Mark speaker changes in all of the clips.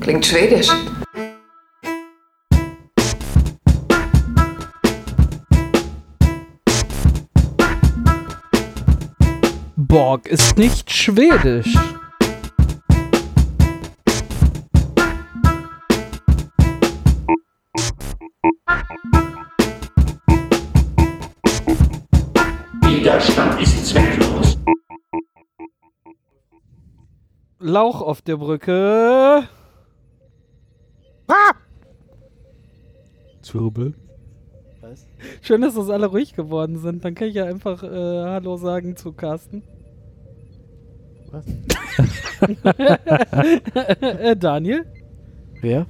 Speaker 1: Klingt schwedisch.
Speaker 2: Borg ist nicht schwedisch.
Speaker 3: Widerstand ist zwecklos.
Speaker 2: Lauch auf der Brücke.
Speaker 4: Zwirbel.
Speaker 2: Schön, dass das alle ruhig geworden sind. Dann kann ich ja einfach äh, Hallo sagen zu Carsten.
Speaker 4: Was?
Speaker 2: Äh, Daniel,
Speaker 4: Wer?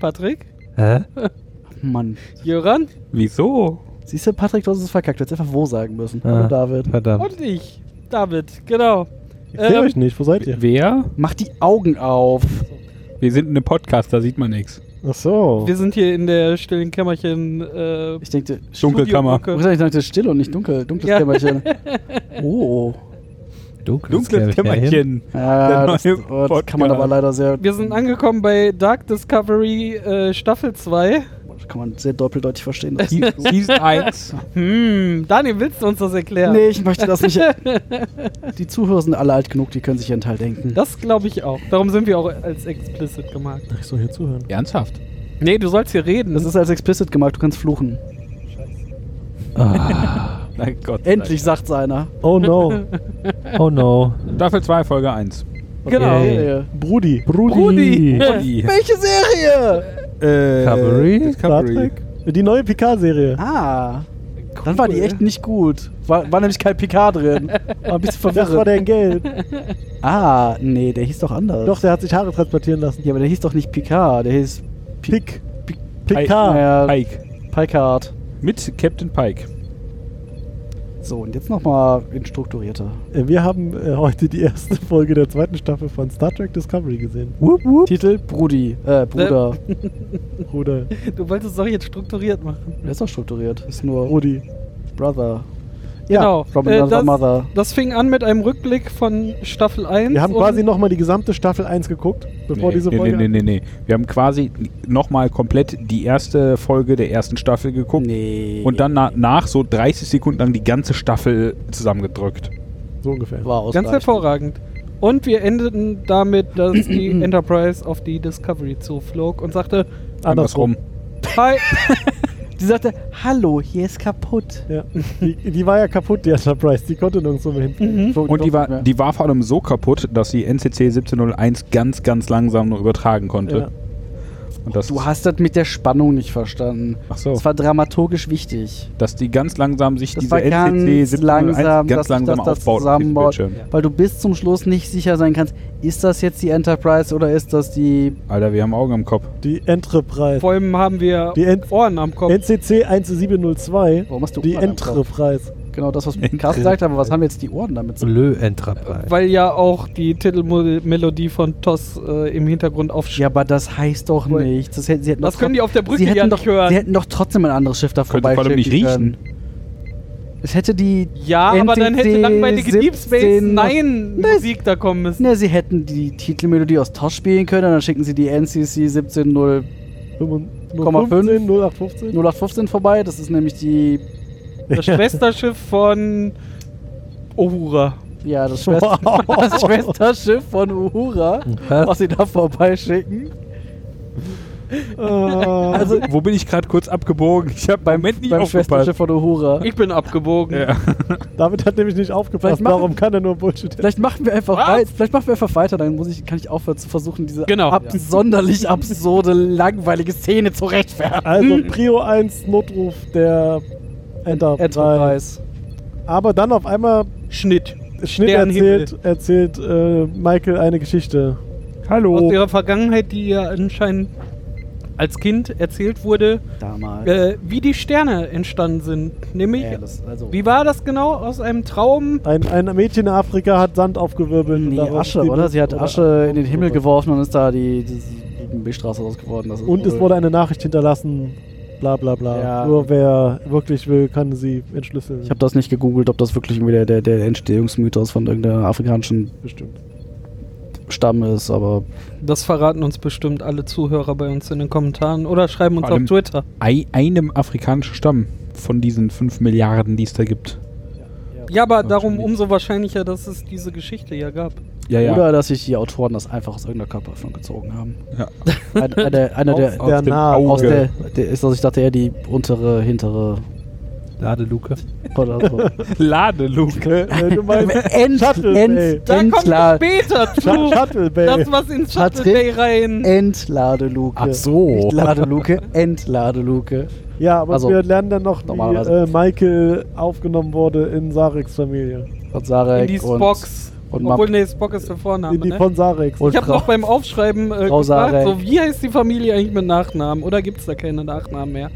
Speaker 2: Patrick,
Speaker 4: Hä? Mann.
Speaker 2: Jöran
Speaker 5: Wieso?
Speaker 4: Siehst du, Patrick, du hast es verkackt. Du hättest einfach wo sagen müssen.
Speaker 5: Ah.
Speaker 4: Hallo, David.
Speaker 5: Verdammt.
Speaker 2: und ich. David, genau.
Speaker 6: Ich sehe
Speaker 2: Ähm,
Speaker 6: euch nicht, wo seid ihr?
Speaker 5: Wer?
Speaker 4: Mach die Augen auf.
Speaker 5: Wir sind in einem Podcast, da sieht man nichts.
Speaker 6: Ach so.
Speaker 2: Wir sind hier in der stillen Kämmerchen. Äh,
Speaker 4: Ich denke,
Speaker 5: Dunkelkammer.
Speaker 2: Studiobrücke.
Speaker 4: ich dachte, still und nicht dunkel. Dunkles
Speaker 2: Ja.
Speaker 4: Kämmerchen. Oh.
Speaker 5: Dunkles, Kämmerchen.
Speaker 4: Ja,
Speaker 5: Der
Speaker 4: das,
Speaker 5: neue
Speaker 4: oh, das kann man
Speaker 5: Podcast.
Speaker 4: aber leider sehr,
Speaker 2: Wir sind angekommen bei Dark Discovery äh, Staffel 2.
Speaker 4: das kann man sehr doppeldeutig verstehen. Das
Speaker 5: Sie- Season 1.
Speaker 2: Hm, Daniel, willst du uns das erklären?
Speaker 4: Nee, ich möchte das nicht. die Zuhörer sind alle alt genug, die können sich ihren Teil denken.
Speaker 2: Das glaube ich auch. Darum sind wir auch als explicit gemacht.
Speaker 6: Ach, ich soll hier zuhören.
Speaker 5: Ernsthaft?
Speaker 2: Nee, du sollst hier reden.
Speaker 4: Das ist als explicit gemacht, du kannst fluchen.
Speaker 5: Mein Gott. sei
Speaker 4: Endlich sagt's einer.
Speaker 6: Oh no. Oh no.
Speaker 5: Dank. Staffel 2, Folge 1.
Speaker 2: genau.
Speaker 6: Okay.
Speaker 4: Serie.
Speaker 6: Brudi.
Speaker 2: Brudi.
Speaker 5: Brudi.
Speaker 4: Welche Serie?
Speaker 5: Äh,
Speaker 6: Discovery? Star
Speaker 5: Discovery.
Speaker 6: Trek? Die neue Picard-Serie.
Speaker 4: Ah. Dann war die
Speaker 2: ne?
Speaker 4: echt nicht gut. War, war nämlich kein PK drin. War ein bisschen
Speaker 6: Das war
Speaker 4: verwirrend.
Speaker 6: der in Gelb.
Speaker 4: Ah, nee, der hieß doch anders.
Speaker 6: Doch, der hat sich Haare transplantieren lassen.
Speaker 4: Ja, aber der hieß doch nicht PK, der hieß
Speaker 6: Pick.
Speaker 5: Pike. äh,
Speaker 6: Picard.
Speaker 4: naja,
Speaker 5: Pike.
Speaker 4: Picard.
Speaker 5: Mit Captain Pike.
Speaker 4: So, und jetzt nochmal in strukturierter.
Speaker 6: Äh, Wir haben äh, heute die erste Folge der zweiten Staffel von Star Trek Discovery gesehen.
Speaker 4: Titel Brudi, äh, Bruder.
Speaker 6: Bruder.
Speaker 2: Du wolltest es doch jetzt strukturiert machen.
Speaker 4: Der ist doch strukturiert. Ist nur
Speaker 6: Brudi.
Speaker 4: Brother.
Speaker 2: genau.
Speaker 4: From
Speaker 2: Äh,
Speaker 4: another
Speaker 2: das,
Speaker 4: mother.
Speaker 2: das fing an mit einem Rückblick von Staffel 1.
Speaker 6: Wir haben
Speaker 2: und-
Speaker 6: quasi nochmal die gesamte Staffel 1 geguckt, bevor
Speaker 5: nee,
Speaker 6: diese
Speaker 5: nee,
Speaker 6: Folge.
Speaker 5: nee, nee, nee, nee. Wir haben quasi nochmal komplett die erste Folge der ersten Staffel geguckt.
Speaker 4: Nee.
Speaker 5: Und dann na nach so 30 Sekunden lang die ganze Staffel zusammengedrückt.
Speaker 6: So ungefähr.
Speaker 4: War ausreichend.
Speaker 2: Ganz hervorragend. Und wir endeten damit, dass die Enterprise auf die Discovery zuflog und sagte:
Speaker 5: Andersrum.
Speaker 2: Hi,
Speaker 4: Die sagte, hallo, hier ist kaputt.
Speaker 6: Ja. Die, die war ja kaputt, die Enterprise. Die konnte nirgendwo mehr hin.
Speaker 2: Mhm.
Speaker 5: Hm? Und die war, die war vor allem so kaputt, dass sie NCC 1701 ganz, ganz langsam nur übertragen konnte. Und das,
Speaker 4: Du hast das mit der Spannung nicht verstanden.
Speaker 5: Ach so.
Speaker 4: Das war dramaturgisch wichtig.
Speaker 5: dass die ganz langsam sich
Speaker 4: Das
Speaker 5: diese
Speaker 4: war
Speaker 5: NCC
Speaker 4: ganz
Speaker 5: 1701
Speaker 4: langsam, dass
Speaker 5: ganz langsam
Speaker 4: sich das da
Speaker 5: aufbaut. auf diesem
Speaker 4: zusammenbaut,
Speaker 5: Bildschirm.
Speaker 4: weil du bis zum Schluss nicht sicher sein kannst, ist das jetzt die Enterprise oder ist das die
Speaker 5: Alter, wir haben Augen am Kopf.
Speaker 6: Die Enterprise.
Speaker 2: vor allem haben wir
Speaker 6: Die Ent-
Speaker 2: Ohren am Kopf.
Speaker 6: NCC 1702.
Speaker 4: Warum hast du
Speaker 6: die
Speaker 4: Ohren am Kopf?
Speaker 6: Enterprise.
Speaker 4: genau das was Carsten sagt, aber was haben jetzt die Ohren damit zu tun?
Speaker 7: Lö Enterprise.
Speaker 2: Weil ja auch die Titelmelodie von Toss äh, im Hintergrund
Speaker 4: Ja,
Speaker 2: aufschlägt.
Speaker 4: aber das heißt doch
Speaker 2: Weil-
Speaker 4: nichts. Das, hätten, sie hätten
Speaker 2: das
Speaker 4: doch
Speaker 2: können die auf der
Speaker 4: trotz-
Speaker 2: Brücke
Speaker 4: sie hätten
Speaker 2: ja
Speaker 4: doch,
Speaker 2: nicht hören.
Speaker 4: Sie hätten doch trotzdem ein anderes Schiff da
Speaker 5: Können sie
Speaker 4: vorbei
Speaker 5: vor allem nicht riechen.
Speaker 4: Es hätte die
Speaker 2: Ja, aber dann hätte
Speaker 4: NCC
Speaker 2: langweilige Deep Space
Speaker 4: 17 noch-
Speaker 2: Nein
Speaker 4: Nee,
Speaker 2: Musik da kommen müssen.
Speaker 4: Ne, sie hätten die Titelmelodie aus TOS spielen können, und dann schicken sie die NCC 170
Speaker 6: 0,15, 0815.
Speaker 4: 0815 vorbei. Das ist nämlich die.
Speaker 2: Das Schwesterschiff von Ohura.
Speaker 4: Ja, das, Schwester, das Schwesterschiff von Uhura, was sie da vorbeischicken.
Speaker 6: Also,
Speaker 4: Also
Speaker 5: Wo bin ich gerade kurz abgebogen? Ich habe beim Moment nicht
Speaker 4: beim
Speaker 5: aufgepasst.
Speaker 4: Schwesterschiff von Uhura.
Speaker 2: Ich bin abgebogen.
Speaker 5: Ja.
Speaker 6: David hat nämlich nicht aufgepasst.
Speaker 4: Vielleicht machen-
Speaker 6: Darum kann er nur Bullshit.
Speaker 4: Vielleicht machen wir einfach
Speaker 2: Was?
Speaker 4: wei- vielleicht machen wir einfach weiter, dann muss ich, kann ich aufhören zu versuchen, diese
Speaker 2: Genau.
Speaker 4: absonderlich absurde, langweilige Szene zu rechtfertigen. Hm.
Speaker 6: Also Prio 1 Notruf der Enterprise.
Speaker 4: Enterprise.
Speaker 6: Aber dann auf einmal
Speaker 2: Schnitt.
Speaker 6: Schnitt
Speaker 2: Sternenhimmel.
Speaker 6: erzählt, erzählt äh, Michael eine Geschichte.
Speaker 2: Aus
Speaker 5: Hallo.
Speaker 2: ihrer Vergangenheit, die ihr anscheinend als Kind erzählt wurde,
Speaker 4: Damals.
Speaker 2: äh, wie die Sterne entstanden sind. Nämlich,
Speaker 4: Ja, das- also-
Speaker 2: wie war das genau? Aus einem Traum?
Speaker 6: Ein, ein Mädchen in Afrika hat Sand aufgewirbelt. und
Speaker 4: Nee,
Speaker 6: daraus
Speaker 4: Asche,
Speaker 6: die-
Speaker 4: oder? Sie hat
Speaker 6: oder-
Speaker 4: Asche in den Himmel geworfen und ist da die, die, die Milchstraße raus geworden. Das ist
Speaker 6: Und es
Speaker 4: wohl-
Speaker 6: wurde eine Nachricht hinterlassen. Bla bla bla.
Speaker 4: Ja.
Speaker 6: Nur wer wirklich will, kann sie entschlüsseln.
Speaker 4: Ich habe das nicht gegoogelt, ob das wirklich irgendwie der, der, der Entstehungsmythos von irgendeiner afrikanischen
Speaker 6: bestimmt.
Speaker 4: Stamm ist, aber
Speaker 2: Das verraten uns bestimmt alle Zuhörer bei uns in den Kommentaren oder schreiben uns
Speaker 5: Vor
Speaker 2: auf
Speaker 5: allem-
Speaker 2: Twitter.
Speaker 5: Ei, einem afrikanischen Stamm von diesen 5 Milliarden, die es da gibt.
Speaker 2: Ja, aber darum
Speaker 5: Wahrscheinlich.
Speaker 2: umso wahrscheinlicher, dass es diese Geschichte ja gab.
Speaker 5: Ja, ja.
Speaker 4: oder dass sich die Autoren das einfach aus irgendeiner Körperöffnung gezogen haben.
Speaker 5: Ja.
Speaker 4: Ein, einer einer der,
Speaker 6: Aus der
Speaker 5: dem
Speaker 6: Nase.
Speaker 4: aus
Speaker 5: Auge.
Speaker 4: der, der ist, also ich dachte eher die untere, hintere
Speaker 7: Ladeluke.
Speaker 4: oder so.
Speaker 5: Ladeluke.
Speaker 6: Äh, du meinst
Speaker 4: End,
Speaker 6: Shuttle Bay.
Speaker 4: end,
Speaker 2: Da kommt
Speaker 4: Endla
Speaker 2: später zu.
Speaker 6: Shut- Shuttle Bay.
Speaker 2: Das, was in Shuttle
Speaker 4: Patrick?
Speaker 2: Bay rein.
Speaker 4: Endladeluke.
Speaker 7: Ach so.
Speaker 4: Nicht Ladeluke, Endladeluke.
Speaker 6: Ja, aber
Speaker 4: Also,
Speaker 6: wir lernen dann noch, wie
Speaker 4: normalerweise.
Speaker 6: äh, Michael aufgenommen wurde in Sareks Familie.
Speaker 4: Von
Speaker 2: In
Speaker 4: Sarek
Speaker 2: die
Speaker 4: und
Speaker 2: Spox.
Speaker 4: und
Speaker 2: Obwohl,
Speaker 4: Map-
Speaker 2: nee, Spock ist der Vorname,
Speaker 6: in die
Speaker 2: ne?
Speaker 6: von Sareks.
Speaker 4: Und-
Speaker 2: Ich habe
Speaker 4: Frau-
Speaker 2: noch beim Aufschreiben äh,
Speaker 4: Frau
Speaker 2: gefragt,
Speaker 4: Sarek.
Speaker 2: so wie heißt die Familie eigentlich mit Nachnamen? Oder gibt es da keine Nachnamen mehr?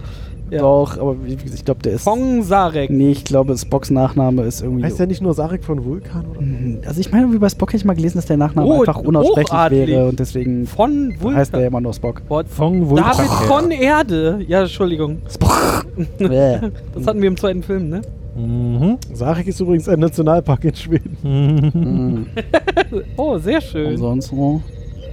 Speaker 2: Ja.
Speaker 4: Doch, aber wie- ich glaube, der ist.
Speaker 2: Pong Sarek.
Speaker 4: Nee, ich glaube, Spocks Nachname ist irgendwie.
Speaker 6: Heißt ja nicht nur Sarek von Vulkan oder
Speaker 4: Also ich meine, wie bei Spock hätte ich mal gelesen, dass der Nachname
Speaker 2: Oh,
Speaker 4: einfach unaussprechlich
Speaker 2: hochadlig.
Speaker 4: wäre und deswegen
Speaker 2: Von
Speaker 4: heißt der
Speaker 2: Vulkan.
Speaker 4: immer nur Spock.
Speaker 2: What?
Speaker 7: Fong
Speaker 2: David
Speaker 7: Vulkan.
Speaker 2: von Erde. Ja, Entschuldigung.
Speaker 4: Bäh.
Speaker 2: Das hatten wir im zweiten Film, ne?
Speaker 7: Mhm.
Speaker 6: Sarek ist übrigens ein Nationalpark in Schweden,
Speaker 7: Mhm.
Speaker 4: Mhm.
Speaker 2: Oh, sehr schön.
Speaker 4: Und sonst so.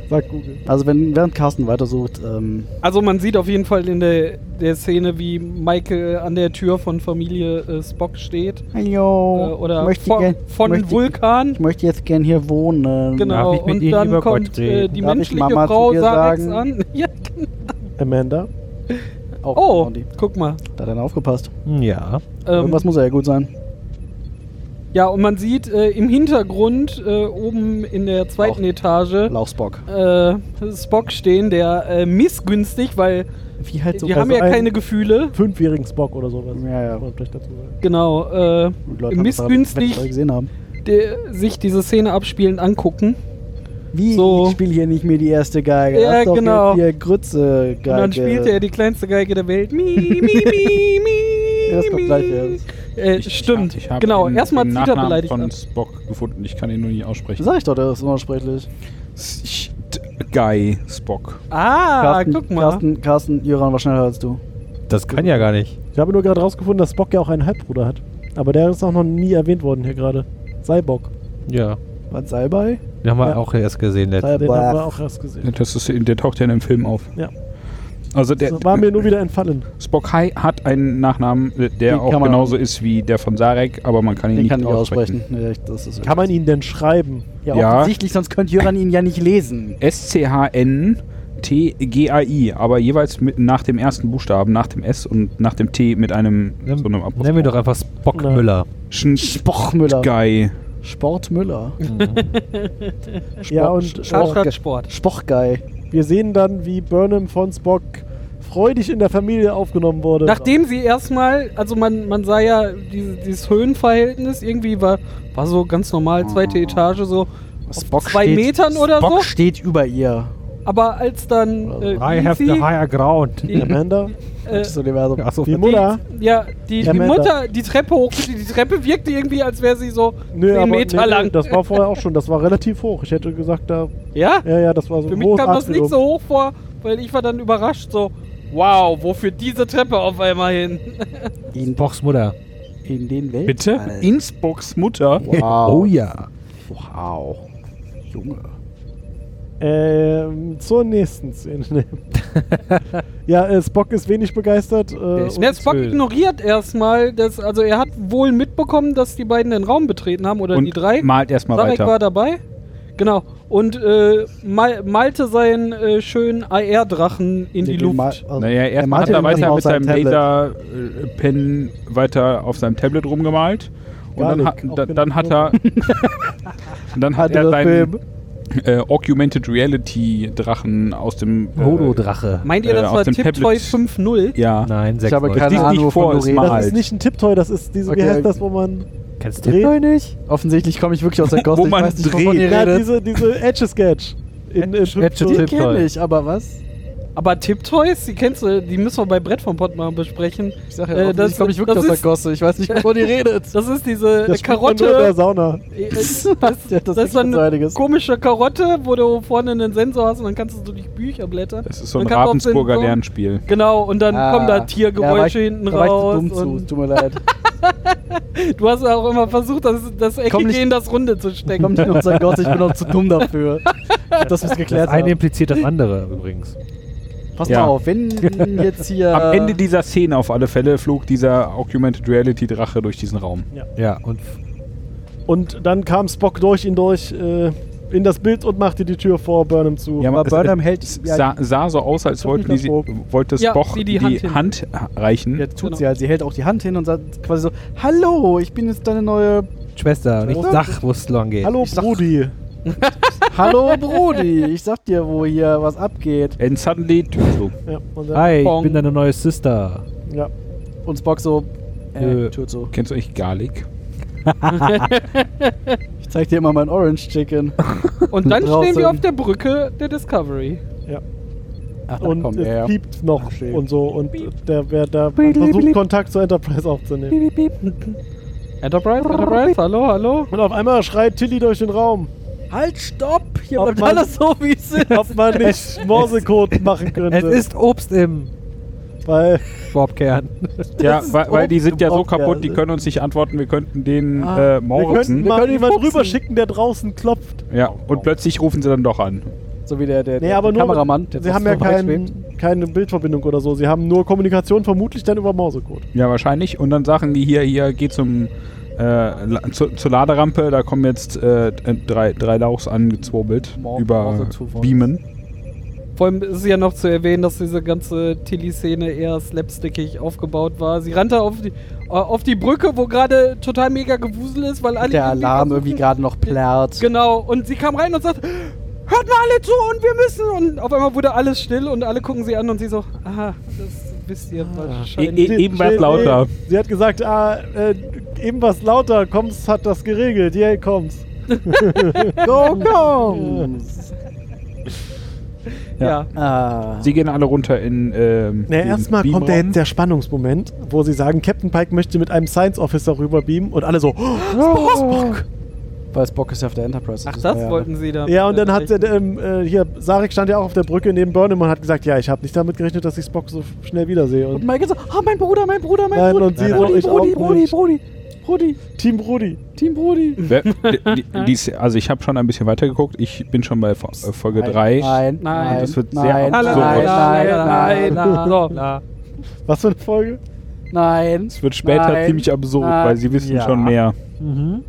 Speaker 6: sagt Google.
Speaker 4: Also wenn, während Carsten weitersucht, ähm,
Speaker 2: Also man sieht auf jeden Fall in der, der Szene, wie Michael an der Tür von Familie äh, Spock steht. Äh,
Speaker 4: Hallo,
Speaker 2: oder
Speaker 4: Oh, möchte
Speaker 2: von,
Speaker 4: gern,
Speaker 2: von
Speaker 4: möchte,
Speaker 2: Vulkan.
Speaker 4: Ich möchte jetzt gern hier wohnen.
Speaker 2: Genau,
Speaker 7: Darf ich mit
Speaker 2: und
Speaker 7: Ihnen
Speaker 2: dann
Speaker 7: über Gott
Speaker 2: kommt äh,
Speaker 7: reden?
Speaker 2: die
Speaker 4: Darf ich
Speaker 2: menschliche
Speaker 4: Mama zu
Speaker 2: Frau
Speaker 4: dir
Speaker 2: Sareks
Speaker 4: sagen?
Speaker 2: an. Ja.
Speaker 6: Amanda?
Speaker 4: Auch
Speaker 2: Oh,
Speaker 4: Blondie.
Speaker 2: guck mal.
Speaker 4: Da hat er aufgepasst.
Speaker 7: Hm, Ja.
Speaker 2: Ähm,
Speaker 4: Irgendwas muss er ja gut sein.
Speaker 2: ja, und man sieht äh, im Hintergrund äh, oben in der zweiten Etage
Speaker 4: Lauchsbock.
Speaker 2: äh, Spock stehen, der äh, missgünstig, weil
Speaker 4: Wie halt so.
Speaker 2: die haben
Speaker 6: also
Speaker 2: ja
Speaker 6: ein-
Speaker 2: keine Gefühle.
Speaker 6: Fünfjährigen Spock oder sowas.
Speaker 4: Ja, ja.
Speaker 6: Muss man vielleicht dazu sagen.
Speaker 2: Genau, äh,
Speaker 4: Und Leute haben das
Speaker 2: missgünstig
Speaker 4: aber eventuell gesehen haben.
Speaker 2: de, sich diese Szene abspielend angucken.
Speaker 4: Wie,
Speaker 2: So.
Speaker 4: ich spiele hier nicht mehr die erste Geige.
Speaker 2: Ja,
Speaker 4: Lass doch
Speaker 2: genau.
Speaker 4: Jetzt hier Grütze Geige.
Speaker 2: Und dann spielte er die kleinste Geige der Welt. Mi, mi, mi, mi.
Speaker 4: Ja, ist doch
Speaker 2: mi.
Speaker 4: gleich, ja.
Speaker 2: Äh,
Speaker 5: Ich-
Speaker 2: stimmt,
Speaker 5: ich hab
Speaker 2: genau.
Speaker 5: den-
Speaker 2: Erstmal
Speaker 5: den
Speaker 2: zieht er
Speaker 5: Nachnamen
Speaker 2: beleidigt
Speaker 5: von
Speaker 4: ne?
Speaker 2: an.
Speaker 5: Spock gefunden. Ich kann ihn nur nicht aussprechen.
Speaker 4: Sag ich doch, das ist unaussprechlich.
Speaker 5: Guy Spock.
Speaker 2: Ah, guck mal.
Speaker 4: Carsten, Carsten, Jöran war schneller als du.
Speaker 7: Das kann ja gar nicht.
Speaker 6: Ich habe nur gerade rausgefunden, dass Spock ja auch einen Halbbruder hat. Aber der ist auch noch nie erwähnt worden hier gerade. Cyborg.
Speaker 7: Ja.
Speaker 4: Was sei bei?
Speaker 7: Den haben wir
Speaker 6: Ja.
Speaker 7: auch erst gesehen letztens.
Speaker 6: Den haben wir
Speaker 4: Cyborg.
Speaker 6: auch erst gesehen.
Speaker 5: Das ist, der taucht ja in einem Film auf.
Speaker 6: Ja.
Speaker 5: Also der
Speaker 6: Das war mir nur wieder entfallen.
Speaker 5: Spock High hat einen Nachnamen, äh,
Speaker 4: Den
Speaker 5: der auch
Speaker 4: kann man-
Speaker 5: genauso ist wie der von Sarek, aber man kann ihn
Speaker 4: Den
Speaker 5: nicht
Speaker 4: kann ich
Speaker 5: aussprechen.
Speaker 4: aussprechen. Nee, ich- das ist
Speaker 6: Kann man ihn denn schreiben?
Speaker 4: ja,
Speaker 5: Ja.
Speaker 4: offensichtlich, sonst könnte Jöran ihn ja nicht lesen.
Speaker 5: S-C-H-N T-G-A-I, aber jeweils mit, nach dem ersten Buchstaben, nach dem S und nach dem T mit einem
Speaker 7: Nenn-
Speaker 5: so einem
Speaker 7: Nennen wir doch einfach Spock
Speaker 6: Nein.
Speaker 7: Müller.
Speaker 5: Sch
Speaker 4: Spochmüller.
Speaker 5: Guy.
Speaker 4: Sportmüller.
Speaker 6: Ja, und
Speaker 2: Schadstadt Sport.
Speaker 4: Spochgei.
Speaker 6: wir sehen dann, wie Burnham von Spock freudig in der Familie aufgenommen wurde.
Speaker 2: Nachdem sie erstmal, also man, man sah ja diese, dieses Höhenverhältnis, irgendwie war, war so ganz normal, zweite
Speaker 6: Mhm.
Speaker 2: Etage, so auf zwei
Speaker 4: steht,
Speaker 2: Metern oder
Speaker 4: Spock
Speaker 2: so.
Speaker 4: steht über ihr.
Speaker 2: Aber als
Speaker 6: Also
Speaker 2: dann äh, Lisi,
Speaker 7: higher ground.
Speaker 2: die,
Speaker 6: Amanda,
Speaker 2: äh,
Speaker 4: Das Universum.
Speaker 7: Achso,
Speaker 6: die Mutter.
Speaker 2: Ja, die,
Speaker 6: Ja,
Speaker 2: die
Speaker 6: Amanda.
Speaker 2: Mutter, die Treppe hoch, die, die Treppe wirkte irgendwie, als wäre sie so
Speaker 6: Nö,
Speaker 2: 10
Speaker 6: aber
Speaker 2: Meter
Speaker 6: nee, nee,
Speaker 2: lang.
Speaker 6: das war vorher auch schon. Das war relativ hoch. Ich hätte gesagt, da,
Speaker 2: ja?
Speaker 6: ja, ja, das war so
Speaker 2: Für
Speaker 6: ein
Speaker 2: mich
Speaker 6: hohes
Speaker 2: kam das nicht
Speaker 6: Atrium.
Speaker 2: so hoch vor, weil ich war dann überrascht, so, wow, wofür diese Treppe auf einmal hin?
Speaker 4: In,
Speaker 7: Spocks Mutter.
Speaker 4: in den Ah. Welt.
Speaker 5: Bitte?
Speaker 4: Alter.
Speaker 5: In Spocks Mutter.
Speaker 4: Wow.
Speaker 7: Oh ja.
Speaker 4: Wow. Junge.
Speaker 6: Ähm, zur nächsten Szene. ja, äh, Spock ist wenig begeistert. Äh,
Speaker 7: ist
Speaker 6: und
Speaker 2: Der Spock
Speaker 7: Öl.
Speaker 2: ignoriert erstmal, dass, also er hat wohl mitbekommen, dass die beiden den Raum betreten haben oder
Speaker 5: Und
Speaker 2: die drei.
Speaker 5: malt erstmal
Speaker 2: Sarek
Speaker 5: weiter.
Speaker 2: war dabei. Genau. Und äh, mal, malte seinen äh, schönen AR-Drachen in die Luft.
Speaker 4: Also,
Speaker 5: Naja, erstmal hat
Speaker 4: malte
Speaker 5: er
Speaker 4: den erstmal
Speaker 5: weiter
Speaker 4: auf
Speaker 5: mit
Speaker 4: seinem
Speaker 5: seinem
Speaker 4: Tablet.
Speaker 5: Laser-Pen weiter auf seinem Tablet rumgemalt. Und dann, hat,
Speaker 6: Garlic, auch
Speaker 5: da,
Speaker 6: genannt
Speaker 5: dann hat er. dann hat
Speaker 4: Hatte
Speaker 5: er
Speaker 4: das
Speaker 5: seinen
Speaker 4: Film.
Speaker 5: äh, Augmented Reality-Drachen aus dem. Äh,
Speaker 7: Holodrache.
Speaker 2: Meint ihr,
Speaker 5: Äh,
Speaker 2: das
Speaker 5: auf
Speaker 2: war
Speaker 5: dem
Speaker 2: Tiptoy
Speaker 5: Tablet.
Speaker 2: 5.0?
Speaker 5: Ja.
Speaker 7: Nein,
Speaker 4: Ich
Speaker 7: sechs
Speaker 4: habe
Speaker 7: Leute.
Speaker 4: keine
Speaker 5: Lies nicht
Speaker 4: Ahnung,
Speaker 5: vor,
Speaker 4: wovon
Speaker 5: ist
Speaker 4: du redest.
Speaker 5: mal.
Speaker 6: Das
Speaker 5: alt.
Speaker 6: ist nicht ein Tipptoy, das ist diese, wie
Speaker 4: Halt. Okay.
Speaker 6: heißt das, wo man
Speaker 7: Kennst du
Speaker 6: dreht?
Speaker 4: Tipptoy nicht? Offensichtlich komme ich wirklich aus der Gosse.
Speaker 5: Wo man
Speaker 4: ich weiß nicht, wovon
Speaker 5: dreht.
Speaker 4: ihr
Speaker 6: Ja,
Speaker 4: redet. halt?
Speaker 6: diese, diese Edge-Sketch. In, in Tipptoy.
Speaker 4: Die
Speaker 7: Tipptoy.
Speaker 4: kenne ich, aber was?
Speaker 2: Aber Tiptoys, die kennst du, die müssen wir bei Brett vom Pott mal besprechen.
Speaker 4: Ich sag ja,
Speaker 2: Äh,
Speaker 4: äh,
Speaker 2: das-
Speaker 4: das komme ich wirklich
Speaker 2: das
Speaker 4: aus der
Speaker 2: ist-
Speaker 4: Gosse. Ich weiß nicht, wovon ihr redet.
Speaker 2: Das ist diese
Speaker 6: Das
Speaker 2: äh,
Speaker 6: spielt man Nur in der
Speaker 2: Karotte.
Speaker 6: Sauna.
Speaker 2: Äh,
Speaker 4: Das,
Speaker 2: Das, das, ist so eine
Speaker 4: einiges.
Speaker 2: komische Karotte, wo du vorne einen Sensor hast und dann kannst du so durch Bücher blättern.
Speaker 5: Das ist so ein
Speaker 2: Dann kannst du auf
Speaker 5: Ravensburger
Speaker 2: Sensoren-
Speaker 5: Lernspiel.
Speaker 2: Genau, und dann kommen da
Speaker 4: Ah. Ja, war ich-
Speaker 2: Tiergeräusche hinten
Speaker 4: da war ich zu
Speaker 2: raus.
Speaker 4: Dumm zu,
Speaker 2: und
Speaker 4: tut mir leid.
Speaker 2: du hast auch immer versucht, das, das Eckige
Speaker 4: nicht-
Speaker 2: in das Runde zu
Speaker 4: Ich komm
Speaker 2: stecken.
Speaker 4: nicht nur unser Gott, ich bin auch zu dumm dafür. dass wir es
Speaker 7: Das
Speaker 4: geklärt
Speaker 7: eine
Speaker 4: haben.
Speaker 7: impliziert das andere übrigens.
Speaker 4: Pass
Speaker 5: Ja.
Speaker 4: mal auf, wenn jetzt hier...
Speaker 5: Am Ende dieser Szene auf alle Fälle flog dieser Augmented Reality Drache durch diesen Raum.
Speaker 7: Ja, und
Speaker 6: Und dann kam Spock durch ihn durch äh, in das Bild und machte die Tür vor Burnham zu.
Speaker 5: Ja,
Speaker 7: aber
Speaker 5: es-
Speaker 7: Burnham
Speaker 5: es-
Speaker 7: hält-
Speaker 5: es
Speaker 7: ja,
Speaker 5: sah, sah so aus, als wollte, die, wollte
Speaker 2: Ja,
Speaker 5: Spock
Speaker 2: die
Speaker 5: die,
Speaker 2: die Hand hin.
Speaker 5: Hand reichen.
Speaker 4: Ja, tut sie halt. Sie hält auch die Hand hin und sagt quasi so, Hallo, ich bin jetzt deine neue...
Speaker 7: Schwester, und ich
Speaker 4: Ja.
Speaker 7: sag, wo es lang geht.
Speaker 6: Hallo
Speaker 4: Ich sag-
Speaker 6: Brudi.
Speaker 4: Hallo, Brody, ich sag dir, wo hier was abgeht.
Speaker 5: And suddenly, Tür flog.
Speaker 6: Ja, und dann,
Speaker 7: Hi, ich
Speaker 2: Pong.
Speaker 7: bin deine neue Sister.
Speaker 6: ja.
Speaker 4: Und Spock so, äh,
Speaker 7: Nö.
Speaker 4: Tür zu.
Speaker 5: Kennst du eigentlich Garlic?
Speaker 4: Ich zeig dir mal mein Orange Chicken.
Speaker 2: Und dann stehen
Speaker 4: Draußen.
Speaker 2: wir auf der Brücke der Discovery.
Speaker 4: Ach, da
Speaker 6: Und
Speaker 4: kommt
Speaker 6: es
Speaker 4: er, ja.
Speaker 6: piept noch
Speaker 4: schön.
Speaker 6: und so. Und der, wer da
Speaker 7: Piep, piep,
Speaker 6: versucht,
Speaker 7: piep.
Speaker 6: Kontakt zur Enterprise aufzunehmen.
Speaker 2: Enterprise, Enterprise, hallo, hallo.
Speaker 6: Und auf einmal schreit Tilly durch den Raum,
Speaker 7: Halt, stopp! Hier
Speaker 6: Ob bleibt man- alles
Speaker 7: so, wie es ist.
Speaker 6: ob man nicht Morsecode machen könnte.
Speaker 7: Es ist Obst im
Speaker 6: Weil
Speaker 7: Bobkern.
Speaker 5: Ja, weil, weil die sind ja so
Speaker 6: Obst im
Speaker 5: kaputt, die
Speaker 6: Podcast.
Speaker 5: können uns nicht antworten. Wir könnten den
Speaker 4: Ah,
Speaker 5: äh,
Speaker 6: wir könnten
Speaker 5: Mauritzen.
Speaker 6: mal
Speaker 4: können ihn
Speaker 6: jemanden
Speaker 4: fuchsen.
Speaker 6: rüberschicken, der draußen klopft.
Speaker 5: Ja, und plötzlich rufen sie dann doch an.
Speaker 4: So wie der, der,
Speaker 6: Nee,
Speaker 4: der
Speaker 6: aber nur.
Speaker 4: Kameramann. der
Speaker 6: sie haben ja
Speaker 4: trotzdem
Speaker 6: kein, keine Bildverbindung oder so. Sie haben nur Kommunikation, vermutlich dann über Morsecode.
Speaker 5: Ja, wahrscheinlich. Und dann sagen die hier, hier, geh zum, äh, la- zu, zur Laderampe, da kommen jetzt äh, äh, drei, drei Lauchs angezwurbelt
Speaker 4: Mor-
Speaker 5: über
Speaker 4: Morsezufall.
Speaker 5: Beamen.
Speaker 2: Vor allem ist ja noch zu erwähnen, dass diese ganze Tilly-Szene eher slapstickig aufgebaut war. Sie rannte auf die, äh, auf die Brücke, wo gerade total mega Gewusel ist, weil alle.
Speaker 4: Der
Speaker 2: irgendwie
Speaker 4: Alarm
Speaker 2: versuchen-
Speaker 4: irgendwie gerade noch plärrt.
Speaker 2: Genau, und sie kam rein und sagt: Hört mal alle zu und wir müssen. Und auf einmal wurde alles still und alle gucken sie an und sie so: Aha, das wisst
Speaker 6: Ah.
Speaker 2: ihr
Speaker 5: E
Speaker 2: wahrscheinlich.
Speaker 5: e eben was
Speaker 6: Nee,
Speaker 5: lauter.
Speaker 6: nee. Sie hat gesagt, ah, äh, eben was lauter, Koms hat das geregelt, yay, Koms.
Speaker 4: Go,
Speaker 5: Genau.
Speaker 4: go!
Speaker 2: ja.
Speaker 4: ah.
Speaker 5: Sie gehen alle runter in. Ähm,
Speaker 6: Na,
Speaker 5: diesen
Speaker 6: erstmal kommt
Speaker 5: Beamraum.
Speaker 6: der, der Spannungsmoment, wo sie sagen, Captain Pike möchte mit einem Science Officer rüberbeamen und alle so, oh, Spock.
Speaker 4: Weil Spock ist ja auf der Enterprise.
Speaker 2: Ach,
Speaker 4: ist
Speaker 2: das
Speaker 4: ja-
Speaker 2: wollten sie da.
Speaker 6: Ja, und dann hat der, ähm, äh, hier, Sarek stand ja auch auf der Brücke neben Burnham und hat gesagt, ja, ich habe nicht damit gerechnet, dass ich Spock so schnell wiedersehe. Und
Speaker 4: Und Michael so, ah, mein Bruder, mein Bruder, mein
Speaker 6: Nein,
Speaker 4: Bruder.
Speaker 6: und sie so,
Speaker 4: Brudi,
Speaker 6: ich
Speaker 4: Brudi,
Speaker 6: auch
Speaker 4: Brudi,
Speaker 6: nicht.
Speaker 4: Brudi, Brudi,
Speaker 6: Team Brudi.
Speaker 4: Team Brudi.
Speaker 5: Wer- die, die, die, ist- also ich habe schon ein bisschen weitergeguckt. Ich bin schon bei Fo- äh, Folge
Speaker 4: Nein,
Speaker 5: 3.
Speaker 4: Nein,
Speaker 2: Nein,
Speaker 4: nein,
Speaker 5: das wird sehr
Speaker 4: nein,
Speaker 2: Alle,
Speaker 4: nein,
Speaker 2: nein,
Speaker 5: absurd.
Speaker 4: nein,
Speaker 2: nein, nein,
Speaker 4: nein,
Speaker 2: nein. So.
Speaker 6: Was für eine Folge?
Speaker 4: nein.
Speaker 5: Es wird später
Speaker 4: nein,
Speaker 5: ziemlich absurd,
Speaker 4: nein,
Speaker 5: weil sie wissen
Speaker 4: ja.
Speaker 5: schon mehr.
Speaker 7: Mhm.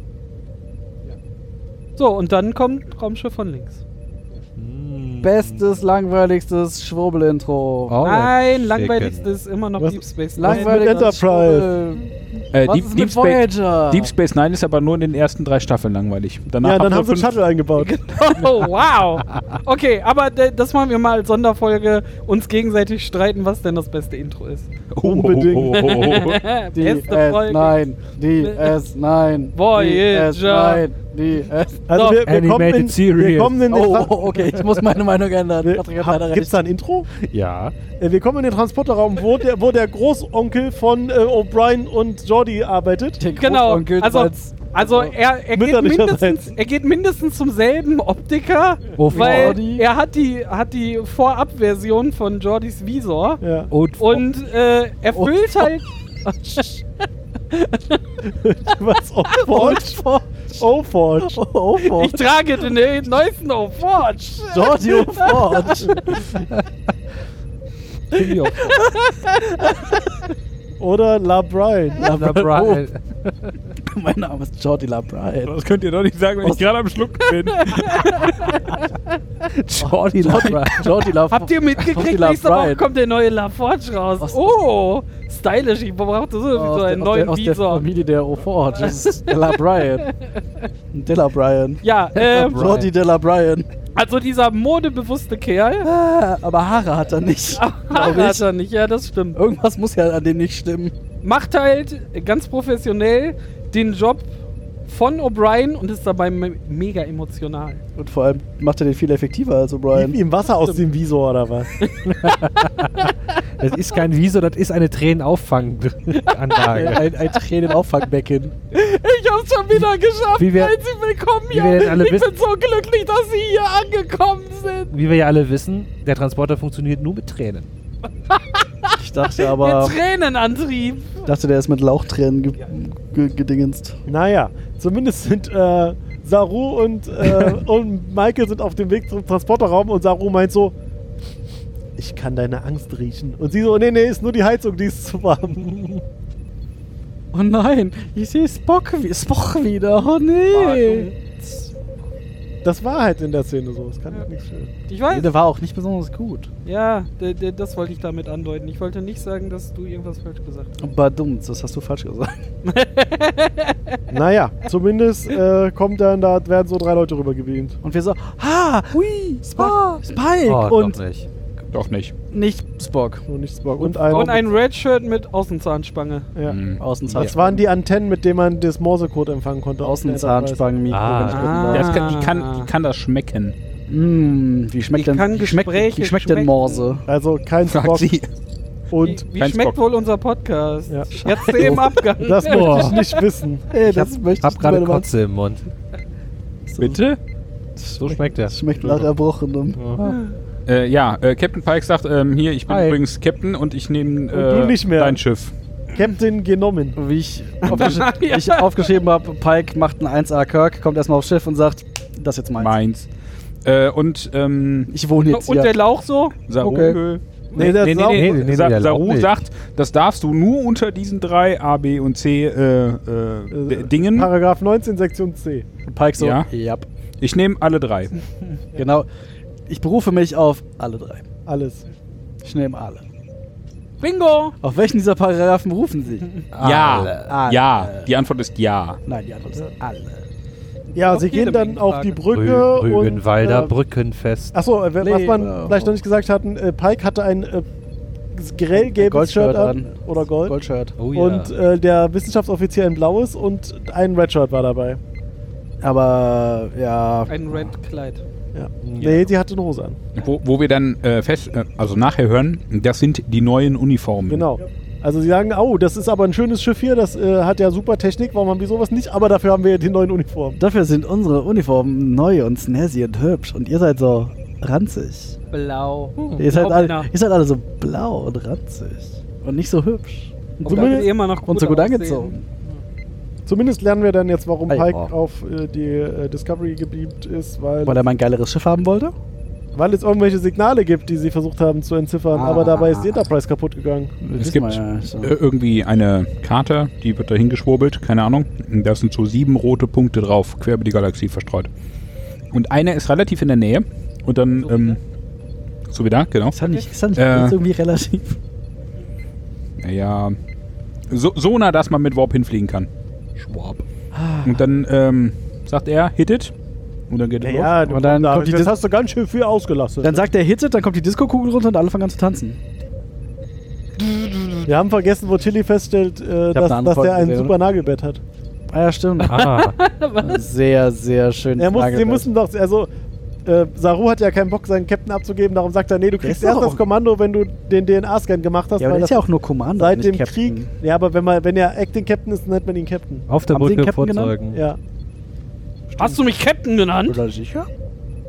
Speaker 2: so, und dann kommt Raumschiff von links.
Speaker 4: Bestes, langweiligstes Schwurbel-Intro.
Speaker 7: Oh,
Speaker 2: Nein,
Speaker 7: schicken.
Speaker 2: langweiligstes ist immer noch
Speaker 6: Was-
Speaker 2: Deep Space Nine.
Speaker 6: Langweilig- mit
Speaker 4: Langweiligstes
Speaker 6: Enterprise?
Speaker 4: Schwurbel-
Speaker 5: Äh,
Speaker 4: Was
Speaker 5: Deep,
Speaker 4: ist
Speaker 5: Deep,
Speaker 4: mit
Speaker 5: Space,
Speaker 4: Voyager?
Speaker 5: Deep Space Nine ist aber nur in den ersten drei Staffeln langweilig. Danach
Speaker 6: ja, dann haben sie einen
Speaker 5: fünf-
Speaker 6: Shuttle eingebaut.
Speaker 2: Oh, wow. Okay, aber d- das machen wir mal als Sonderfolge. Uns gegenseitig streiten, was denn das beste Intro ist.
Speaker 5: Oh,
Speaker 6: Unbedingt.
Speaker 4: Die
Speaker 2: Beste Folge.
Speaker 4: DS9, die S9,
Speaker 2: Voyager.
Speaker 4: die S9, die S9.
Speaker 6: Also
Speaker 2: Doch.
Speaker 6: wir, wir, kommen
Speaker 7: Animated
Speaker 6: in, wir
Speaker 7: Series.
Speaker 6: kommen in den
Speaker 4: Oh,
Speaker 6: Tra-
Speaker 4: oh, okay, ich muss meine Meinung ändern. Patrick
Speaker 6: wir,
Speaker 4: hat
Speaker 6: ha,
Speaker 4: leider
Speaker 6: gibt's
Speaker 4: recht.
Speaker 6: da ein Intro?
Speaker 5: Ja.
Speaker 6: Äh, Wir kommen in den Transporterraum, wo der, wo der Großonkel von äh, O'Brien und Jordi arbeitet.
Speaker 4: Den
Speaker 2: Genau.
Speaker 4: Großonkel
Speaker 2: Also,
Speaker 4: als-
Speaker 2: also er, er, geht
Speaker 6: Mütterlicherseits.
Speaker 2: mindestens, er geht mindestens zum selben Optiker,
Speaker 7: Wovon?
Speaker 2: weil
Speaker 4: Jordi?
Speaker 2: er hat die, hat die Vorabversion von Jordis Visor.
Speaker 6: Ja.
Speaker 7: Und,
Speaker 2: Und äh,
Speaker 4: Oh.
Speaker 2: erfüllt halt.
Speaker 6: Was? O-Forge? O-Forge.
Speaker 4: Oh, oh,
Speaker 2: Ich trage den neuesten oh, O-Forge.
Speaker 4: Giorgio Forge.
Speaker 6: Oder LaBrine.
Speaker 7: Brian.
Speaker 4: Oh, mein Name ist Jordi LaBride.
Speaker 5: Das könnt ihr doch nicht sagen, wenn ich gerade am Schluck bin.
Speaker 4: Jordi LaBride. Jordi LaBride.
Speaker 2: Habt ihr mitgekriegt, nächste Woche kommt der neue LaForge raus.
Speaker 4: Aus-
Speaker 2: oh, stylisch. Ich brauchte
Speaker 4: aus,
Speaker 2: so
Speaker 4: der,
Speaker 2: einen
Speaker 4: aus, der,
Speaker 2: neuen
Speaker 4: aus der
Speaker 2: Visor.
Speaker 4: Familie der O'Forge. Das ist Della Bryan. Della Bryan.
Speaker 2: Ja, ähm,
Speaker 7: Brian.
Speaker 4: Jordi Della Bryan.
Speaker 2: also dieser modebewusste Kerl.
Speaker 4: Ah, aber Haare hat er nicht. glaub
Speaker 2: Haare hat
Speaker 4: ich.
Speaker 2: er nicht, ja, das stimmt.
Speaker 4: Irgendwas muss ja an dem nicht stimmen.
Speaker 2: Macht halt ganz professionell den Job von O'Brien und ist dabei me mega emotional.
Speaker 4: Und vor allem macht er den viel effektiver als
Speaker 6: Gib
Speaker 4: O'Brien.
Speaker 6: ihm Wasser aus dem Visor oder was?
Speaker 7: Das ist kein Wieso, das ist eine Tränenauffanganlage.
Speaker 4: Ein, ein Tränenauffangbecken.
Speaker 2: Ich hab's schon wieder geschafft.
Speaker 7: Wie wir-
Speaker 2: Herzlich willkommen
Speaker 7: wie
Speaker 2: hier.
Speaker 7: wir denn alle
Speaker 2: ich bin
Speaker 7: wissen-
Speaker 2: so glücklich, dass Sie hier angekommen sind.
Speaker 7: Wie wir ja alle wissen, der Transporter funktioniert nur mit Tränen.
Speaker 4: Ich dachte
Speaker 2: Der
Speaker 4: aber,
Speaker 2: Tränenantrieb.
Speaker 4: dachte, der ist mit Lauchtränen ge ge gedingenst.
Speaker 6: Naja, zumindest sind äh, Saru und, äh, und Michael sind auf dem Weg zum Transporterraum und Saru meint so, ich kann deine Angst riechen. Und sie so, nee, nee, ist nur die Heizung, die ist zu warm.
Speaker 4: Oh nein, ich sehe Spock, wie- Spock wieder. Oh nee.
Speaker 6: Das war halt in der Szene so, das kann ja. nichts schön.
Speaker 2: Ich
Speaker 4: Nee,
Speaker 2: weiß.
Speaker 4: der war auch nicht besonders gut.
Speaker 2: Ja, d- d- das wollte ich damit andeuten. Ich wollte nicht sagen, dass du irgendwas falsch gesagt hast.
Speaker 4: Badums, das hast du falsch gesagt.
Speaker 6: Naja, zumindest äh, kommt dann, da werden so drei Leute rübergebeamt.
Speaker 4: Und wir so, ha, hui, Spock, Spike
Speaker 7: Oh,
Speaker 4: und
Speaker 7: und nicht.
Speaker 5: Doch nicht.
Speaker 4: nicht Spock.
Speaker 6: Nur nicht Spock. Und ein,
Speaker 2: Und ein Redshirt mit Außenzahnspange.
Speaker 6: ja.
Speaker 5: Mhm.
Speaker 6: Das
Speaker 4: Außenzahnspangen.
Speaker 6: waren die Antennen, mit denen man das Morsecode empfangen konnte. auf der Enterprise.
Speaker 4: Außenzahnspangen, Mikro,
Speaker 7: Ah.
Speaker 4: wenn ich gucken
Speaker 2: Ah.
Speaker 4: darf.
Speaker 5: Das kann, die, kann, die kann das schmecken.
Speaker 4: Mm, wie schmeckt
Speaker 2: Ich
Speaker 4: denn,
Speaker 2: kann
Speaker 4: wie schmeckt, wie
Speaker 2: Gespräche
Speaker 4: schmeckt denn
Speaker 2: schmecken.
Speaker 4: Morse?
Speaker 6: Also kein
Speaker 5: Fragt
Speaker 6: Spock.
Speaker 5: sie.
Speaker 6: Und
Speaker 2: wie wie
Speaker 5: kein
Speaker 2: schmeckt
Speaker 5: Spock.
Speaker 2: wohl unser Podcast?
Speaker 6: Ja.
Speaker 2: Jetzt im Abgang.
Speaker 6: das möchte ich nicht wissen.
Speaker 4: Ey,
Speaker 7: Ich hab,
Speaker 4: möchte
Speaker 7: hab gerade
Speaker 4: nicht mehr
Speaker 7: Kotze im Mund.
Speaker 5: Bitte?
Speaker 7: So schmeckt der.
Speaker 4: Das schmeckt nach Erbrochenem.
Speaker 5: Äh, ja, äh, Captain Pike sagt, ähm, hier, ich bin
Speaker 7: Hi.
Speaker 5: übrigens Captain und ich nehme äh,
Speaker 6: du nicht mehr.
Speaker 5: dein Schiff.
Speaker 6: Captain genommen.
Speaker 4: Wie ich, aufgesch ich aufgeschrieben habe, Pike macht einen 1A Kirk, kommt erstmal aufs Schiff und sagt, das ist jetzt meins.
Speaker 5: Meins. Äh, und ähm,
Speaker 4: Ich wohne jetzt
Speaker 2: Und
Speaker 4: hier.
Speaker 2: der Lauch so?
Speaker 5: Saru,
Speaker 4: Okay.
Speaker 6: Nee, das ist auch-
Speaker 7: nee, nee,
Speaker 5: Sa
Speaker 7: nee,
Speaker 5: Saru
Speaker 7: auch nicht.
Speaker 5: sagt, das darfst du nur unter diesen drei A, B und C äh, äh, d- Dingen.
Speaker 6: Paragraph 19, Sektion C.
Speaker 4: Und Pike so,
Speaker 5: Ja.
Speaker 4: ja.
Speaker 5: Ich nehme alle drei.
Speaker 4: genau. Ich berufe mich auf alle drei.
Speaker 6: Alles.
Speaker 4: Ich nehme alle.
Speaker 2: Bingo!
Speaker 4: Auf welchen dieser Paragraphen berufen Sie?
Speaker 5: Ja,
Speaker 4: Alle.
Speaker 5: ja. Die Antwort ist ja.
Speaker 4: Nein, die Antwort ist alle.
Speaker 6: Ja,
Speaker 2: Noch
Speaker 6: sie
Speaker 2: jede
Speaker 6: gehen dann
Speaker 2: Menge
Speaker 6: auf
Speaker 2: Fragen.
Speaker 6: die Brücke.
Speaker 7: Rü Rügenwalder
Speaker 6: und, äh,
Speaker 7: Brückenfest.
Speaker 6: Achso, äh, was
Speaker 4: Nee,
Speaker 6: man
Speaker 4: äh,
Speaker 6: vielleicht noch nicht gesagt hat, äh, Pike hatte ein äh, grell-gelbes Shirt an. Oder Gold.
Speaker 4: Goldshirt.
Speaker 7: Oh
Speaker 6: Und äh, der Wissenschaftsoffizier ein blaues und ein Redshirt war dabei.
Speaker 4: Aber ja,
Speaker 2: Ein Red Kleid.
Speaker 6: Ja. Nee, sie hatte eine Hose an.
Speaker 5: Wo, wo wir dann äh, fest, äh, also nachher hören, das sind die neuen Uniformen.
Speaker 6: Genau. Also sie sagen, oh, das ist aber ein schönes Schiff hier, das äh, hat ja super Technik, warum haben wir sowas nicht? Aber dafür haben wir ja die neuen Uniformen.
Speaker 4: dafür sind unsere Uniformen neu und snazzy und hübsch. Und ihr seid so ranzig.
Speaker 2: Blau. Oh,
Speaker 4: Ihr seid, halt alle,
Speaker 2: Hoppla.
Speaker 4: ihr seid alle so blau und ranzig. Und nicht so hübsch.
Speaker 2: Und da ist immer noch
Speaker 4: Und so gut
Speaker 2: aussehen.
Speaker 4: angezogen.
Speaker 6: Zumindest lernen wir dann jetzt, warum
Speaker 4: Ei,
Speaker 6: Pike
Speaker 4: boah.
Speaker 6: auf äh, die äh, Discovery gebliebt ist, weil,
Speaker 4: Weil er mein geileres Schiff haben wollte?
Speaker 6: weil es irgendwelche Signale gibt, die sie versucht haben zu entziffern,
Speaker 4: Ah.
Speaker 6: aber dabei ist die Enterprise kaputt gegangen.
Speaker 4: Wissen
Speaker 5: Es gibt
Speaker 4: wir ja,
Speaker 5: äh,
Speaker 4: so.
Speaker 5: irgendwie eine Karte, die wird dahin geschwurbelt, keine Ahnung. Da sind so sieben rote Punkte drauf, quer über die Galaxie verstreut. Und einer ist relativ in der Nähe. Und dann,
Speaker 2: So wie
Speaker 5: ähm, so wie da, genau.
Speaker 4: Ist das nicht, ist das nicht
Speaker 5: Äh.
Speaker 4: jetzt irgendwie relativ?
Speaker 5: Ja, so, so nah, dass man mit Warp hinfliegen kann.
Speaker 7: Schwab.
Speaker 5: Und dann ähm, sagt er, hit it. Und dann geht er los.
Speaker 6: Naja, du,
Speaker 4: Und dann
Speaker 6: da,
Speaker 4: kommt die
Speaker 6: das
Speaker 4: Dis-
Speaker 6: hast du ganz schön viel ausgelassen.
Speaker 4: Dann sagt er Hit it, dann kommt die Disco-Kugel runter und alle fangen an zu tanzen.
Speaker 6: wir haben vergessen, wo Tilly feststellt, äh,
Speaker 4: hab
Speaker 6: dass,
Speaker 4: eine
Speaker 6: dass
Speaker 4: Antwort
Speaker 6: der ein
Speaker 4: gesehen,
Speaker 6: super Nagelbett hat.
Speaker 4: Ah ja, stimmt.
Speaker 7: Ah,
Speaker 4: Sehr, sehr schön.
Speaker 6: Er muss, sie müssen doch, also äh, Saru hat ja keinen Bock, seinen Captain abzugeben, darum sagt er, nee, du kriegst
Speaker 4: ist
Speaker 6: erst
Speaker 4: doch
Speaker 6: das
Speaker 4: auch-
Speaker 6: Kommando, wenn du den DNA-Scan gemacht hast,
Speaker 4: ja, aber der
Speaker 6: weil
Speaker 4: ist
Speaker 6: das
Speaker 4: ja auch nur Commander.
Speaker 6: seit
Speaker 4: nicht
Speaker 6: dem
Speaker 4: Captain.
Speaker 6: Krieg. Ja, aber wenn, man, wenn er Acting Captain ist, nennt man ihn Captain.
Speaker 7: auf der
Speaker 4: Haben Sie den
Speaker 7: Brücke
Speaker 4: Captain
Speaker 7: vorzeugen.
Speaker 6: Ja,
Speaker 2: Hast du mich Captain genannt?
Speaker 4: Oder sicher?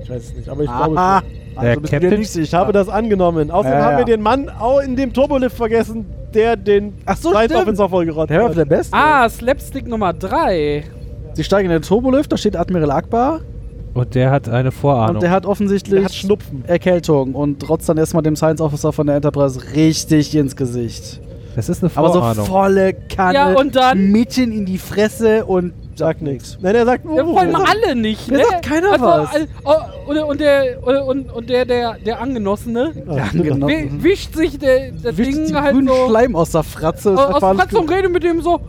Speaker 6: ich weiß es nicht, aber ich glaube
Speaker 4: Aha.
Speaker 6: schon.
Speaker 4: Also bist du dir
Speaker 7: Captain-
Speaker 4: nicht
Speaker 6: Ich habe das angenommen. Außerdem
Speaker 4: Ja, ja.
Speaker 6: haben wir den Mann auch in dem Turbolift vergessen, der den
Speaker 4: Ach so,
Speaker 6: Science
Speaker 4: stimmt.
Speaker 6: Officer vollgerottet
Speaker 4: Der war der
Speaker 6: hat.
Speaker 4: Beste.
Speaker 2: Ah, Slapstick Nummer 3.
Speaker 4: Sie steigen in den Turbolift, da steht Admiral Akbar
Speaker 7: Und der hat eine Vorahnung.
Speaker 4: und der hat offensichtlich
Speaker 6: Der hat Schnupfen.
Speaker 4: Erkältung und trotzt dann erstmal dem Science Officer von der Enterprise richtig ins Gesicht.
Speaker 7: das ist eine
Speaker 4: Aber so
Speaker 7: Vorahnung.
Speaker 4: volle Kanne,
Speaker 2: Ja, und dann?
Speaker 4: mitten in die Fresse und
Speaker 6: Sagt nichts. Nein, er sagt nur,
Speaker 2: Ja,
Speaker 6: oh,
Speaker 2: vor allem
Speaker 6: also,
Speaker 2: alle nicht.
Speaker 4: mir
Speaker 2: ne?
Speaker 4: sagt keiner was.
Speaker 2: all- oh, und, und der, und, und der, der, der Angenossene
Speaker 4: Ja, genau.
Speaker 2: wi- wischt sich der, das
Speaker 4: Wischt
Speaker 2: Ding
Speaker 4: die
Speaker 2: halt
Speaker 4: grünen
Speaker 2: so
Speaker 4: Schleim aus der Fratze.
Speaker 2: äh,
Speaker 4: Das
Speaker 2: aus
Speaker 4: war
Speaker 2: der
Speaker 4: alles
Speaker 2: Fratze und
Speaker 4: gut.
Speaker 2: redet mit dem so,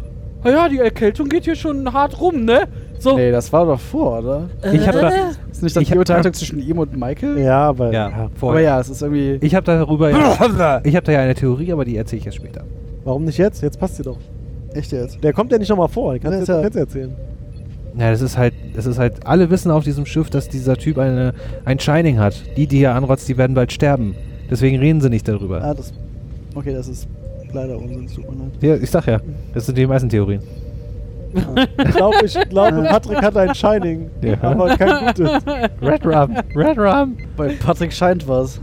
Speaker 2: "Ah ja, die Erkältung geht hier schon hart rum, ne? So,
Speaker 4: Nee, das war doch vor, oder?
Speaker 7: ich habe
Speaker 2: äh,
Speaker 7: da,
Speaker 4: Ist nicht dann
Speaker 7: Ich
Speaker 4: die
Speaker 7: hab-
Speaker 4: Unterhaltung zwischen ihm und Michael?
Speaker 6: Ja, aber
Speaker 7: ja,
Speaker 4: Aber
Speaker 7: vorher.
Speaker 4: ja, es ist irgendwie.
Speaker 7: Ich habe darüber ja, ich habe da ja eine Theorie, aber die erzähle ich jetzt später.
Speaker 6: warum nicht jetzt? Jetzt passt sie doch.
Speaker 4: Echt jetzt?
Speaker 6: Der kommt ja nicht nochmal vor, den kannst du jetzt
Speaker 4: Ja, ist ja-
Speaker 6: kannst du erzählen.
Speaker 7: Ja, das ist halt, das ist halt, alle wissen auf diesem Schiff, dass dieser Typ eine, ein Shining hat. Die, die er anrotzt, die werden bald sterben. Deswegen reden sie nicht darüber.
Speaker 4: Ah, das. Okay, das ist leider Unsinn, es tut mir leid.
Speaker 7: Ja, ich sag ja, das sind die meisten Theorien.
Speaker 6: Ich glaube, ich glaube, Patrick hat ein Shining,
Speaker 7: Ja.
Speaker 6: aber kein gutes.
Speaker 7: Red Rum, Red Rum.
Speaker 4: Bei Patrick scheint was.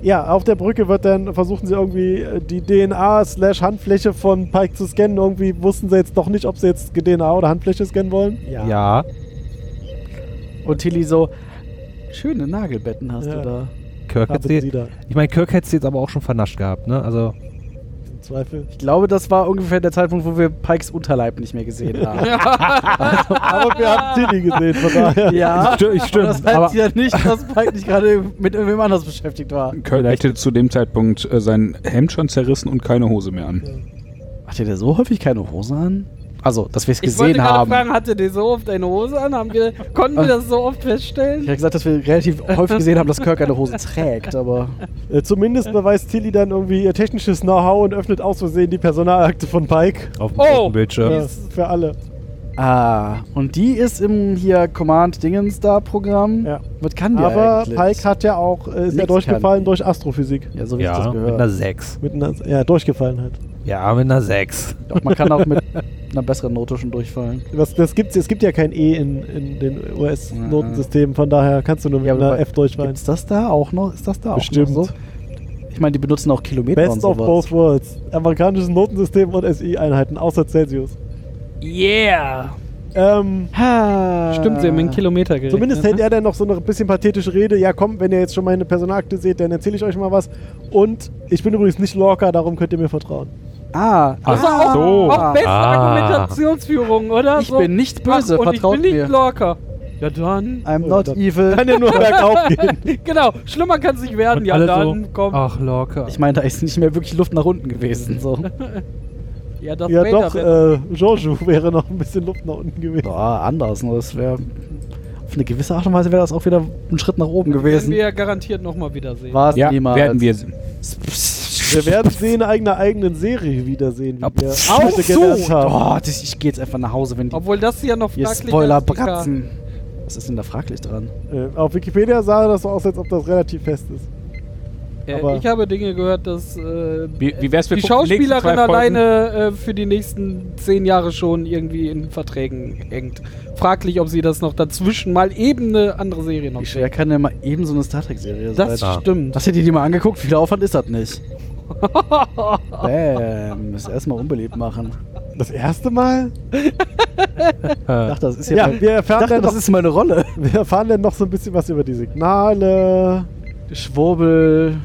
Speaker 6: Ja, auf der Brücke wird dann, versuchen sie irgendwie äh, die DNA-Handfläche von Pike zu scannen. Irgendwie wussten sie jetzt doch nicht, ob sie jetzt DNA oder Handfläche scannen wollen.
Speaker 7: Ja.
Speaker 4: Und Tilly so, schöne Nagelbetten hast
Speaker 6: Ja.
Speaker 4: du da.
Speaker 7: Kirk
Speaker 6: Haben
Speaker 7: hätte
Speaker 6: Sie
Speaker 7: sie,
Speaker 6: da
Speaker 7: ich meine, Kirk hätte sie jetzt aber auch schon vernascht gehabt, ne? Also,
Speaker 6: im Zweifel?
Speaker 4: Ich glaube, das war ungefähr der Zeitpunkt, wo wir Pikes Unterleib nicht mehr gesehen haben.
Speaker 6: Aber wir haben Tilly gesehen, von daher.
Speaker 4: ja,
Speaker 7: Stimmt, stimmt,
Speaker 4: das heißt
Speaker 7: aber-
Speaker 4: ja nicht, dass Pike nicht gerade mit irgendwem anders beschäftigt war.
Speaker 5: Köln hätte zu dem Zeitpunkt äh, sein Hemd schon zerrissen und keine Hose mehr an.
Speaker 4: Hatte der so häufig keine Hose an? Also, dass wir es
Speaker 2: Ich wollte
Speaker 4: gesehen
Speaker 2: gerade
Speaker 4: haben. Ah.
Speaker 2: fragen, hatte die so oft eine Hose an? Haben wir, konnten wir das so oft
Speaker 4: Ich
Speaker 2: feststellen?
Speaker 4: habe gesagt, dass wir relativ häufig gesehen haben, dass Kirk eine Hose trägt, aber
Speaker 6: Äh, Zumindest beweist Tilly dann irgendwie ihr technisches Know-how und öffnet aus Versehen die Personalakte von Pike.
Speaker 7: auf dem
Speaker 2: Oh!
Speaker 7: großen Bildschirm.
Speaker 6: Ja, für alle.
Speaker 4: Ah, und die ist im hier Command-Dingens-Da-Programm.
Speaker 6: Ja.
Speaker 4: Was kann die
Speaker 6: Aber
Speaker 4: eigentlich?
Speaker 6: Pike hat ja auch, äh, ist ja
Speaker 4: Nix
Speaker 6: durchgefallen
Speaker 4: kann.
Speaker 6: durch Astrophysik.
Speaker 4: Ja, so wie ich
Speaker 7: Ja,
Speaker 4: das
Speaker 7: mit einer
Speaker 4: gehört.
Speaker 7: 6.
Speaker 6: Mit einer, ja, durchgefallen halt.
Speaker 7: Ja, mit einer 6.
Speaker 4: Doch, man kann auch mit einer besseren Note schon durchfallen.
Speaker 6: Das, das gibt's, es gibt ja kein E in, in den US-Notensystemen, von daher kannst du nur mit
Speaker 4: Mhm. Ja,
Speaker 6: einer
Speaker 4: aber
Speaker 6: F durchfallen.
Speaker 4: Ist das da auch noch? Ist das da
Speaker 6: Bestimmt.
Speaker 4: auch noch so? Ich meine, die benutzen auch Kilometer und
Speaker 6: Best of
Speaker 4: sowas.
Speaker 6: both worlds. Amerikanisches Notensystem und SI-Einheiten, außer Celsius.
Speaker 2: Yeah!
Speaker 6: Ähm,
Speaker 4: Ha.
Speaker 2: Stimmt, sie haben
Speaker 4: Äh,
Speaker 2: einen Kilometer gerechnet.
Speaker 6: zumindest hält
Speaker 2: ne?
Speaker 6: er dann noch so eine bisschen pathetische Rede. Ja, komm, wenn ihr jetzt schon meine Personalakte seht, dann erzähle ich euch mal was. Und ich bin übrigens nicht Lorca, darum könnt ihr mir vertrauen.
Speaker 4: Ah,
Speaker 5: Also
Speaker 4: ah,
Speaker 5: auch- so.
Speaker 2: Auch beste
Speaker 7: Ah.
Speaker 2: Argumentationsführung, oder?
Speaker 4: ich bin nicht böse,
Speaker 2: Ach, und
Speaker 4: vertraut
Speaker 2: ich bin nicht
Speaker 4: mir.
Speaker 2: Lorca. Ja, dann.
Speaker 4: I'm not
Speaker 6: Dann-
Speaker 4: evil.
Speaker 6: Kann ja nur bergauf gehen.
Speaker 2: Genau, schlimmer kann es nicht werden. ja, dann, komm.
Speaker 7: Ach, locker.
Speaker 4: Ich meine, da ist nicht mehr wirklich Luft nach unten gewesen. So.
Speaker 2: Ja, das
Speaker 6: Ja,
Speaker 2: Vader
Speaker 6: doch,
Speaker 2: wird-
Speaker 6: äh, Jojo wäre noch ein bisschen Luft nach unten gewesen.
Speaker 4: Boah, anders. Nur das wäre auf eine gewisse Art und Weise wäre das auch wieder ein Schritt nach oben
Speaker 2: werden
Speaker 4: gewesen.
Speaker 2: wir garantiert nochmal wiedersehen.
Speaker 4: War es
Speaker 5: Ja,
Speaker 4: niemals.
Speaker 5: werden wir.
Speaker 6: Wir werden sie in einer eigenen Serie wiedersehen, wie wir
Speaker 4: Au,
Speaker 6: heute
Speaker 4: so.
Speaker 6: gelernt haben.
Speaker 4: Oh, das, ich gehe jetzt einfach nach Hause, wenn die
Speaker 2: Obwohl das ja noch
Speaker 4: ihr
Speaker 2: fraglich
Speaker 4: Spoilerbratzen. Was ist denn da fraglich dran?
Speaker 6: Äh, auf Wikipedia sah das so aus, als ob das relativ fest ist.
Speaker 2: ist. Äh,
Speaker 6: aber-
Speaker 2: ich habe Dinge gehört, dass äh,
Speaker 5: Wie, wie wär's, wir
Speaker 2: die
Speaker 5: gucken die nächsten zwei
Speaker 2: Schauspielerin
Speaker 5: Folgen?
Speaker 2: alleine äh, für die nächsten zehn Jahre schon irgendwie in Verträgen hängt. Fraglich, ob sie das noch dazwischen mal eben eine andere Serie noch
Speaker 4: Wie schwer kann denn mal eben so eine Star Trek-Serie sein?
Speaker 2: Das
Speaker 7: Ah.
Speaker 2: stimmt.
Speaker 4: Hast du dir die mal angeguckt? Wie viel Aufwand ist das nicht? Bäm, das erstmal unbeliebt machen.
Speaker 6: Das erste Mal?
Speaker 4: Ich dachte, das ist ja,
Speaker 6: Ja,
Speaker 4: mein-
Speaker 6: wir
Speaker 4: ich
Speaker 6: erfahren,
Speaker 4: dachte,
Speaker 6: dann noch,
Speaker 4: das ist meine Rolle.
Speaker 6: wir erfahren dann noch so ein bisschen was über die Signale.
Speaker 4: Schwurbel.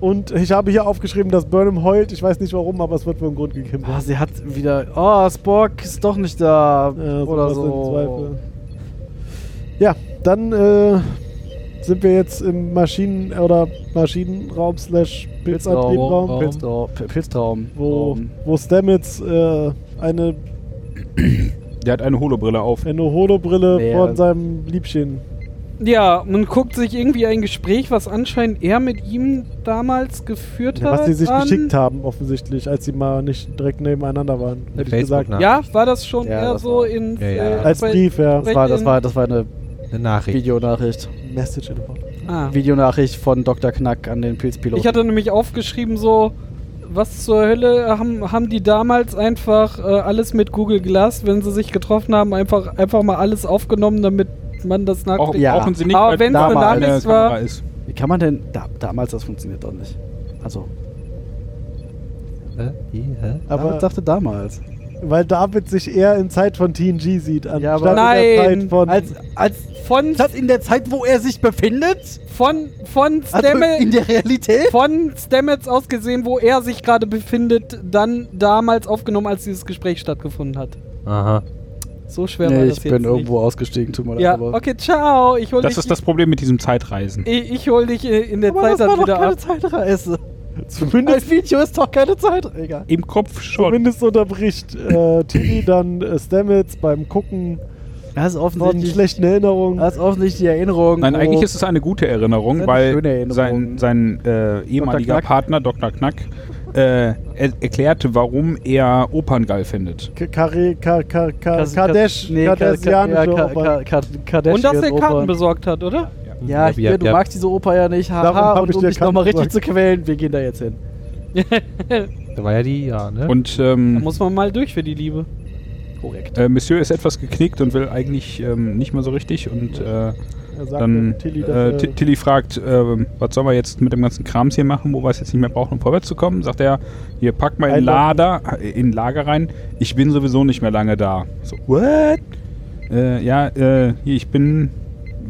Speaker 6: Und ich habe hier aufgeschrieben, dass Burnham heult. Ich weiß nicht warum, aber es wird wohl einen Grund gegeben.
Speaker 4: Ah, sie hat wieder. Oh, Spock ist doch nicht da.
Speaker 6: Ja,
Speaker 4: oder
Speaker 6: sowas im
Speaker 4: so.
Speaker 6: Zweifel. Ja, dann äh, sind wir jetzt im Maschinen- oder Maschinenraum slash Pilzantriebraum. Pilz-
Speaker 4: Pilztraum. Pilztraum.
Speaker 6: wo,
Speaker 4: Raum.
Speaker 6: wo Stamets äh, eine,
Speaker 5: Der hat eine Holobrille auf.
Speaker 6: eine Holobrille
Speaker 4: Nee,
Speaker 6: von
Speaker 4: das-
Speaker 6: seinem Liebchen.
Speaker 2: Ja, man guckt sich irgendwie ein Gespräch, was anscheinend er mit ihm damals geführt hat.
Speaker 6: Was sie sich
Speaker 2: an.
Speaker 6: geschickt haben, offensichtlich, als sie mal nicht direkt nebeneinander waren. hätte ich gesagt.
Speaker 7: Facebook-Nachricht.
Speaker 2: Ja, war das schon
Speaker 4: Ja,
Speaker 2: eher
Speaker 4: das
Speaker 2: so
Speaker 4: war-
Speaker 2: in.
Speaker 7: Ja, ja.
Speaker 6: Als
Speaker 2: bei-
Speaker 6: Brief, ja.
Speaker 4: Das war, das, war, das war eine
Speaker 7: Eine Nachricht.
Speaker 4: Videonachricht.
Speaker 6: Message in a Box.
Speaker 2: Ah.
Speaker 4: Videonachricht von Dr. Knack an den Pilzpiloten.
Speaker 2: Ich hatte nämlich aufgeschrieben, so, was zur Hölle haben, haben die damals einfach äh, alles mit Google Glass, wenn sie sich getroffen haben, einfach, einfach mal alles aufgenommen, damit man das
Speaker 5: Auch,
Speaker 2: nachträglich.
Speaker 4: Ja.
Speaker 5: Brauchen sie nicht,
Speaker 2: Aber
Speaker 5: weil
Speaker 2: wenn's
Speaker 5: da
Speaker 4: eine
Speaker 5: mal eine
Speaker 2: Nachricht
Speaker 5: Kamera
Speaker 2: war-
Speaker 5: ist.
Speaker 4: Wie kann man denn. Da, damals, das funktioniert doch nicht. Also,
Speaker 7: Hä? Wie? Hä?
Speaker 4: aber
Speaker 6: Aber
Speaker 4: dachte damals.
Speaker 6: weil David sich eher in Zeit von TNG sieht, anstatt
Speaker 4: Ja, aber-
Speaker 6: in der
Speaker 2: Nein.
Speaker 6: Zeit von.
Speaker 4: Als, als
Speaker 2: Von,
Speaker 4: das in der Zeit, wo er sich befindet?
Speaker 2: von, von,
Speaker 4: Also in
Speaker 2: Stamets,
Speaker 4: der Realität?
Speaker 2: von Stamets aus gesehen, wo er sich gerade befindet, dann damals aufgenommen, als dieses Gespräch stattgefunden hat.
Speaker 7: Aha.
Speaker 2: So schwer war das jetzt nicht.
Speaker 4: ausgestiegen, tut mir
Speaker 2: Ja, okay, ciao. Ich hol
Speaker 5: Das
Speaker 2: dich,
Speaker 5: ist das Problem mit diesem Zeitreisen.
Speaker 2: Ich, ich hol dich äh, in der
Speaker 4: Aber
Speaker 2: Zeit
Speaker 4: das war
Speaker 2: dann
Speaker 4: doch
Speaker 2: wieder
Speaker 4: keine
Speaker 2: ab.
Speaker 4: Zeitreise.
Speaker 6: zumindest,
Speaker 4: Das Video ist doch keine Zeitreise. Egal.
Speaker 5: Im Kopf schon.
Speaker 6: zumindest unterbricht äh, Tilly dann äh, Stamets beim Gucken
Speaker 4: Das ist
Speaker 6: von
Speaker 4: offensichtlich,
Speaker 6: schlechten Erinnerungen.
Speaker 4: das ist offensichtlich die Erinnerung.
Speaker 5: Nein,
Speaker 4: wo-
Speaker 2: Oh.
Speaker 5: eigentlich ist es eine gute Erinnerung,
Speaker 4: Das ist eine
Speaker 5: weil
Speaker 4: schöne Erinnerung.
Speaker 5: sein, sein äh, ehemaliger
Speaker 4: Knack.
Speaker 5: Partner, Dr. Knack, äh, er erklärte, warum er Opern geil findet.
Speaker 6: K- Kare, Ka, Ka, Ka,
Speaker 4: Kas-
Speaker 6: Kadesh,
Speaker 4: Nee, Ka- Ka-
Speaker 6: Kadesianische
Speaker 4: ja, Ka-
Speaker 6: Opern.
Speaker 4: Ka- Ka- Kardashian
Speaker 2: Und dass er Karten
Speaker 4: Opern.
Speaker 2: besorgt hat, oder?
Speaker 4: Ja,
Speaker 7: Ja,
Speaker 4: hier,
Speaker 7: ja,
Speaker 4: du
Speaker 7: ja.
Speaker 4: magst diese Oper ja nicht. Haha,
Speaker 6: Darum hab
Speaker 4: und
Speaker 6: ich
Speaker 4: um
Speaker 6: dir
Speaker 4: dich nochmal
Speaker 6: Karten
Speaker 4: richtig zu quälen, wir gehen da jetzt hin.
Speaker 7: Da war ja die, ja, ne?
Speaker 5: Und
Speaker 4: Hm.
Speaker 2: Da
Speaker 5: ähm,
Speaker 2: muss man mal durch für die Liebe.
Speaker 4: Korrekt.
Speaker 5: äh, Monsieur ist etwas geknickt und will eigentlich ähm, nicht mehr so richtig. Und äh,
Speaker 6: Er sagt
Speaker 5: dann
Speaker 6: Tilly, dass,
Speaker 5: äh, Ti-
Speaker 6: äh,
Speaker 5: Tilly fragt, äh, was sollen wir jetzt mit dem ganzen Krams hier machen, wo wir es jetzt nicht mehr brauchen, um vorwärts zu kommen. Sagt er, hier pack mal in
Speaker 6: Einloggen.
Speaker 5: Lader, äh, in Lager rein. Ich bin sowieso nicht mehr lange da. So, what? Äh, ja, äh, hier, ich bin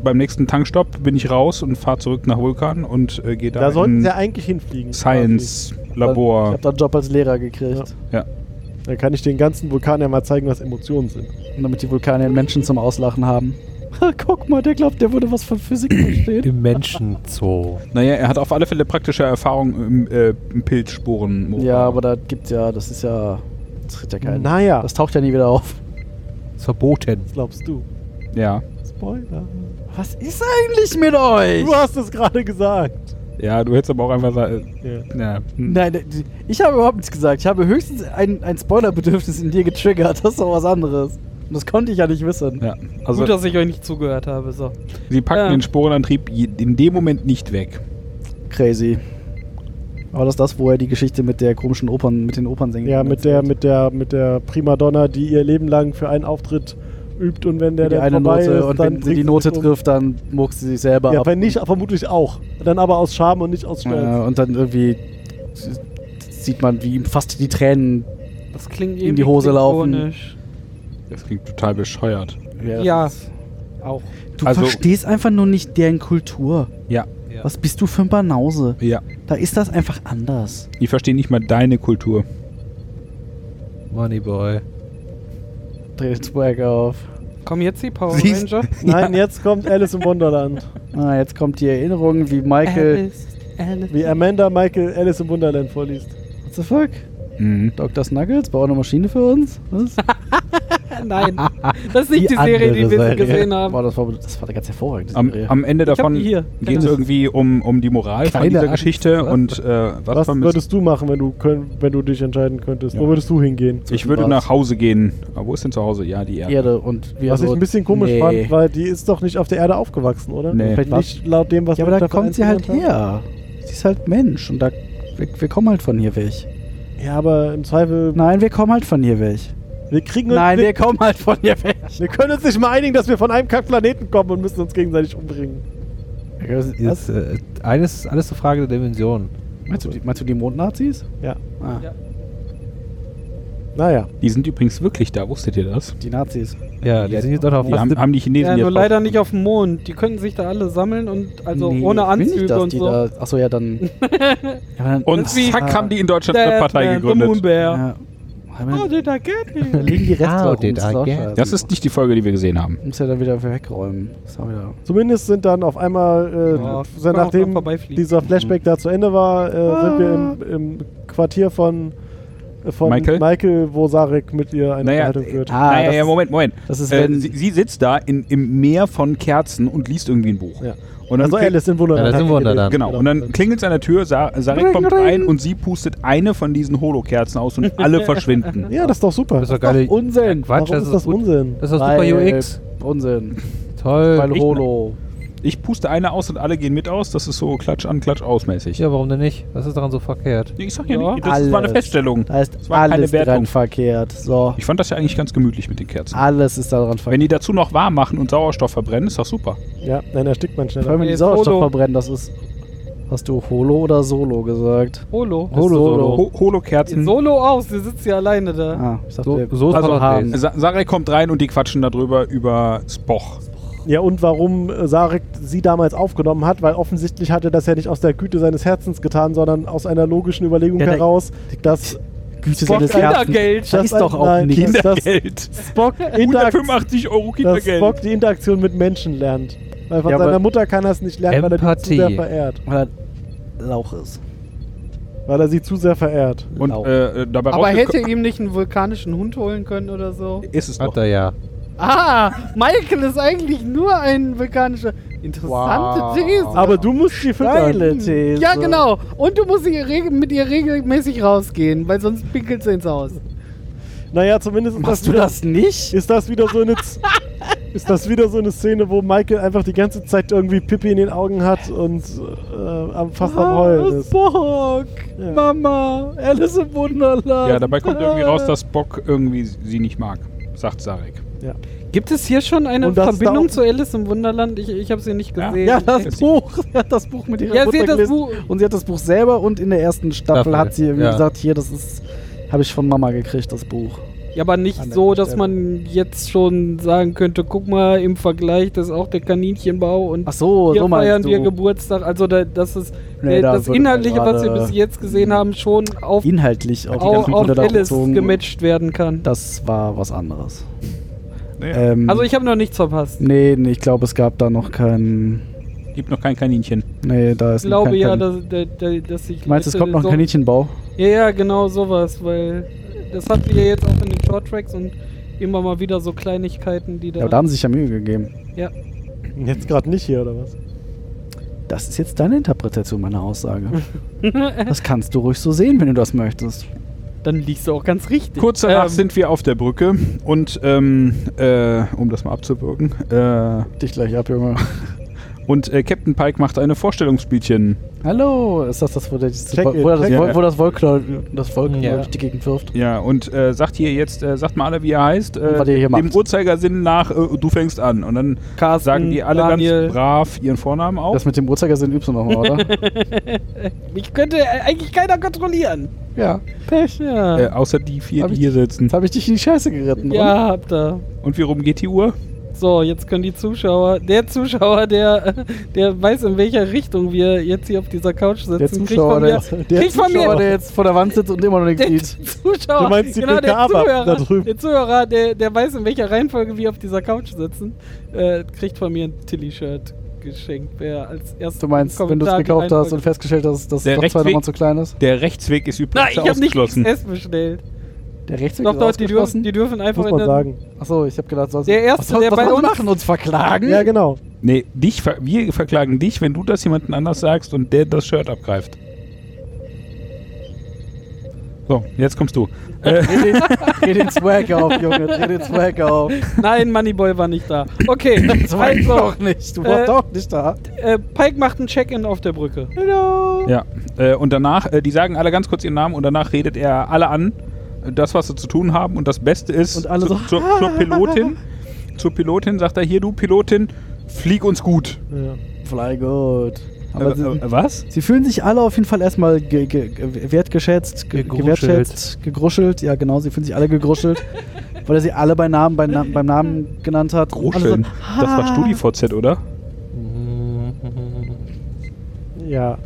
Speaker 5: beim nächsten Tankstopp bin ich raus und fahre zurück nach Vulkan und äh, gehe da,
Speaker 6: Da sollten
Speaker 5: in
Speaker 6: sie ja eigentlich hinfliegen.
Speaker 5: Science
Speaker 4: Ich
Speaker 5: Labor.
Speaker 4: habe da einen Job als Lehrer gekriegt.
Speaker 6: quasi. Da kann ich den ganzen Vulkan ja mal zeigen, was Emotionen sind.
Speaker 4: Und Damit die Vulkanier Menschen zum Auslachen haben. Ha, Guck mal, der glaubt, der würde was von Physik verstehen.
Speaker 7: Im Menschenzoo.
Speaker 5: Naja, er hat auf alle Fälle praktische Erfahrung im, äh, im Pilzsporen.
Speaker 4: ja, aber da gibt's ja, das ist ja. Das tritt ja keinen.
Speaker 6: Naja,
Speaker 4: Das taucht ja nie wieder auf.
Speaker 7: Ist verboten.
Speaker 6: glaubst du.
Speaker 5: Ja.
Speaker 6: Spoiler.
Speaker 4: Was ist eigentlich mit euch?
Speaker 6: Du hast es gerade gesagt.
Speaker 5: Ja, du hättest aber auch einfach sagen.
Speaker 6: Ja.
Speaker 5: Ja. hm,
Speaker 4: Nein, äh, die- ich habe überhaupt nichts gesagt. Ich habe höchstens ein, ein Spoilerbedürfnis in dir getriggert. Das ist doch was anderes. Und das konnte ich ja nicht wissen.
Speaker 5: ja. Also,
Speaker 2: Gut, dass ich euch nicht zugehört habe. So.
Speaker 5: sie packen
Speaker 2: Ja.
Speaker 5: den Sporenantrieb je- in dem Moment nicht weg.
Speaker 4: Crazy. Aber das ist das, wo er die Geschichte mit der komischen Opern, mit den Opernsängern.
Speaker 6: Ja, mit der, mit der, mit der Primadonna, die ihr Leben lang für einen Auftritt übt und wenn der
Speaker 4: die
Speaker 6: dann
Speaker 4: eine
Speaker 6: vorbei
Speaker 4: Note
Speaker 6: ist,
Speaker 4: und
Speaker 6: dann
Speaker 4: wenn sie
Speaker 6: bringt
Speaker 4: die Note
Speaker 6: sich um.
Speaker 4: trifft, dann murkst sie sich selber
Speaker 6: Ja,
Speaker 4: ab.
Speaker 6: wenn nicht, vermutlich auch. Dann aber aus Scham und nicht aus
Speaker 4: äh,
Speaker 6: Stolz.
Speaker 4: und dann irgendwie s- sieht man, wie ihm fast die Tränen.
Speaker 2: Das klingt
Speaker 4: In die Hose
Speaker 2: irgendwie
Speaker 4: laufen.
Speaker 2: Komisch.
Speaker 5: Das klingt total bescheuert.
Speaker 4: das
Speaker 2: Ja.
Speaker 4: ist-
Speaker 2: Auch.
Speaker 4: Du
Speaker 5: Also-
Speaker 4: verstehst einfach nur nicht deren Kultur.
Speaker 5: Ja.
Speaker 4: Was bist du für ein Banause?
Speaker 5: Ja.
Speaker 4: Da ist das einfach anders.
Speaker 5: Ich verstehe nicht mal deine Kultur.
Speaker 7: Moneyboy.
Speaker 4: Dreh den Swag auf.
Speaker 2: Kommen jetzt die Power
Speaker 5: Siehst-
Speaker 2: Ranger?
Speaker 6: Nein, jetzt kommt Alice im Wonderland.
Speaker 4: Ah, jetzt kommt die Erinnerung, wie Michael.
Speaker 2: Alice, Alice.
Speaker 6: Wie Amanda Michael Alice im Wonderland vorliest.
Speaker 2: Äh.
Speaker 4: What the fuck?
Speaker 5: Mhm.
Speaker 4: Dr. Snuggles baut eine Maschine für uns? Was?
Speaker 2: Nein, das ist nicht die,
Speaker 7: Die
Speaker 2: Serie, die wir
Speaker 7: andere
Speaker 2: gesehen haben.
Speaker 4: Boah, das war, das war eine ganz hervorragende
Speaker 5: Am,
Speaker 4: Serie.
Speaker 5: am Ende
Speaker 2: hab
Speaker 5: davon
Speaker 2: die hier.
Speaker 5: geht es
Speaker 2: Keine-
Speaker 5: irgendwie um, um die Moral von
Speaker 7: Keine
Speaker 5: dieser
Speaker 7: Angst.
Speaker 5: Geschichte und äh, was,
Speaker 6: Was
Speaker 5: man mit-
Speaker 6: würdest du machen, wenn du, könnt, wenn du dich entscheiden könntest?
Speaker 5: Ja.
Speaker 6: Wo würdest du hingehen?
Speaker 5: Ich würde
Speaker 4: Was?
Speaker 5: nach Hause gehen. Aber wo ist denn zu Hause? Ja, die Erde.
Speaker 4: Erde und wir
Speaker 6: Was ich
Speaker 4: so-
Speaker 6: ein bisschen komisch
Speaker 4: nee.
Speaker 6: fand, weil die ist doch nicht auf der Erde aufgewachsen, oder?
Speaker 5: Nee.
Speaker 4: Vielleicht war-
Speaker 6: Nicht laut dem, was
Speaker 4: Ja,
Speaker 6: wir
Speaker 4: aber da
Speaker 6: Staffel
Speaker 4: kommt sie
Speaker 6: 1
Speaker 4: halt
Speaker 6: genannt haben.
Speaker 4: her. Sie ist halt Mensch und da, wir, wir kommen halt von hier weg.
Speaker 6: Ja, aber im Zweifel.
Speaker 4: Nein, wir kommen halt von hier weg.
Speaker 6: Wir kriegen uns.
Speaker 4: Nein,
Speaker 6: Ne, wir,
Speaker 4: wir kommen halt von hier weg.
Speaker 6: wir können uns nicht mal einigen, dass wir von einem Kackplaneten kommen und müssen uns gegenseitig umbringen.
Speaker 7: Jetzt, äh, eines, alles eine Frage der Dimension.
Speaker 4: Meinst du, die- meinst du die Mondnazis?
Speaker 6: Ja.
Speaker 4: Ah,
Speaker 2: Ja.
Speaker 6: Naja.
Speaker 5: Die sind übrigens wirklich da, wusstet ihr das?
Speaker 4: die Nazis.
Speaker 7: Ja, die sind jetzt auch noch auf
Speaker 5: Die haben, haben die Chinesen
Speaker 2: Ja,
Speaker 5: jetzt
Speaker 2: nur leider
Speaker 5: raus-
Speaker 2: nicht auf dem Mond. Die könnten sich da alle sammeln und also
Speaker 4: Nee,
Speaker 2: ohne
Speaker 4: ich will nicht,
Speaker 2: Anzüge
Speaker 4: dass
Speaker 2: und
Speaker 4: die
Speaker 2: so.
Speaker 4: Da, achso, ja, dann. ja, aber dann
Speaker 5: Und
Speaker 2: Das ist wie-
Speaker 5: zack, haben die in Deutschland eine
Speaker 2: Dead
Speaker 5: Partei
Speaker 2: Man, The
Speaker 5: gegründet.
Speaker 2: Moonbear.
Speaker 4: ja.
Speaker 2: Oh,
Speaker 4: Aber
Speaker 2: did I get
Speaker 4: Dann
Speaker 2: you?
Speaker 4: liegen die Reste
Speaker 7: How
Speaker 4: da rum.
Speaker 7: did
Speaker 4: ist
Speaker 7: I
Speaker 4: doch
Speaker 7: get-
Speaker 4: scheiße.
Speaker 5: Das ist nicht die Folge, die wir gesehen haben.
Speaker 4: Muss ja dann wieder wegräumen. Ist auch wieder.
Speaker 6: Zumindest sind dann auf einmal, äh,
Speaker 2: Ja,
Speaker 6: so
Speaker 2: kann auch noch
Speaker 6: nachdem
Speaker 2: vorbeifliegen.
Speaker 6: dieser Flashback
Speaker 7: Mhm.
Speaker 6: da zu Ende war, äh, sind wir
Speaker 7: Ah.
Speaker 6: im, im Quartier von, äh, von
Speaker 5: Michael?
Speaker 6: wo Sarek mit ihr eine
Speaker 5: Naja,
Speaker 6: Unterhaltung führt.
Speaker 4: Ah,
Speaker 5: naja,
Speaker 4: das
Speaker 5: ja,
Speaker 4: ist-
Speaker 5: Moment, Moment.
Speaker 4: das ist,
Speaker 5: äh,
Speaker 4: wenn-
Speaker 5: sie, sie sitzt da in, im Meer von Kerzen und liest irgendwie ein Buch.
Speaker 6: Ja.
Speaker 5: Und dann
Speaker 6: also
Speaker 5: kling-
Speaker 6: Alice in Wunderland.
Speaker 7: Ja, das ist in Wunderland.
Speaker 5: Genau, und dann klingelt es an der Tür, Sa Sarek kommt rein und sie pustet eine von diesen Holokerzen aus und alle verschwinden.
Speaker 6: Ja, das ist doch super.
Speaker 7: Das ist doch geile.
Speaker 4: Unsinn!
Speaker 7: Quatsch,
Speaker 6: Warum
Speaker 7: das
Speaker 6: ist das
Speaker 7: ist, gut.
Speaker 6: Unsinn?
Speaker 7: das ist doch super Äh,
Speaker 4: Weil-
Speaker 7: UX.
Speaker 4: Unsinn. Weil
Speaker 7: Toll.
Speaker 5: Ich-
Speaker 4: Holo.
Speaker 5: Ich puste eine aus und alle gehen mit aus. Das ist so Klatsch an Klatsch ausmäßig.
Speaker 7: Ja, warum denn nicht? Was ist daran so verkehrt?
Speaker 5: Ich sag ja,
Speaker 2: Ja,
Speaker 5: nicht, das ist- war eine
Speaker 4: alles.
Speaker 5: Feststellung.
Speaker 4: Da ist
Speaker 5: Das war keine
Speaker 4: alles dran
Speaker 5: Wertung.
Speaker 4: verkehrt. So.
Speaker 5: Ich fand das ja eigentlich ganz gemütlich mit den Kerzen.
Speaker 4: Alles ist daran verkehrt.
Speaker 5: Wenn die dazu noch warm machen und Sauerstoff verbrennen, ist das super.
Speaker 6: Ja, nein, erstickt man
Speaker 4: Vor allem,
Speaker 6: schneller.
Speaker 4: wenn die
Speaker 2: Jetzt
Speaker 4: Sauerstoff
Speaker 2: Holo.
Speaker 4: verbrennen, das ist. Hast du Holo oder Solo gesagt?
Speaker 2: Holo.
Speaker 4: Holo-Solo.
Speaker 5: Ho Holokerzen.
Speaker 2: Solo aus, sie sitzt hier alleine da.
Speaker 4: Ah, ich dachte,
Speaker 7: So-
Speaker 4: wir-
Speaker 7: so ist
Speaker 4: also
Speaker 7: Holo
Speaker 4: haben.
Speaker 7: Days.
Speaker 5: Sa Sarek kommt rein und die quatschen darüber über Spoch.
Speaker 6: Ja, und warum äh, Sarek sie damals aufgenommen hat, weil offensichtlich hat er das ja nicht aus der Güte seines Herzens getan, sondern aus einer logischen Überlegung
Speaker 4: Ja, da-
Speaker 6: heraus, dass
Speaker 4: Güte
Speaker 2: Boah,
Speaker 4: seines Herzens.
Speaker 2: Kindergeld.
Speaker 4: Da
Speaker 6: Das
Speaker 4: ist doch
Speaker 6: ein-
Speaker 4: auch
Speaker 6: nein,
Speaker 4: nichts.
Speaker 6: Kinder- Das-
Speaker 5: Geld.
Speaker 6: Spock, Interaktion,
Speaker 5: 185 Euro
Speaker 6: dass
Speaker 5: Kindergeld.
Speaker 6: Spock die Interaktion mit Menschen lernt. Weil von
Speaker 4: Ja, aber-
Speaker 6: seiner Mutter kann er es nicht lernen, weil er die zu
Speaker 7: Empathie.
Speaker 6: sehr verehrt.
Speaker 4: Weil er Lauch ist.
Speaker 6: Weil er sie zu sehr verehrt.
Speaker 5: Und
Speaker 4: Lauch.
Speaker 5: äh, äh, dabei
Speaker 2: Aber hätte
Speaker 5: rausgeko-
Speaker 2: ihm nicht einen vulkanischen Hund holen können oder so?
Speaker 5: ist es doch.
Speaker 7: Hat er ja.
Speaker 2: Ah, Michael ist eigentlich nur ein vulkanischer. Interessante
Speaker 4: Wow.
Speaker 2: These. Hm.
Speaker 6: Aber du musst sie füttern.
Speaker 4: Geile These.
Speaker 2: ja, genau. Und du musst ihr regel- mit ihr regelmäßig rausgehen, weil sonst pinkelt sie ins Haus.
Speaker 6: Naja, zumindest ist das,
Speaker 4: Machst du das nicht?
Speaker 6: ist das wieder so eine. Z- Ist das wieder so eine Szene, wo Michael einfach die ganze Zeit irgendwie Pippi in den Augen hat und äh, am- fast am Heulen ist?
Speaker 2: Bock.
Speaker 6: Ja.
Speaker 2: Mama, Alice im Wunderland.
Speaker 5: Ja, dabei kommt irgendwie raus, dass Spock irgendwie sie nicht mag, sagt Sarek.
Speaker 2: Gibt es hier schon eine
Speaker 6: Und das
Speaker 2: Verbindung
Speaker 6: dauert-
Speaker 2: zu Alice im Wunderland? Ich, ich habe sie nicht
Speaker 5: Ja.
Speaker 2: gesehen.
Speaker 4: Ja, das
Speaker 5: Ist-
Speaker 4: Buch. Sie hat das Buch mit ihrer
Speaker 2: Ja, sie
Speaker 4: Mutter
Speaker 2: hat das
Speaker 4: gelesen.
Speaker 2: Buch-
Speaker 4: Und sie hat das Buch selber und in der ersten Staffel
Speaker 7: Staffel,
Speaker 4: hat sie irgendwie
Speaker 7: ja.
Speaker 4: gesagt, hier, das ist, habe ich von Mama gekriegt, das Buch.
Speaker 2: Ja, aber nicht
Speaker 4: An Ah, der
Speaker 2: so, dass
Speaker 4: Stelle.
Speaker 2: man jetzt schon sagen könnte, guck mal, im Vergleich, das ist auch der Kaninchenbau und
Speaker 4: Ach so,
Speaker 2: hier
Speaker 4: so
Speaker 2: feiern
Speaker 4: meinst
Speaker 2: wir
Speaker 4: du.
Speaker 2: Geburtstag. Also da, das ist
Speaker 4: Nee,
Speaker 2: äh,
Speaker 4: da
Speaker 2: das
Speaker 4: würde
Speaker 2: Inhaltliche,
Speaker 4: gerade
Speaker 2: was wir bis jetzt gesehen haben, schon auf,
Speaker 4: Inhaltlich auch
Speaker 2: auf, auf
Speaker 4: Bruder da
Speaker 2: Alice
Speaker 4: bezogen.
Speaker 2: gematcht werden kann.
Speaker 4: Das war was anderes.
Speaker 5: Naja,
Speaker 4: Ähm,
Speaker 2: Also ich habe noch nichts verpasst.
Speaker 4: Nee, nee, ich glaube, es gab da noch keinen.
Speaker 5: gibt noch kein Kaninchen.
Speaker 4: Nee, da ist
Speaker 2: Ich glaube
Speaker 4: noch kein,
Speaker 2: ja,
Speaker 4: kein,
Speaker 2: dass, da- da- dass ich.
Speaker 4: Meinst du, es kommt noch ein
Speaker 2: so,
Speaker 4: Kaninchenbau?
Speaker 2: Ja, ja, genau sowas, weil das hatten wir jetzt auch in den Shorttracks und immer mal wieder so Kleinigkeiten, die da.
Speaker 4: Ja, aber da haben sie sich ja Mühe gegeben.
Speaker 2: ja.
Speaker 6: Jetzt gerade nicht hier, oder was?
Speaker 4: Das ist jetzt deine Interpretation meiner Aussage. das kannst du ruhig so sehen, wenn du das möchtest.
Speaker 2: Dann liegst du auch ganz richtig.
Speaker 5: Kurz danach
Speaker 2: Ähm,
Speaker 5: sind wir auf der Brücke und ähm, äh, um das mal abzuwirken, äh,
Speaker 4: Dich gleich ab, Junge.
Speaker 5: und äh, Captain Pike macht eine Vorstellungsspielchen.
Speaker 4: Hallo, ist das das, wo, der, das,
Speaker 6: Check it,
Speaker 4: wo, das,
Speaker 6: check
Speaker 4: wo,
Speaker 5: it.
Speaker 4: wo das Wollknäuel das Wollknäuel
Speaker 7: Ja.
Speaker 4: durch die Gegend wirft?
Speaker 5: Ja, und äh, sagt hier jetzt, äh, sagt mal alle, wie er heißt. Äh,
Speaker 4: was ihr hier
Speaker 5: dem
Speaker 4: macht.
Speaker 5: Uhrzeigersinn nach, äh, du fängst an. Und dann
Speaker 2: Carsten,
Speaker 5: sagen die alle
Speaker 2: Daniel.
Speaker 5: ganz brav ihren Vornamen auf.
Speaker 4: Das mit dem Uhrzeigersinn übst du nochmal, oder?
Speaker 2: Mich könnte äh, eigentlich keiner kontrollieren.
Speaker 4: ja.
Speaker 2: Pech, ja.
Speaker 5: äh, außer die vier,
Speaker 4: Hab
Speaker 5: die
Speaker 4: ich-
Speaker 5: hier sitzen.
Speaker 4: Jetzt habe ich dich in die Scheiße geritten. und?
Speaker 2: ja, habt ihr.
Speaker 5: Und wie rum geht die Uhr?
Speaker 2: So, jetzt können die Zuschauer, der Zuschauer, der, der weiß, in welcher Richtung wir jetzt hier auf dieser Couch sitzen,
Speaker 4: Der Zuschauer, der,
Speaker 2: kriegt
Speaker 4: jetzt-
Speaker 2: von mir,
Speaker 4: der,
Speaker 2: kriegt von
Speaker 4: Zuschauer
Speaker 2: mir
Speaker 4: der jetzt vor der Wand sitzt und immer noch nichts
Speaker 2: der
Speaker 4: sieht.
Speaker 2: Zuschauer,
Speaker 6: Du meinst die
Speaker 2: genau, der
Speaker 6: PKA-Wappen
Speaker 2: Zuhörer,
Speaker 6: da drüben.
Speaker 2: der, Zuhörer der, der weiß, in welcher Reihenfolge wir auf dieser Couch sitzen, äh, kriegt von mir ein Tilly-Shirt geschenkt, wer als erstes
Speaker 4: Du meinst, wenn du es
Speaker 2: Kommentar die
Speaker 4: gekauft hast
Speaker 2: Reihenfolge-
Speaker 4: und festgestellt hast, dass
Speaker 5: Der
Speaker 4: das doch zwei
Speaker 5: Rechtsweg-
Speaker 4: Nummern zu klein ist?
Speaker 5: Der Rechtsweg ist
Speaker 2: Nein,
Speaker 5: übrigens
Speaker 2: ich habe nicht
Speaker 5: ausgeschlossen.
Speaker 2: XS bestellt.
Speaker 4: Der Rechtsweg
Speaker 2: Doch,
Speaker 4: ist
Speaker 2: doch, die dürfen,
Speaker 4: ausgeschlossen?
Speaker 2: die dürfen einfach
Speaker 6: Muss man
Speaker 2: der-
Speaker 6: sagen.
Speaker 4: Achso, ich habe gedacht, sonst
Speaker 2: Der Erste,
Speaker 4: was, soll-
Speaker 2: der
Speaker 4: was
Speaker 2: bei
Speaker 4: sollen wir
Speaker 2: uns-
Speaker 4: machen, uns verklagen?
Speaker 6: Ja, genau.
Speaker 5: Nee, dich, ver- wir verklagen dich, wenn du das jemanden anders sagst und der das Shirt abgreift. So, jetzt kommst du. Äh,
Speaker 4: Dreh den, dreh den Swag auf, Junge, dreh den Swag auf.
Speaker 2: Nein, Moneyboy war nicht da. Okay, also,
Speaker 4: doch nicht, du
Speaker 2: warst
Speaker 4: warst doch nicht da.
Speaker 2: äh, Pike macht ein Check-in auf der Brücke.
Speaker 5: Ja, äh, und danach, äh, die sagen alle ganz kurz ihren Namen und danach redet er alle an, äh, das, was sie zu tun haben. Und das Beste ist,
Speaker 4: Und alle
Speaker 5: zu,
Speaker 4: so,
Speaker 5: zur, zur Pilotin, zur Pilotin sagt er, hier du Pilotin, flieg uns gut.
Speaker 6: Ja.
Speaker 4: Fly good.
Speaker 5: Äh,
Speaker 4: Aber
Speaker 5: äh,
Speaker 4: sie,
Speaker 5: was?
Speaker 4: sie fühlen sich alle auf jeden Fall erstmal ge, ge, ge, wertgeschätzt, ge,
Speaker 7: Gegruschelt.
Speaker 4: gewertschätzt, gegruschelt. Ja, genau, sie fühlen sich alle gegruschelt, weil er sie alle bei Namen, bei Na, beim Namen genannt hat.
Speaker 5: Großschön.
Speaker 4: Alle
Speaker 5: Das war StudiVZ, oder? Mhm.
Speaker 6: ja.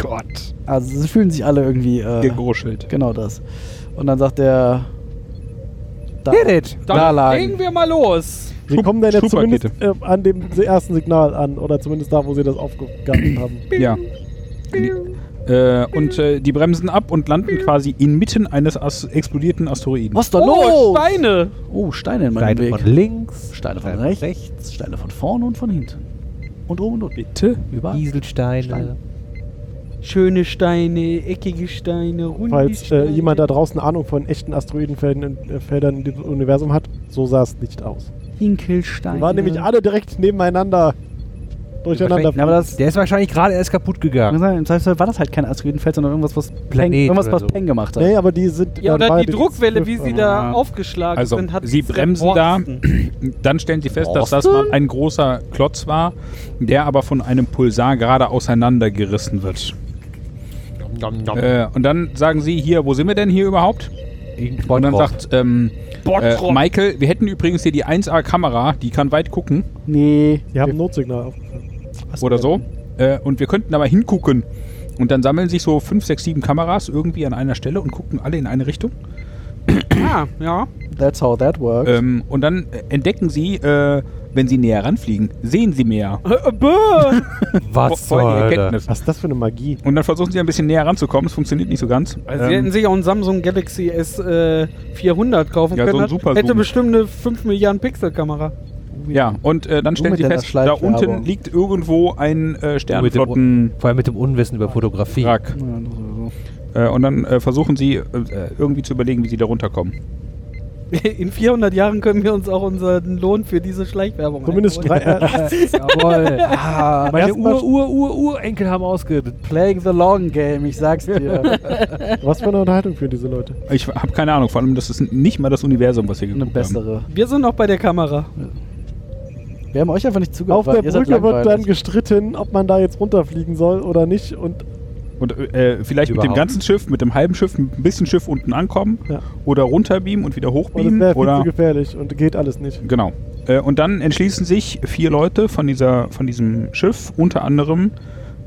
Speaker 5: Gott.
Speaker 4: So, also sie fühlen sich alle irgendwie... Äh,
Speaker 5: Gegruschelt.
Speaker 4: genau das. Und dann sagt er... Da,
Speaker 2: Dann
Speaker 4: da lagen.
Speaker 2: legen wir mal los.
Speaker 6: Wir
Speaker 5: Schub-
Speaker 6: kommen dann jetzt
Speaker 5: Schubpakete.
Speaker 6: zumindest äh, an dem ersten Signal an. Oder zumindest da, wo sie das aufgegangen haben.
Speaker 5: Ja. Äh, und äh, die bremsen ab und landen quasi inmitten eines As explodierten Asteroiden.
Speaker 4: Was ist da
Speaker 2: Oh,
Speaker 4: los?
Speaker 2: Steine.
Speaker 4: Oh, Steine in meinem
Speaker 7: Steine
Speaker 4: Weg.
Speaker 7: von links,
Speaker 4: Steine von rechts, Steine von vorne und von hinten. Und oben und unten.
Speaker 5: Bitte?
Speaker 4: Überall.
Speaker 7: Kieselsteine.
Speaker 4: Steine.
Speaker 2: Schöne Steine, eckige Steine, runde
Speaker 6: Falls äh,
Speaker 2: Steine.
Speaker 6: jemand da draußen Ahnung von echten Asteroidenfeldern in, äh, Feldern in diesem Universum hat, so sah es nicht aus.
Speaker 4: Hinkelsteine.
Speaker 6: Wir waren nämlich alle direkt nebeneinander durcheinander.
Speaker 4: Ja, aber das-
Speaker 7: der ist wahrscheinlich gerade erst kaputt
Speaker 4: Kann
Speaker 7: gegangen.
Speaker 4: sein, Im Zweifelsfall war das halt kein Asteroidenfeld, sondern irgendwas, was Peng,
Speaker 7: Planet
Speaker 4: irgendwas,
Speaker 7: oder
Speaker 4: was
Speaker 7: so.
Speaker 4: Peng gemacht hat.
Speaker 6: nee, aber die sind.
Speaker 2: Ja,
Speaker 6: dann
Speaker 2: oder
Speaker 6: beide
Speaker 2: die Druckwelle, wie sie da
Speaker 5: Ja.
Speaker 2: aufgeschlagen
Speaker 5: Also,
Speaker 2: sind, hat
Speaker 5: sie
Speaker 2: es
Speaker 5: bremsen da.
Speaker 2: geborsten.
Speaker 5: Dann stellen sie fest, dass das
Speaker 4: Borsten?
Speaker 5: mal ein großer Klotz war, der aber von einem Pulsar gerade auseinandergerissen wird. Äh, und dann sagen sie hier, wo sind wir denn hier überhaupt? Und dann sagt ähm, äh,
Speaker 2: Bottrop.
Speaker 5: Michael, wir hätten übrigens hier die 1A-Kamera, die kann weit gucken
Speaker 4: Nee.
Speaker 6: Wir haben ein Notsignal auf.
Speaker 5: oder so. Äh, und wir könnten aber hingucken. Und dann sammeln sich so 5, 6, 7 Kameras irgendwie an einer Stelle und gucken alle in eine Richtung.
Speaker 2: Ah, ja.
Speaker 4: That's how that works.
Speaker 5: Ähm, und dann äh, entdecken sie, äh, wenn sie näher ranfliegen, sehen sie mehr.
Speaker 2: Äh, äh, bäh.
Speaker 5: Vor-
Speaker 7: was zur
Speaker 5: vor allem die
Speaker 7: Hölle?
Speaker 5: Erkenntnis.
Speaker 6: Was ist das für eine Magie?
Speaker 5: Und dann versuchen sie ein bisschen näher ranzukommen, es funktioniert nicht so ganz. Ähm,
Speaker 2: Also sie hätten sich auch ein Samsung Galaxy S400 kaufen
Speaker 5: Ja, so
Speaker 2: können.
Speaker 5: ein
Speaker 2: Hat-
Speaker 5: Super-Zoom.
Speaker 2: hätte bestimmt eine 5 Milliarden Pixel Kamera.
Speaker 5: ja, und äh, dann stellen
Speaker 4: mit
Speaker 5: sie
Speaker 4: deiner
Speaker 5: fest, da unten
Speaker 4: Schleichwerbung.
Speaker 5: liegt irgendwo ein äh,
Speaker 7: Mit dem,
Speaker 5: Sternflotten.
Speaker 7: Un- vor allem mit dem Unwissen über Fotografie.
Speaker 5: Wrack.
Speaker 4: Ja, das sowieso.
Speaker 5: Äh, und dann äh, versuchen sie äh, äh, irgendwie zu überlegen, wie sie da runterkommen.
Speaker 2: In 400 Jahren können wir uns auch unseren Lohn für diese Schleichwerbung
Speaker 6: Zumindest drei, äh,
Speaker 7: Jawohl.
Speaker 4: Ah,
Speaker 7: Meine
Speaker 6: Erstmal-
Speaker 7: Ur, Ur, Ur, Urenkel haben ausge...
Speaker 4: playing the long game, ich sag's dir.
Speaker 6: was für eine Unterhaltung für diese Leute.
Speaker 5: Ich habe keine Ahnung, vor allem, das ist nicht mal das Universum, was wir
Speaker 4: Eine
Speaker 5: geguckt haben.
Speaker 4: bessere.
Speaker 2: Wir sind noch bei der Kamera.
Speaker 4: Wir haben euch einfach nicht zugehört.
Speaker 6: Auf
Speaker 4: weil
Speaker 6: der
Speaker 4: ihr seid
Speaker 6: Brücke wird dann
Speaker 4: langweilig.
Speaker 6: gestritten, ob man da jetzt runterfliegen soll oder nicht. Und
Speaker 5: Und äh, vielleicht mit dem
Speaker 7: Überhaupt.
Speaker 5: ganzen Schiff, mit dem halben Schiff, mit ein bisschen Schiff unten ankommen
Speaker 6: Ja.
Speaker 5: oder runterbeamen und wieder
Speaker 6: Und das
Speaker 2: Hm.
Speaker 5: hochbeamen.
Speaker 6: wäre viel
Speaker 5: oder
Speaker 6: zu gefährlich und geht alles nicht.
Speaker 5: Genau. Äh, und dann entschließen sich vier Leute von, dieser, von diesem Schiff, unter anderem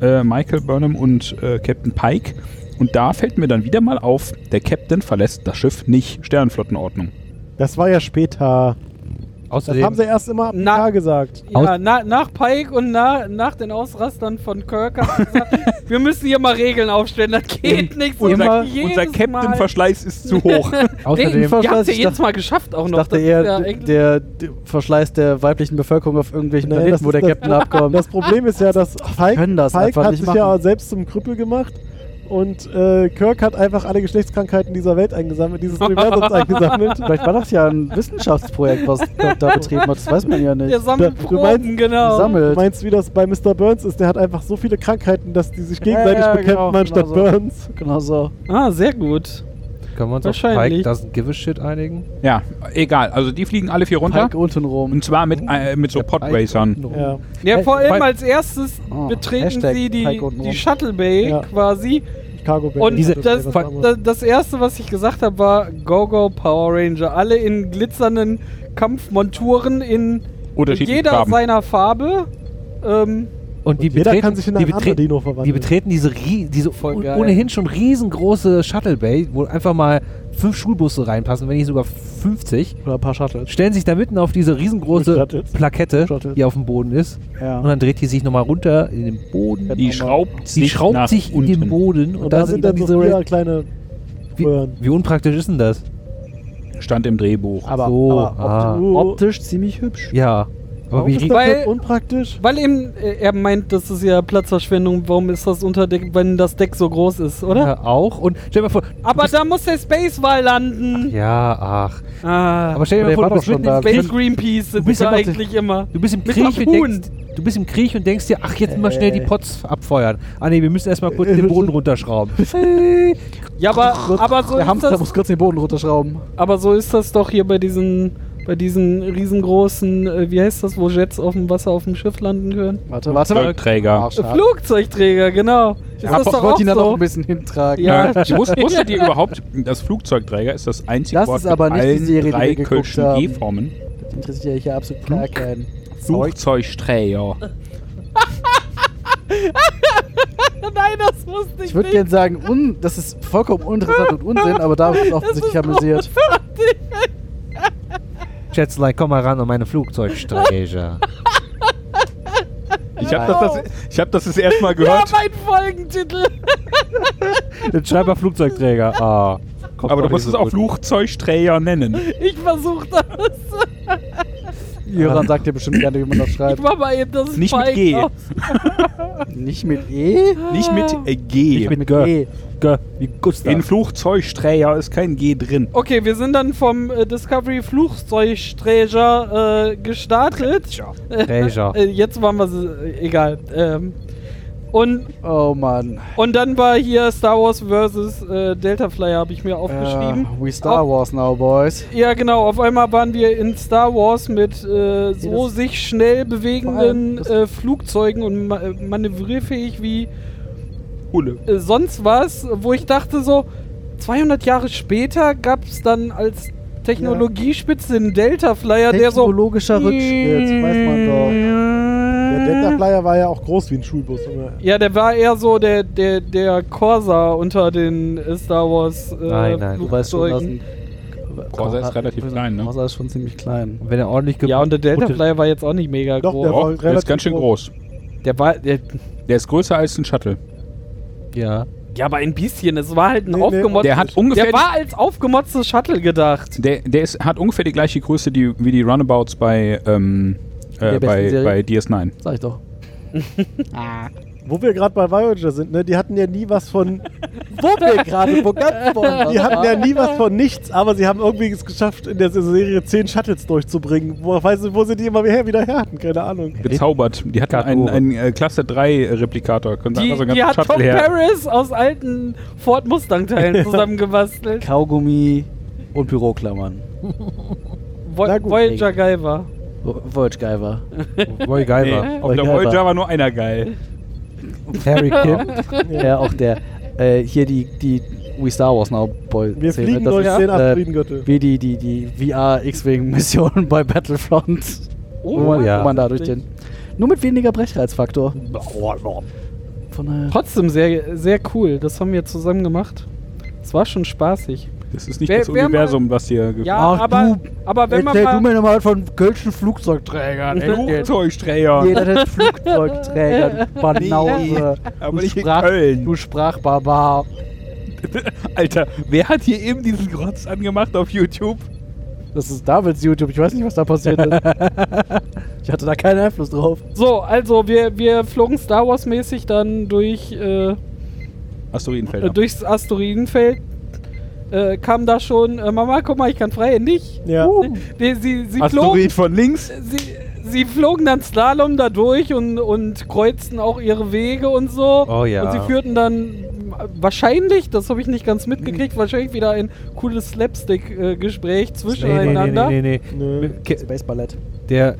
Speaker 5: äh, Michael Burnham und äh, Captain Pike. Und da fällt mir dann wieder mal auf, der Captain verlässt das Schiff nicht. Sternenflottenordnung.
Speaker 6: Das war ja später. Das haben sie
Speaker 7: Außerdem,
Speaker 6: erst immer ab
Speaker 2: Na-
Speaker 6: Na, gesagt.
Speaker 2: Ja, na, nach Pike und na, nach den Ausrastern von Kirk hat er gesagt, wir müssen hier mal Regeln aufstellen, das geht nichts. Und
Speaker 5: unser,
Speaker 2: sagt jedes
Speaker 5: unser
Speaker 2: Mal-
Speaker 5: Captain-Verschleiß ist zu hoch.
Speaker 2: Ihr
Speaker 7: außerdem
Speaker 2: habt
Speaker 4: Verschleiß,
Speaker 2: ja
Speaker 4: ich
Speaker 2: jedes Mal geschafft auch
Speaker 4: Ich
Speaker 2: noch.
Speaker 4: dachte
Speaker 2: das ist
Speaker 4: eher,
Speaker 2: ja
Speaker 4: d-
Speaker 2: eigentlich-
Speaker 4: der, der Verschleiß der weiblichen Bevölkerung auf irgendwelchen
Speaker 6: Nee, das
Speaker 4: Planeten, wo
Speaker 6: ist
Speaker 4: der
Speaker 6: das-
Speaker 4: Captain abkommt.
Speaker 6: Das Problem ist ja, dass Pike,
Speaker 4: können das
Speaker 6: Pike
Speaker 4: einfach
Speaker 6: hat
Speaker 4: nicht
Speaker 6: sich ja
Speaker 4: machen.
Speaker 6: selbst zum Krüppel gemacht und äh, Kirk hat einfach alle Geschlechtskrankheiten dieser Welt eingesammelt, dieses Universums eingesammelt.
Speaker 4: Vielleicht war das ja ein Wissenschaftsprojekt, was Kirk da betrieben hat. Das weiß man ja nicht.
Speaker 2: der sammelt
Speaker 6: da- du
Speaker 2: Proben,
Speaker 6: meinst-
Speaker 2: genau.
Speaker 6: Du
Speaker 4: Sammelt.
Speaker 6: meinst, wie das bei Mr. Burns ist? Der hat einfach so viele Krankheiten, dass die sich gegenseitig
Speaker 4: ja,
Speaker 6: bekämpfen
Speaker 4: genau,
Speaker 6: anstatt
Speaker 4: genau so.
Speaker 6: Burns.
Speaker 4: Genau so.
Speaker 2: Ah, sehr gut.
Speaker 7: können wir uns auf Pike
Speaker 2: Wahrscheinlich.
Speaker 7: doesn't give a shit einigen.
Speaker 5: ja, egal. Also die fliegen alle vier runter.
Speaker 4: Pike unten rum.
Speaker 5: Und zwar mit, äh, mit so Podracern.
Speaker 6: Ja.
Speaker 2: Ja, vor
Speaker 7: Pike-
Speaker 2: allem als erstes
Speaker 4: Oh,
Speaker 2: betreten
Speaker 4: Hashtag
Speaker 2: sie die,
Speaker 4: Pike unten
Speaker 2: die
Speaker 4: rum.
Speaker 2: Shuttle Bay
Speaker 6: Ja.
Speaker 2: quasi.
Speaker 6: Cargo Bay.
Speaker 2: Und
Speaker 7: Diese-
Speaker 2: das,
Speaker 6: was
Speaker 2: das,
Speaker 6: anderes.
Speaker 2: das erste, was ich gesagt habe, war Go-Go Power Ranger. Alle in glitzernden Kampfmonturen in
Speaker 5: Unterschiedlichen
Speaker 2: jeder
Speaker 5: Farben.
Speaker 2: seiner Farbe. Ähm,
Speaker 7: Und die
Speaker 6: jeder
Speaker 7: betreten,
Speaker 6: kann sich in
Speaker 7: die
Speaker 6: einen anderen
Speaker 7: betreten,
Speaker 6: Dino
Speaker 7: die
Speaker 6: verwandeln.
Speaker 7: betreten diese, rie- diese
Speaker 4: Voll
Speaker 7: un-
Speaker 4: geil.
Speaker 7: ohnehin schon riesengroße Shuttle Bay, wo einfach mal fünf Schulbusse reinpassen, wenn nicht sogar 50,
Speaker 6: Oder ein paar Shuttles.
Speaker 7: stellen sich da mitten auf diese riesengroße
Speaker 6: Shuttles.
Speaker 7: Plakette,
Speaker 6: Shuttles.
Speaker 7: die auf dem Boden ist.
Speaker 4: Ja.
Speaker 7: Und dann dreht die sich nochmal runter in den Boden.
Speaker 5: Die schraubt
Speaker 7: Sie
Speaker 5: sich, nach
Speaker 7: schraubt sich in
Speaker 5: unten.
Speaker 7: den Boden und,
Speaker 6: Und
Speaker 7: da,
Speaker 6: da sind dann
Speaker 7: diese
Speaker 6: so viele
Speaker 7: Ra-
Speaker 6: kleine
Speaker 7: wie,
Speaker 6: Röhren.
Speaker 7: wie unpraktisch ist denn das?
Speaker 5: Stand im Drehbuch.
Speaker 4: Aber,
Speaker 7: so,
Speaker 4: aber
Speaker 7: ah.
Speaker 4: opti- optisch ziemlich hübsch.
Speaker 7: Ja. Aber
Speaker 6: Warum
Speaker 7: wie
Speaker 6: ist das
Speaker 7: riecht
Speaker 2: Weil-
Speaker 6: denn unpraktisch?
Speaker 2: weil eben äh, er meint, das ist ja Platzverschwendung. Warum ist das unter Deck, wenn das Deck so groß ist, oder?
Speaker 7: Ja, auch. Und stell dir mal vor,
Speaker 2: Aber da muss der Space Wall landen.
Speaker 7: ja, ach.
Speaker 2: Ah,
Speaker 7: Aber stell dir
Speaker 4: Aber der
Speaker 7: mal vor,
Speaker 4: war
Speaker 7: du bist,
Speaker 4: doch schon
Speaker 7: mitten im
Speaker 4: da.
Speaker 2: Space
Speaker 7: Krieg,
Speaker 2: Greenpeace sind
Speaker 7: bist
Speaker 2: da
Speaker 7: ja noch-
Speaker 2: eigentlich immer.
Speaker 7: du bist im
Speaker 2: Mit
Speaker 7: Krieg und
Speaker 2: Harpunen.
Speaker 7: denkst, du bist im Krieg und denkst dir, ach, jetzt mal schnell die Pots abfeuern. Ah nee, wir müssen erstmal kurz den Boden runterschrauben.
Speaker 2: Ja, aber, aber so
Speaker 4: der
Speaker 2: ist
Speaker 4: Hamster
Speaker 2: das.
Speaker 4: muss kurz den Boden runterschrauben.
Speaker 2: Aber so ist das doch hier bei diesen, bei diesen riesengroßen, äh, wie heißt das, wo Jets auf dem Wasser auf dem Schiff landen können?
Speaker 4: Warte, warte mal.
Speaker 5: Flugträger.
Speaker 4: Arsch, Arsch.
Speaker 2: Flugzeugträger, genau. Ist
Speaker 4: Ja,
Speaker 2: das
Speaker 4: ich
Speaker 2: doch
Speaker 4: wollte
Speaker 2: auch
Speaker 4: ihn da noch
Speaker 2: so?
Speaker 4: ein bisschen hintragen.
Speaker 2: Ja.
Speaker 5: Äh, wus- wusstet ihr überhaupt, dass Flugzeugträger ist das einzige
Speaker 4: Das
Speaker 5: Wort
Speaker 4: ist aber
Speaker 5: mit
Speaker 4: nicht die
Speaker 5: allen
Speaker 4: Serie, die
Speaker 5: drei
Speaker 4: wir geguckt
Speaker 5: kölschen
Speaker 4: haben.
Speaker 5: G-Formen?
Speaker 4: Das interessiert ja hier absolut gar keinen.
Speaker 5: Flugzeugträger.
Speaker 2: Nein, das wusste ich,
Speaker 4: Ich würde
Speaker 2: nicht.
Speaker 4: gerne sagen, un, das ist vollkommen uninteressant und Unsinn, aber da wird es offensichtlich amüsiert.
Speaker 7: Schätzlein, komm mal ran an meine Flugzeugstreiche.
Speaker 5: Ich habe das, das, ich hab das das erste Mal
Speaker 2: Ja,
Speaker 5: gehört,
Speaker 2: mein Folgentitel.
Speaker 7: Jetzt schreib mal Flugzeugträger. Ah, kommt
Speaker 5: aber
Speaker 7: doch
Speaker 5: du musst
Speaker 7: nicht
Speaker 5: es
Speaker 7: so
Speaker 5: auch
Speaker 7: gut.
Speaker 5: Flugzeugträger nennen.
Speaker 2: Ich versuche das.
Speaker 4: Jöran sagt dir bestimmt gerne, wie man das
Speaker 2: Ich
Speaker 4: schreibt.
Speaker 2: mach mal eben das
Speaker 5: Nicht mit
Speaker 2: Spike
Speaker 5: G.
Speaker 2: aus.
Speaker 4: Nicht mit E?
Speaker 5: Nicht mit äh, G.
Speaker 7: Nicht mit G.
Speaker 4: E.
Speaker 7: G. Wie Gustav.
Speaker 5: In Flugzeugträger ist kein G drin.
Speaker 4: Oh.
Speaker 2: Okay, wir sind dann vom äh, Discovery Flugzeugträger äh, gestartet.
Speaker 7: Träger.
Speaker 2: Äh, jetzt waren wir, so- äh, egal. Ähm, und
Speaker 4: Oh Mann.
Speaker 2: Und dann war hier Star Wars vs. Äh, Delta Flyer, habe ich mir aufgeschrieben.
Speaker 4: Äh, we Star
Speaker 2: Auf-
Speaker 4: Wars now, boys.
Speaker 2: Ja, genau. Auf einmal waren wir in Star Wars mit äh, so
Speaker 4: das-
Speaker 2: sich schnell bewegenden
Speaker 4: Vor allem,
Speaker 2: äh, Flugzeugen und ma äh, manövrierfähig wie
Speaker 5: Hulle.
Speaker 2: äh, sonst was, wo ich dachte so, 200 Jahre später gab es dann als Technologiespitze den Delta Flyer, der so...
Speaker 4: Technologischer Rückschritt, weiß man doch. Mhm.
Speaker 6: Der Delta Flyer war ja auch groß wie ein Schulbus. äh, Junge.
Speaker 2: Ja, der war eher so der, der, der Corsa unter den äh, Star Wars äh,
Speaker 7: Nein, nein,
Speaker 4: Du weißt schon, dass ein
Speaker 5: Corsa ist relativ
Speaker 4: also,
Speaker 5: klein, ne?
Speaker 4: Corsa ist schon ziemlich klein.
Speaker 7: Wenn er ordentlich
Speaker 2: Ja, und der Delta
Speaker 7: gebrotet-
Speaker 2: Flyer war jetzt auch nicht mega
Speaker 6: Doch,
Speaker 2: groß.
Speaker 6: der war
Speaker 5: Doch, der ist
Speaker 6: relativ
Speaker 5: ganz schön groß.
Speaker 2: Der war, der,
Speaker 5: Der ist größer als ein Shuttle.
Speaker 7: Ja.
Speaker 2: ja, aber ein bisschen. Es war halt ein
Speaker 6: Nee, nee,
Speaker 2: aufgemotztes.
Speaker 5: Der hat ungefähr
Speaker 2: der war als aufgemotztes Shuttle gedacht.
Speaker 5: Der, der ist, hat ungefähr die gleiche Größe die, wie die Runabouts bei, ähm, äh,
Speaker 4: Der besten
Speaker 5: bei,
Speaker 4: Serie?
Speaker 5: bei DS9.
Speaker 4: Sag ich doch.
Speaker 6: Wo wir gerade bei Voyager sind, ne? Die hatten ja nie was von.
Speaker 4: Wo wir gerade, wo ganz vorne
Speaker 6: Die hatten ja nie was von nichts, aber sie haben irgendwie es geschafft, in der Serie 10 Shuttles durchzubringen. Wo, weißt du, wo sie die immer wieder, wieder her hatten? Keine Ahnung.
Speaker 5: Gezaubert. Die hatten einen, einen äh, Klasse 3 Replikator. Können
Speaker 2: Die,
Speaker 5: einfach so einen
Speaker 2: die hat
Speaker 5: ganzen
Speaker 2: Tom
Speaker 5: also Shuttle her.
Speaker 2: Paris aus alten Ford Mustang-Teilen zusammengebastelt.
Speaker 4: Kaugummi und Büroklammern.
Speaker 2: Vo
Speaker 6: Na gut.
Speaker 2: Voyager geil war.
Speaker 4: Vo- Voyage Geiver.
Speaker 7: Voll geil war.
Speaker 5: Nee, auf der
Speaker 4: Voyager.
Speaker 5: Voyager war nur einer geil.
Speaker 4: Harry Kim, ja, auch der, äh, hier die, die We Star Wars Now Boy
Speaker 6: Wir
Speaker 4: Szene,
Speaker 6: fliegen
Speaker 4: das
Speaker 6: durch
Speaker 4: ist,
Speaker 6: den
Speaker 4: äh,
Speaker 6: Asteroidengürtel.
Speaker 4: Wie die, die, die VR X-Wing-Mission bei Battlefront.
Speaker 2: Oh,
Speaker 4: wo man,
Speaker 7: ja.
Speaker 4: wo man da durch den. Nur mit weniger Brechreizfaktor. Von daher.
Speaker 2: Trotzdem sehr, sehr cool. Das haben wir zusammen gemacht. Es war schon spaßig.
Speaker 5: Das ist nicht
Speaker 2: Wer-
Speaker 5: das
Speaker 2: wer
Speaker 5: Universum, was hier
Speaker 2: Ja,
Speaker 4: Ach,
Speaker 2: aber,
Speaker 4: du-
Speaker 2: aber wenn man
Speaker 4: Erzähl du
Speaker 2: mal,
Speaker 4: mir nochmal von kölschen Flugzeugträgern. Erzähl.
Speaker 5: Flugzeugträger.
Speaker 4: Jeder nennt Flugzeugträger, du Banause.
Speaker 5: aber
Speaker 4: du,
Speaker 5: nicht in
Speaker 4: sprach,
Speaker 5: Köln.
Speaker 4: du Sprachbarbar.
Speaker 5: Alter, wer hat hier eben diesen Grotz angemacht auf YouTube?
Speaker 4: Das ist Davids YouTube, ich weiß nicht, was da passiert ist. ich hatte da keinen Einfluss drauf.
Speaker 2: so, also wir, wir flogen Star Wars mäßig dann durch äh,
Speaker 5: Asteroidenfelder.
Speaker 2: äh, durchs Asteroidenfeld. Äh, kam da schon, äh, Mama, guck mal, ich kann freihändig.
Speaker 6: Ja.
Speaker 4: Uh.
Speaker 2: Die, sie, sie, flogen,
Speaker 5: Asteroid von links.
Speaker 2: sie, sie flogen dann Slalom da durch und, und kreuzten auch ihre Wege und so.
Speaker 7: Oh ja.
Speaker 2: Und sie führten dann äh, wahrscheinlich, das habe ich nicht ganz mitgekriegt, wahrscheinlich wieder ein cooles Slapstick-Gespräch zwischeneinander.
Speaker 7: Nee, nee, nee,
Speaker 6: Nö.
Speaker 7: nee. Ke-
Speaker 4: Space Ballett.
Speaker 7: Der,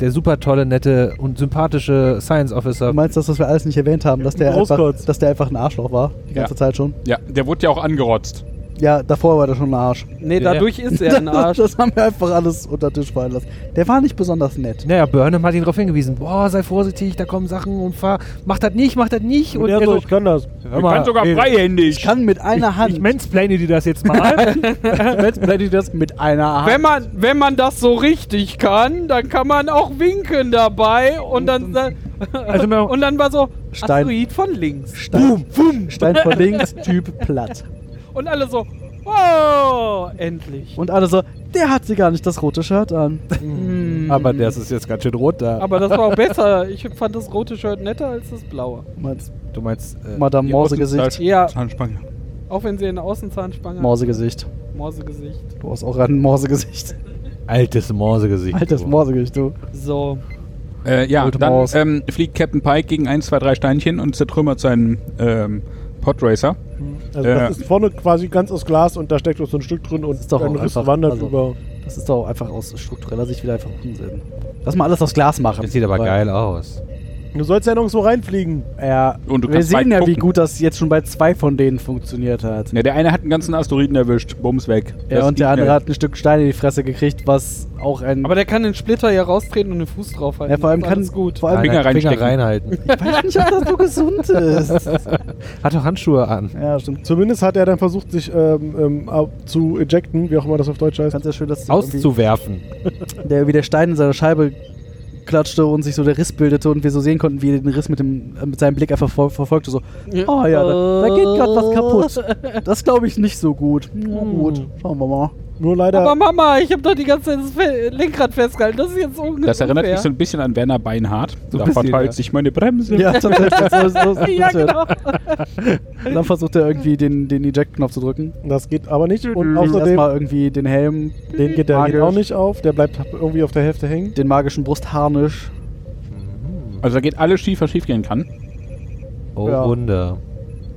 Speaker 7: der super tolle, nette und sympathische Science Officer.
Speaker 4: Du meinst das, was wir alles nicht erwähnt haben, dass der,
Speaker 6: Groß
Speaker 4: einfach,
Speaker 6: kurz.
Speaker 4: dass der einfach ein Arschloch war, die ganze
Speaker 5: Ja.
Speaker 4: Zeit schon?
Speaker 5: Ja, der wurde ja auch angerotzt.
Speaker 4: Ja, davor war der schon ein Arsch.
Speaker 2: Nee, dadurch ist er ein Arsch.
Speaker 4: Das haben wir einfach alles unter den Tisch fallen lassen. Der war nicht besonders nett.
Speaker 7: Naja, Burnham hat ihn darauf hingewiesen. Boah, sei vorsichtig, da kommen Sachen und fahr. Mach das nicht, mach das nicht.
Speaker 6: Und er so, ich kann das.
Speaker 7: hör
Speaker 5: Man kann sogar
Speaker 7: ey,
Speaker 5: freihändig.
Speaker 4: Ich kann mit einer Hand.
Speaker 7: Ich mansplaine dir das jetzt mal.
Speaker 4: Wenn ich das mit einer Hand.
Speaker 2: Wenn man, wenn man das so richtig kann, dann kann man auch winken dabei und dann,
Speaker 7: Also man-
Speaker 2: und dann war so
Speaker 4: Oh. Stein.
Speaker 2: Asteroid von links.
Speaker 4: Stein, Stein von links, Typ platt.
Speaker 2: Und alle so, wow, endlich.
Speaker 4: Und alle so, der hat sie gar nicht das rote Shirt an. Mhm.
Speaker 7: Aber das ist jetzt ganz schön rot da.
Speaker 2: Aber das war auch besser. Ich fand das rote Shirt netter als das blaue.
Speaker 4: Meinst
Speaker 7: du meinst, äh,
Speaker 4: Madame Morsegesicht.
Speaker 2: Ja.
Speaker 5: Zahnspange.
Speaker 2: Auch wenn sie eine Außenzahnspange hat.
Speaker 4: Morsegesicht.
Speaker 2: Morsegesicht.
Speaker 4: Du hast auch ein Morsegesicht.
Speaker 7: altes Morsegesicht.
Speaker 4: Altes
Speaker 6: Genau.
Speaker 7: So.
Speaker 4: Morsegesicht, du.
Speaker 2: So.
Speaker 5: Äh, ja,
Speaker 4: Alte
Speaker 5: dann
Speaker 4: Maus.
Speaker 5: ähm, fliegt Captain Pike gegen 1, 2, 3 Steinchen und zertrümmert seinen ähm, Podracer.
Speaker 6: Also
Speaker 5: Ja.
Speaker 6: das ist vorne quasi ganz aus Glas und da steckt noch so ein Stück drin und
Speaker 4: ist doch
Speaker 6: ein
Speaker 4: auch
Speaker 6: Riss
Speaker 4: einfach-
Speaker 6: wandert
Speaker 4: also-
Speaker 6: über.
Speaker 4: Das ist doch einfach aus struktureller Sicht wieder einfach Unsinn. Lass mal alles aus Glas machen.
Speaker 7: Das sieht aber
Speaker 4: Weil-
Speaker 7: geil aus.
Speaker 6: Du sollst ja noch so reinfliegen.
Speaker 4: Ja,
Speaker 5: Und du
Speaker 4: wir
Speaker 5: kannst
Speaker 4: sehen
Speaker 5: weit
Speaker 4: ja, wie
Speaker 5: gucken.
Speaker 4: gut das jetzt schon bei zwei von denen funktioniert hat.
Speaker 5: Ja, Ne, der eine hat einen ganzen Asteroiden erwischt. Bums weg.
Speaker 4: Ja,
Speaker 5: Das
Speaker 4: und der
Speaker 5: liegt
Speaker 4: andere
Speaker 5: mir.
Speaker 4: hat ein Stück Stein in die Fresse gekriegt, was auch ein.
Speaker 2: Aber der kann den Splitter ja raustreten und den Fuß draufhalten.
Speaker 4: ja, vor allem
Speaker 2: Das
Speaker 4: kann
Speaker 2: ist gut.
Speaker 4: Vor allem
Speaker 5: Finger reinstecken.
Speaker 7: Finger reinhalten.
Speaker 4: weiß nicht, ob das so gesund ist.
Speaker 7: Hat doch Handschuhe an.
Speaker 4: Ja, stimmt.
Speaker 6: Zumindest hat er dann versucht, sich ähm, ähm, ab- zu ejecten, wie auch immer das auf Deutsch
Speaker 4: Ich
Speaker 6: heißt.
Speaker 4: fand's ja schön, dass irgendwie-
Speaker 7: Auszuwerfen.
Speaker 4: der irgendwie der Stein in seine Scheibe klatschte und sich so der Riss bildete und wir so sehen konnten, wie er den Riss mit, dem, äh, mit seinem Blick einfach ver verfolgte. So, oh ja, da, da geht gerade was kaputt. Das glaube ich nicht so gut. Na gut, schauen wir mal.
Speaker 6: Nur leider.
Speaker 2: Aber Mama, ich habe doch die ganze Zeit das Fe- Lenkrad festgehalten. Das ist jetzt ungefähr.
Speaker 5: Das erinnert mich so ein bisschen an Werner Beinhardt.
Speaker 7: So ein
Speaker 5: da
Speaker 7: bisschen,
Speaker 5: verteilt
Speaker 7: ja.
Speaker 5: sich meine Bremse.
Speaker 4: Ja, tatsächlich. So, so, so,
Speaker 2: Ja, genau.
Speaker 4: Dann versucht er irgendwie den, den Eject-Knopf zu drücken.
Speaker 6: Das geht aber nicht. Und
Speaker 4: Außerdem
Speaker 6: außerdem,
Speaker 4: erstmal irgendwie den Helm,
Speaker 6: den geht der
Speaker 4: magisch,
Speaker 6: geht auch nicht auf. Der bleibt irgendwie auf der Hälfte hängen.
Speaker 4: den magischen Brustharnisch.
Speaker 5: Also da geht alles schief, was schief gehen kann.
Speaker 7: Oh,
Speaker 4: Ja.
Speaker 7: Wunder.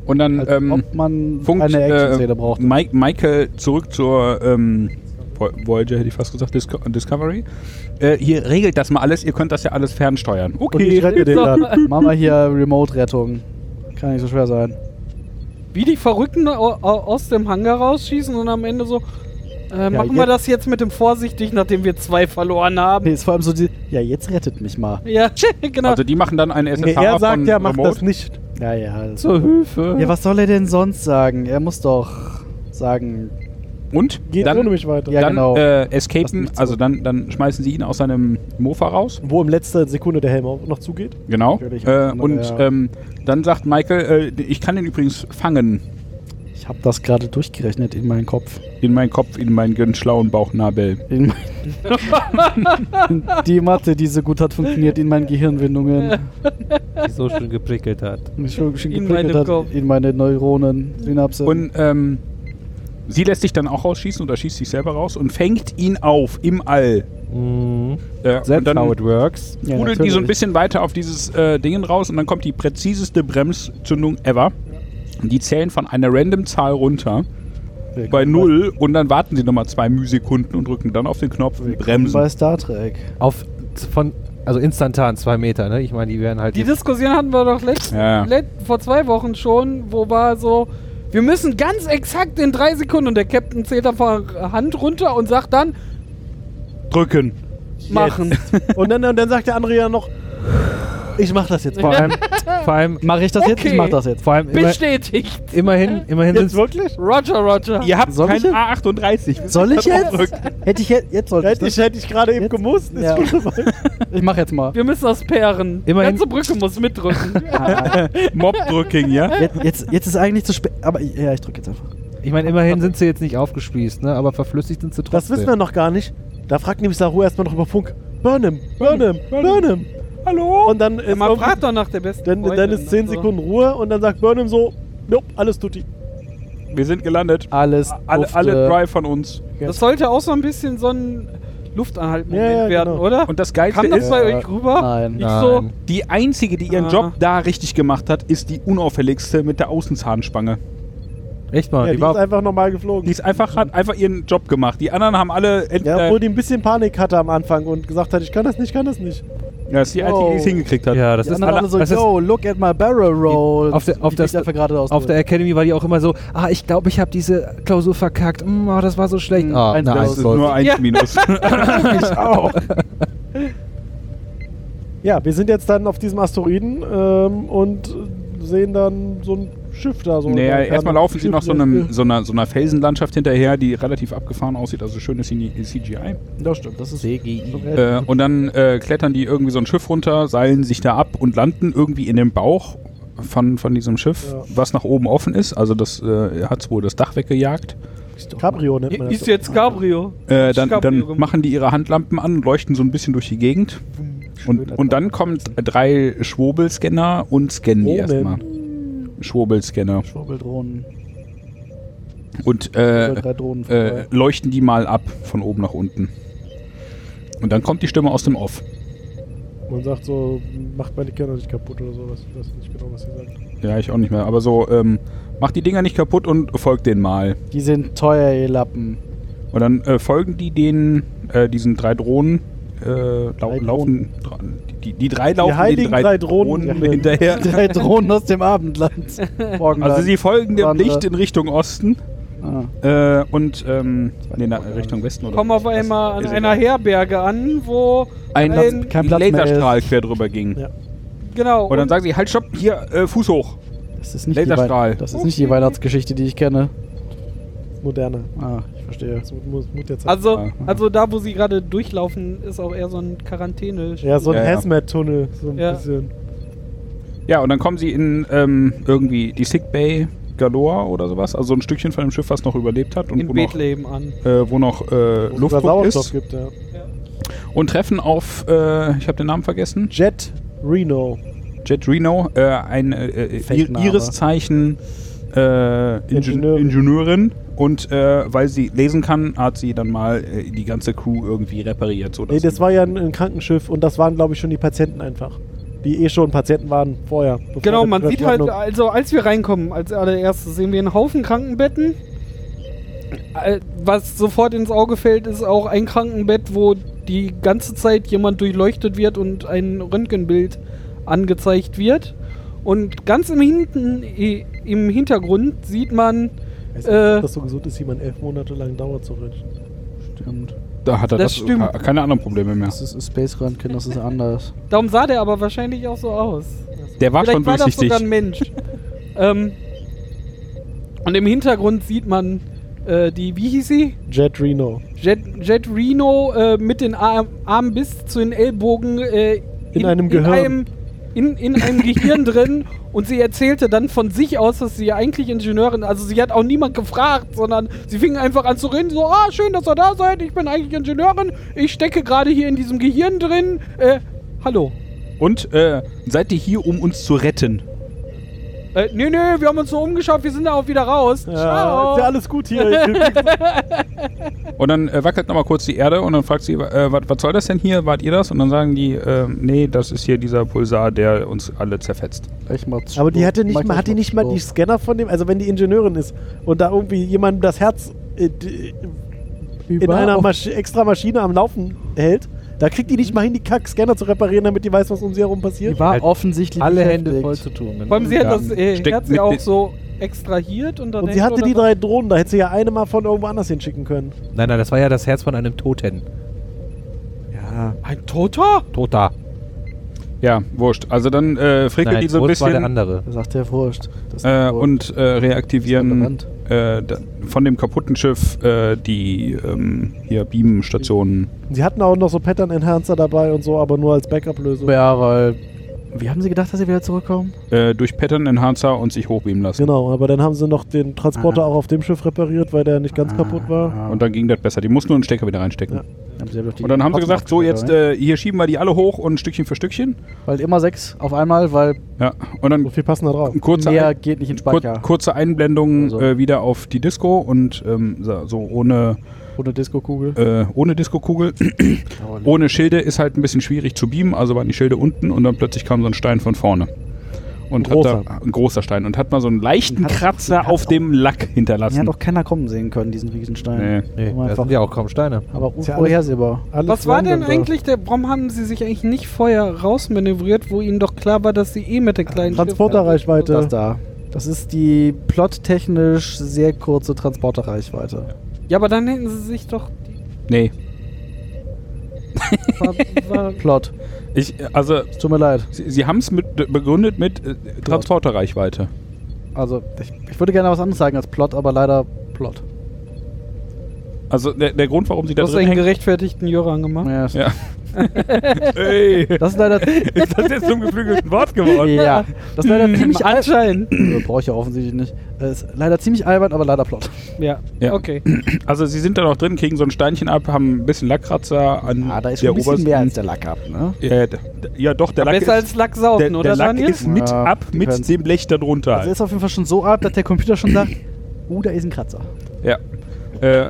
Speaker 5: Und dann
Speaker 4: Als
Speaker 5: ähm,
Speaker 4: Also, ob man
Speaker 5: funkt
Speaker 4: eine Action-Szene
Speaker 5: äh,
Speaker 4: braucht.
Speaker 5: Mike, Michael zurück zur ähm, Vo- Voyager, hätte ich fast gesagt, Disco Discovery. Äh, hier regelt das mal alles, ihr könnt das ja alles fernsteuern.
Speaker 6: Und ich
Speaker 5: Okay.
Speaker 6: rette den
Speaker 2: So.
Speaker 6: dann.
Speaker 4: Machen wir hier Remote-Rettung. Kann nicht so schwer sein.
Speaker 2: Wie die Verrückten au- au- aus dem Hangar rausschießen und am Ende so. Äh, machen wir
Speaker 4: jetzt-
Speaker 2: das jetzt mit dem vorsichtig, nachdem wir zwei verloren
Speaker 4: Nee,
Speaker 2: haben.
Speaker 4: ist vor allem so die. Ja, jetzt rettet mich mal.
Speaker 2: Ja, genau.
Speaker 5: Also die machen dann einen SSH
Speaker 6: Nee, er
Speaker 5: von
Speaker 6: sagt ja, mach
Speaker 5: Remote.
Speaker 6: das nicht.
Speaker 4: Ja, ja. Das
Speaker 7: Zur Hilfe.
Speaker 4: ja, was soll er denn sonst sagen? Er muss doch sagen.
Speaker 5: Und
Speaker 6: Geht
Speaker 5: dann,
Speaker 6: ohne mich weiter.
Speaker 4: Ja,
Speaker 5: dann
Speaker 4: genau.
Speaker 5: äh,
Speaker 4: Passt
Speaker 5: escapen,
Speaker 4: nicht zu.
Speaker 5: also dann, dann schmeißen sie ihn aus seinem Mofa raus.
Speaker 6: Wo im letzten Sekunde der Helm auch noch zugeht.
Speaker 5: Genau.
Speaker 4: Natürlich.
Speaker 5: Äh, und
Speaker 4: Ja.
Speaker 5: ähm, dann sagt Michael, äh, ich kann den übrigens fangen.
Speaker 4: Ich habe das gerade durchgerechnet in meinen Kopf.
Speaker 5: In meinen Kopf, in meinen ganz schlauen Bauchnabel.
Speaker 4: In mein- die Mathe, die so gut hat funktioniert, in meinen Gehirnwindungen.
Speaker 7: Die so schön geprickelt hat.
Speaker 4: Mich schon- schon
Speaker 2: In
Speaker 4: geprickelt
Speaker 2: meinem
Speaker 4: hat,
Speaker 2: Kopf.
Speaker 4: in meine Neuronen, Synapsen.
Speaker 5: Und ähm, sie lässt sich dann auch rausschießen oder schießt sich selber raus und fängt ihn auf im All.
Speaker 7: Mhm.
Speaker 5: Äh, und
Speaker 7: That's
Speaker 5: dann
Speaker 7: how it works.
Speaker 4: Ja,
Speaker 5: rudelt die so ein
Speaker 4: natürlich.
Speaker 5: bisschen weiter auf dieses äh, Ding raus und dann kommt die präziseste Bremszündung ever. Und Die zählen von einer random Zahl runter bei null und dann warten sie nochmal zwei Mühsekunden und drücken dann auf den Knopf und bremsen.
Speaker 4: Bei Star Trek.
Speaker 7: Auf, von, Also instantan zwei Meter, ne? Ich meine, die wären halt.
Speaker 2: Die
Speaker 7: jetzt-
Speaker 2: Diskussion hatten wir doch letzt,
Speaker 5: Ja, ja.
Speaker 2: let, vor zwei Wochen schon, wo war so, wir müssen ganz exakt in drei Sekunden und der Captain zählt einfach Hand runter und sagt dann,
Speaker 5: Drücken.
Speaker 2: machen.
Speaker 6: Und dann, und dann sagt der andere ja noch, ich mach das jetzt
Speaker 7: vor
Speaker 6: mal.
Speaker 7: allem, vor allem,
Speaker 4: Mache ich das jetzt? Ich
Speaker 2: Okay.
Speaker 4: mach das jetzt.
Speaker 7: vor allem immer,
Speaker 2: Bestätigt.
Speaker 7: immerhin, immerhin
Speaker 6: Jetzt
Speaker 7: sind
Speaker 6: wirklich?
Speaker 2: Roger, Roger.
Speaker 5: Ihr habt
Speaker 4: Soll
Speaker 5: kein
Speaker 4: ich jetzt?
Speaker 5: A38.
Speaker 4: Soll ich jetzt?
Speaker 5: Drücken.
Speaker 4: Hätte ich jetzt, jetzt sollte ich,
Speaker 6: Hätte
Speaker 4: das.
Speaker 6: ich, hätte ich gerade eben
Speaker 4: Jetzt-
Speaker 6: gemusst. Ist
Speaker 4: Ja.
Speaker 6: schon soweit.
Speaker 4: Ich mach jetzt mal.
Speaker 2: Wir müssen das pärren.
Speaker 7: Immerhin-
Speaker 2: Ganze Brücke muss mitdrücken.
Speaker 5: Mob-Drücking, ja?
Speaker 4: Jetzt, jetzt, jetzt ist eigentlich zu spät. Aber ja, ich drücke jetzt einfach.
Speaker 7: Ich meine, immerhin sind sie jetzt nicht aufgespießt, ne? Aber verflüssigt sind sie trotzdem.
Speaker 6: Das wissen wir noch gar nicht. Da fragt nämlich Saru erstmal noch über Funk. Burnham, Burnham, Burnham.
Speaker 5: Hallo?
Speaker 6: Und dann ist,
Speaker 2: Man
Speaker 6: irgendwie-
Speaker 2: fragt doch nach der besten
Speaker 6: dann, dann
Speaker 2: Freundin,
Speaker 6: ist 10
Speaker 2: also.
Speaker 6: Sekunden Ruhe und dann sagt Burnham so, nope, alles tutti.
Speaker 5: Wir sind gelandet.
Speaker 4: Alles.
Speaker 5: Alle,
Speaker 4: dufte.
Speaker 5: alle drei von uns.
Speaker 2: Das sollte auch so ein bisschen so ein Luftanhaltmoment
Speaker 6: Ja, ja,
Speaker 2: werden,
Speaker 6: genau.
Speaker 2: oder?
Speaker 5: Und das Geilste
Speaker 2: Kam das
Speaker 5: ist, äh,
Speaker 2: bei euch rüber?
Speaker 4: Nein.
Speaker 2: Ich so,
Speaker 7: Nein.
Speaker 5: die Einzige, die ihren
Speaker 2: Ah.
Speaker 5: Job da richtig gemacht hat, ist die unauffälligste mit der Außenzahnspange.
Speaker 7: Echt mal,
Speaker 6: Ja,
Speaker 7: die,
Speaker 6: die
Speaker 7: war
Speaker 6: ist einfach normal geflogen.
Speaker 5: Die ist einfach, hat einfach ihren Job gemacht. Die anderen haben alle... ent-
Speaker 6: ja,
Speaker 5: äh,
Speaker 6: obwohl die ein bisschen Panik hatte am Anfang und gesagt hat, ich kann das nicht, kann das nicht.
Speaker 5: ja, ist die Einzige, die es hingekriegt hat.
Speaker 7: Ja, das
Speaker 4: Oh. Die
Speaker 7: ist
Speaker 4: anderen alle so,
Speaker 7: das ist-
Speaker 4: yo, look at my barrel roll.
Speaker 7: auf der- auf
Speaker 4: Die
Speaker 7: der-
Speaker 4: kriegt einfach geradeaus
Speaker 7: auf der
Speaker 4: durch.
Speaker 7: Academy war die auch immer so, ah, ich glaube, ich habe diese Klausur verkackt. Mm, oh, das war so schlecht.
Speaker 4: Mm,
Speaker 7: Ah,
Speaker 4: eins
Speaker 7: na,
Speaker 4: Klaus.
Speaker 5: Das
Speaker 7: eins
Speaker 5: ist
Speaker 7: läuft.
Speaker 5: nur eins
Speaker 2: Ja.
Speaker 5: Minus. ich auch.
Speaker 6: Ja, wir sind jetzt dann auf diesem Asteroiden ähm, und sehen dann so ein Schiff da. So
Speaker 5: Naja,
Speaker 6: Da
Speaker 5: erstmal
Speaker 6: kann-
Speaker 5: laufen sie
Speaker 6: Schiff-
Speaker 5: nach so, einem, so, einer, so einer Felsenlandschaft hinterher, die relativ abgefahren aussieht, also schönes CGI.
Speaker 4: Das stimmt, das ist.
Speaker 5: Äh, und dann äh, klettern die irgendwie so ein Schiff runter, seilen sich da ab und landen irgendwie in dem Bauch von, von diesem Schiff,
Speaker 6: Ja.
Speaker 5: was nach oben offen ist. Also das äh, hat wohl das Dach weggejagt.
Speaker 6: Äh, Cabrio nennt man das.
Speaker 2: ist jetzt Cabrio.
Speaker 5: Äh, dann,
Speaker 2: Cabrio.
Speaker 5: dann machen die ihre Handlampen an, leuchten so ein bisschen durch die Gegend. Und, und dann kommen drei Schwobelscanner und scannen die
Speaker 6: Moment.
Speaker 5: erstmal. Schwobelscanner.
Speaker 6: Äh,
Speaker 4: Schwurbeldrohnen.
Speaker 5: Und äh,
Speaker 4: drei Drohnen.
Speaker 5: äh,
Speaker 4: vorbei.
Speaker 5: leuchten die mal ab von oben nach unten. Und dann kommt die Stimme aus dem Off.
Speaker 6: Man sagt so, macht meine Kinder nicht kaputt oder sowas. Ich weiß nicht genau, was sie sagt.
Speaker 5: Ja, ich auch nicht mehr. Aber so, ähm, macht die Dinger nicht kaputt und folgt denen mal.
Speaker 4: Die sind teuer, ihr Lappen.
Speaker 5: Und dann äh, folgen die den, äh, diesen drei Drohnen. Äh, lau
Speaker 4: Drohnen.
Speaker 5: laufen dra- die, die drei laufen den
Speaker 6: heiligen
Speaker 5: drei,
Speaker 6: drei Drohnen.
Speaker 5: hinterher.
Speaker 4: Drei Drohnen aus dem Abendland. Morgenland.
Speaker 5: Also sie folgen dem
Speaker 4: Wandere.
Speaker 5: Licht in Richtung Osten
Speaker 4: Ah.
Speaker 5: äh, und ähm, nee, na, Richtung Westen oder
Speaker 2: Kommen auf einmal an
Speaker 5: ist
Speaker 2: einer Herberge an, wo
Speaker 5: ein,
Speaker 2: ein-
Speaker 4: kein Platz mehr
Speaker 5: Laserstrahl quer drüber ging.
Speaker 6: Ja.
Speaker 2: genau
Speaker 5: Und dann sagen sie, halt, stopp, hier, äh, Fuß hoch.
Speaker 4: Das ist nicht, die,
Speaker 5: Laserstrahl.
Speaker 4: Wei- das ist nicht die Weihnachtsgeschichte, die ich kenne.
Speaker 6: Moderne.
Speaker 4: Ah, ich verstehe.
Speaker 6: Das muss, muss der Zeit.
Speaker 2: also
Speaker 5: Ah.
Speaker 2: also da wo sie gerade durchlaufen ist auch eher so ein Quarantäne.
Speaker 6: ja, so ein
Speaker 5: Ja, ja.
Speaker 6: Hazmat-Tunnel. So ein
Speaker 2: Ja.
Speaker 6: bisschen.
Speaker 5: Ja, und dann kommen sie in ähm, irgendwie die Sick Bay Galore oder sowas. Also ein Stückchen von dem Schiff, was noch überlebt hat und
Speaker 2: in
Speaker 5: wo noch,
Speaker 2: Bethlehem an.
Speaker 5: äh, wo noch äh,
Speaker 6: wo es
Speaker 5: Luftdruck
Speaker 6: Sauerstoff
Speaker 5: ist.
Speaker 6: gibt, ja.
Speaker 5: Und treffen auf, äh, ich habe den Namen vergessen,
Speaker 6: Jet Reno.
Speaker 5: Jet Reno, äh, ein äh, äh,
Speaker 4: Fake-Name.
Speaker 5: ihres Zeichen äh, Ingenieurin.
Speaker 6: Ingenieurin.
Speaker 5: Ingenieurin. Und äh, weil sie lesen kann, hat sie dann mal äh, die ganze Crew irgendwie repariert. So
Speaker 6: Nee, das war ja ein, ein Krankenschiff und das waren, glaube ich, schon die Patienten einfach. Die eh schon Patienten waren vorher. bevor
Speaker 2: Genau,
Speaker 6: der
Speaker 2: man
Speaker 6: Begriff
Speaker 2: sieht halt,
Speaker 6: Ordnung-
Speaker 2: also als wir reinkommen, als allererstes sehen wir einen Haufen Krankenbetten. Äh, Was sofort ins Auge fällt, ist auch ein Krankenbett, wo die ganze Zeit jemand durchleuchtet wird und ein Röntgenbild angezeigt wird. Und ganz im, Hinten, i- im Hintergrund sieht man,
Speaker 6: Weiß nicht,
Speaker 2: äh,
Speaker 6: ob das so gesund ist, wie man elf Monate lang Dauer zu röntgen.
Speaker 4: Stimmt.
Speaker 5: da hat er
Speaker 2: das stimmt.
Speaker 5: ke- keine anderen Probleme mehr.
Speaker 4: Das ist Space Röntgen, das ist anders.
Speaker 2: darum sah der aber wahrscheinlich auch so aus.
Speaker 5: Der war schon
Speaker 2: Vielleicht war das
Speaker 5: durchsichtig.
Speaker 2: sogar ein Mensch. ähm, und im Hintergrund sieht man äh, die, wie hieß sie?
Speaker 6: Jet Reno.
Speaker 2: Jet, Jet Reno äh, mit den Arm, Armen bis zu den Ellbogen äh,
Speaker 6: In einem Gehirn.
Speaker 2: In einem, in, in einem Gehirn drin und sie erzählte dann von sich aus, dass sie ja eigentlich Ingenieurin, also sie hat auch niemand gefragt, sondern sie fing einfach an zu reden, so, ah, schön, dass ihr da seid, ich bin eigentlich Ingenieurin, ich stecke gerade hier in diesem Gehirn drin, äh, hallo.
Speaker 5: Und äh, seid ihr hier, um uns zu retten?
Speaker 2: Äh, nee, nee, wir haben uns nur umgeschaut, wir sind da auch wieder raus.
Speaker 6: Ja, ist ja alles gut hier. Ich-
Speaker 5: Und dann äh, wackelt nochmal kurz die Erde und dann fragt sie, äh, was was soll das denn hier? Wart ihr das? Und dann sagen die, äh, nee, das ist hier dieser Pulsar, der uns alle zerfetzt.
Speaker 4: Gleich mal zu-
Speaker 6: Aber die hatte nicht
Speaker 4: Mach
Speaker 6: mal,
Speaker 4: gleich
Speaker 6: hat die nicht mal
Speaker 4: zu-
Speaker 6: die Scanner von dem, also wenn die Ingenieurin ist und da irgendwie jemand das Herz äh, d- in
Speaker 4: Über-
Speaker 6: einer Maschi extra Maschine am Laufen hält, Da kriegt die nicht mal hin, die Kackscanner zu reparieren, damit die weiß, was um sie herum passiert.
Speaker 4: Die war
Speaker 7: Halt
Speaker 4: offensichtlich
Speaker 7: alle
Speaker 4: beschäftigt.
Speaker 7: Hände voll zu tun. genau.
Speaker 2: Vor allem sie hat
Speaker 5: Ja,
Speaker 2: das äh,
Speaker 5: steckt
Speaker 2: Herz
Speaker 5: mit
Speaker 2: ja auch
Speaker 5: den-
Speaker 2: so extrahiert und dann
Speaker 6: Und sie hatte die drei Drohnen, da hätte sie ja eine mal von irgendwo anders hinschicken können.
Speaker 7: Nein, nein, das war ja das Herz von einem Toten.
Speaker 6: Ja.
Speaker 2: Ein Toter?
Speaker 7: Toter.
Speaker 5: Ja, wurscht. Also dann äh, frickelt
Speaker 7: Nein,
Speaker 5: die so ein
Speaker 7: Wurz war der
Speaker 5: bisschen
Speaker 7: andere.
Speaker 4: Das sagt der Wurscht. Das
Speaker 5: äh,
Speaker 4: ist so
Speaker 5: und äh, reaktivieren
Speaker 4: relevant.
Speaker 5: äh, da- von dem kaputten Schiff äh, die ähm, hier Beamstationen.
Speaker 6: Sie hatten auch noch so Pattern Enhancer dabei und so, aber nur als Backup-Lösung.
Speaker 4: Ja, weil. Wie haben sie gedacht, dass sie wieder zurückkommen?
Speaker 5: Äh, durch Pattern Enhancer und sich hochbeamen lassen.
Speaker 6: Genau, aber dann haben sie noch den Transporter auch auf dem Schiff repariert, weil der nicht ganz kaputt war.
Speaker 5: Und dann ging das besser. Die mussten nur einen Stecker wieder reinstecken.
Speaker 6: Genau. Ja.
Speaker 5: Und dann haben sie gesagt, so jetzt äh, hier schieben wir die alle hoch und Stückchen für Stückchen.
Speaker 4: Weil immer sechs auf einmal, weil
Speaker 5: Ja. Und
Speaker 6: So
Speaker 5: dann
Speaker 6: viel passen da drauf.
Speaker 5: kurze,
Speaker 4: mehr
Speaker 5: Ein-
Speaker 4: geht nicht in den
Speaker 5: kur
Speaker 4: Speicher.
Speaker 5: kurze Einblendung
Speaker 4: Also.
Speaker 5: äh, wieder auf die Disco und ähm, so so ohne,
Speaker 4: Ohne Disco-Kugel.
Speaker 5: äh, ohne Disco-Kugel. Ohne Schilde ist halt ein bisschen schwierig zu beamen, also waren die Schilde unten und dann plötzlich kam so ein Stein von vorne. Und
Speaker 6: Ein
Speaker 5: hat da, ein großer Stein und hat mal so einen leichten
Speaker 4: Hat-
Speaker 5: Kratzer
Speaker 4: hat
Speaker 5: auf
Speaker 4: auch-
Speaker 5: dem Lack
Speaker 4: Den
Speaker 5: hinterlassen.
Speaker 4: hat auch keiner kommen sehen können, diesen Riesenstein.
Speaker 7: Nee,
Speaker 5: Nee.
Speaker 4: Aber
Speaker 7: das
Speaker 4: Um einfach-
Speaker 7: sind ja auch kaum Steine.
Speaker 4: Aber
Speaker 6: Ist ja
Speaker 4: unvorhersehbar.
Speaker 6: Alles
Speaker 2: Was war denn
Speaker 6: random da.
Speaker 2: eigentlich der. Warum haben sie sich eigentlich nicht vorher rausmanövriert, wo ihnen doch klar war, dass sie eh mit der kleinen.
Speaker 6: Transporterreichweite.
Speaker 4: Das da. Das ist die plottechnisch sehr kurze Transporterreichweite.
Speaker 2: Schiff- Ja, aber dann hätten sie sich doch. die-
Speaker 5: Nee.
Speaker 2: War, war,
Speaker 4: Plot.
Speaker 5: Ich, also,
Speaker 4: Es tut mir leid.
Speaker 5: sie, sie haben es mit, begründet mit äh, Transporterreichweite.
Speaker 4: Also, ich, ich würde gerne was anderes sagen als Plot, aber leider Plot.
Speaker 5: Also der, der Grund, warum sie da
Speaker 2: du hast
Speaker 5: drin
Speaker 2: einen
Speaker 5: hängt.
Speaker 2: gerechtfertigten Jöran gemacht.
Speaker 4: Ja, das-
Speaker 5: Ja. Ey,
Speaker 4: Das ist leider.
Speaker 5: ist das jetzt zum geflügelten Wort geworden?
Speaker 4: ja. Das ist leider ziemlich. al-
Speaker 2: anscheinend.
Speaker 4: Äh, Brauche ich ja offensichtlich nicht. Äh, Ist leider ziemlich albern, aber leider Plot.
Speaker 2: Ja.
Speaker 5: Ja.
Speaker 2: okay.
Speaker 5: Also sie sind da noch drin, kriegen so ein Steinchen ab, haben ein bisschen Lackkratzer an
Speaker 4: Ah, da ist
Speaker 5: der
Speaker 4: schon ein bisschen
Speaker 5: obersten-
Speaker 4: mehr als der Lack ab, ne?
Speaker 5: Ja, d- d- ja, doch, der Lack
Speaker 2: Besser
Speaker 5: ist,
Speaker 2: als Lack saufen,
Speaker 5: der,
Speaker 2: oder
Speaker 5: der Lack
Speaker 2: Daniel?
Speaker 5: ist mit
Speaker 4: Ja,
Speaker 5: ab
Speaker 4: die
Speaker 5: mit
Speaker 4: können's.
Speaker 5: dem Blech halt. darunter.
Speaker 4: Also ist auf jeden Fall schon so ab, dass der Computer schon sagt, uh, da ist ein Kratzer.
Speaker 5: Ja. Äh,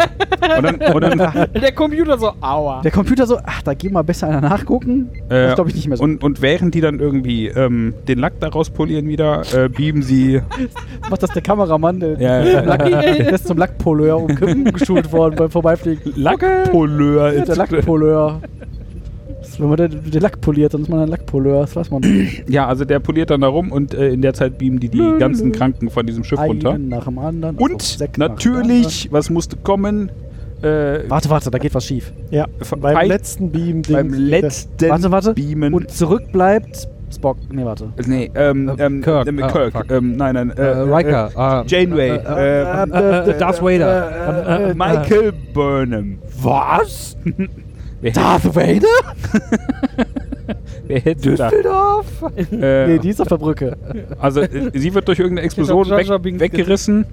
Speaker 5: und dann, und dann, äh,
Speaker 2: Der Computer so, aua.
Speaker 4: Der Computer so, ach, da geh mal besser einer nachgucken.
Speaker 5: äh,
Speaker 4: das glaube ich nicht mehr so.
Speaker 5: Und, und während die dann irgendwie ähm, den Lack daraus polieren wieder, äh, beamen sie.
Speaker 4: Macht das der Kameramann, der,
Speaker 5: Ja, ja.
Speaker 4: der ist zum Lackpoleur umgeschult worden beim Vorbeifliegen.
Speaker 5: Lackpoleur.
Speaker 4: Der Lackpoleur. Das ist, Wenn man den, den Lack poliert, dann ist man ein Lackpoleur, das weiß man.
Speaker 5: Ja, also der poliert dann da rum und äh, in der Zeit beamen die die ganzen Kranken von diesem Schiff runter.
Speaker 4: Einen nach dem anderen. also
Speaker 5: Und
Speaker 4: sechs nach dem anderen.
Speaker 5: natürlich, was musste kommen? Äh,
Speaker 4: Warte, warte, da geht was schief.
Speaker 6: Ja,
Speaker 5: F-
Speaker 6: beim
Speaker 5: Fein-
Speaker 6: letzten Beam.
Speaker 5: beim letzten
Speaker 4: Warte, warte.
Speaker 5: Beamen.
Speaker 4: Und zurück bleibt Spock. Nee, warte.
Speaker 5: nee, ähm, ähm,
Speaker 7: Kirk.
Speaker 5: ähm,
Speaker 7: Ah,
Speaker 5: Kirk.
Speaker 7: fuck.
Speaker 5: ähm, nein, nein.
Speaker 7: Äh, Riker. ah,
Speaker 5: Janeway.
Speaker 7: äh,
Speaker 5: äh,
Speaker 7: äh, äh, Darth Vader.
Speaker 5: Äh, äh, Michael Burnham. Was? wer,
Speaker 4: Darth Vader?
Speaker 5: wer hätte da? Äh,
Speaker 4: Nee, die ist auf der Brücke.
Speaker 5: also äh, sie wird durch irgendeine Explosion
Speaker 2: Jar
Speaker 5: weg,
Speaker 2: Jar Binks
Speaker 5: weggerissen,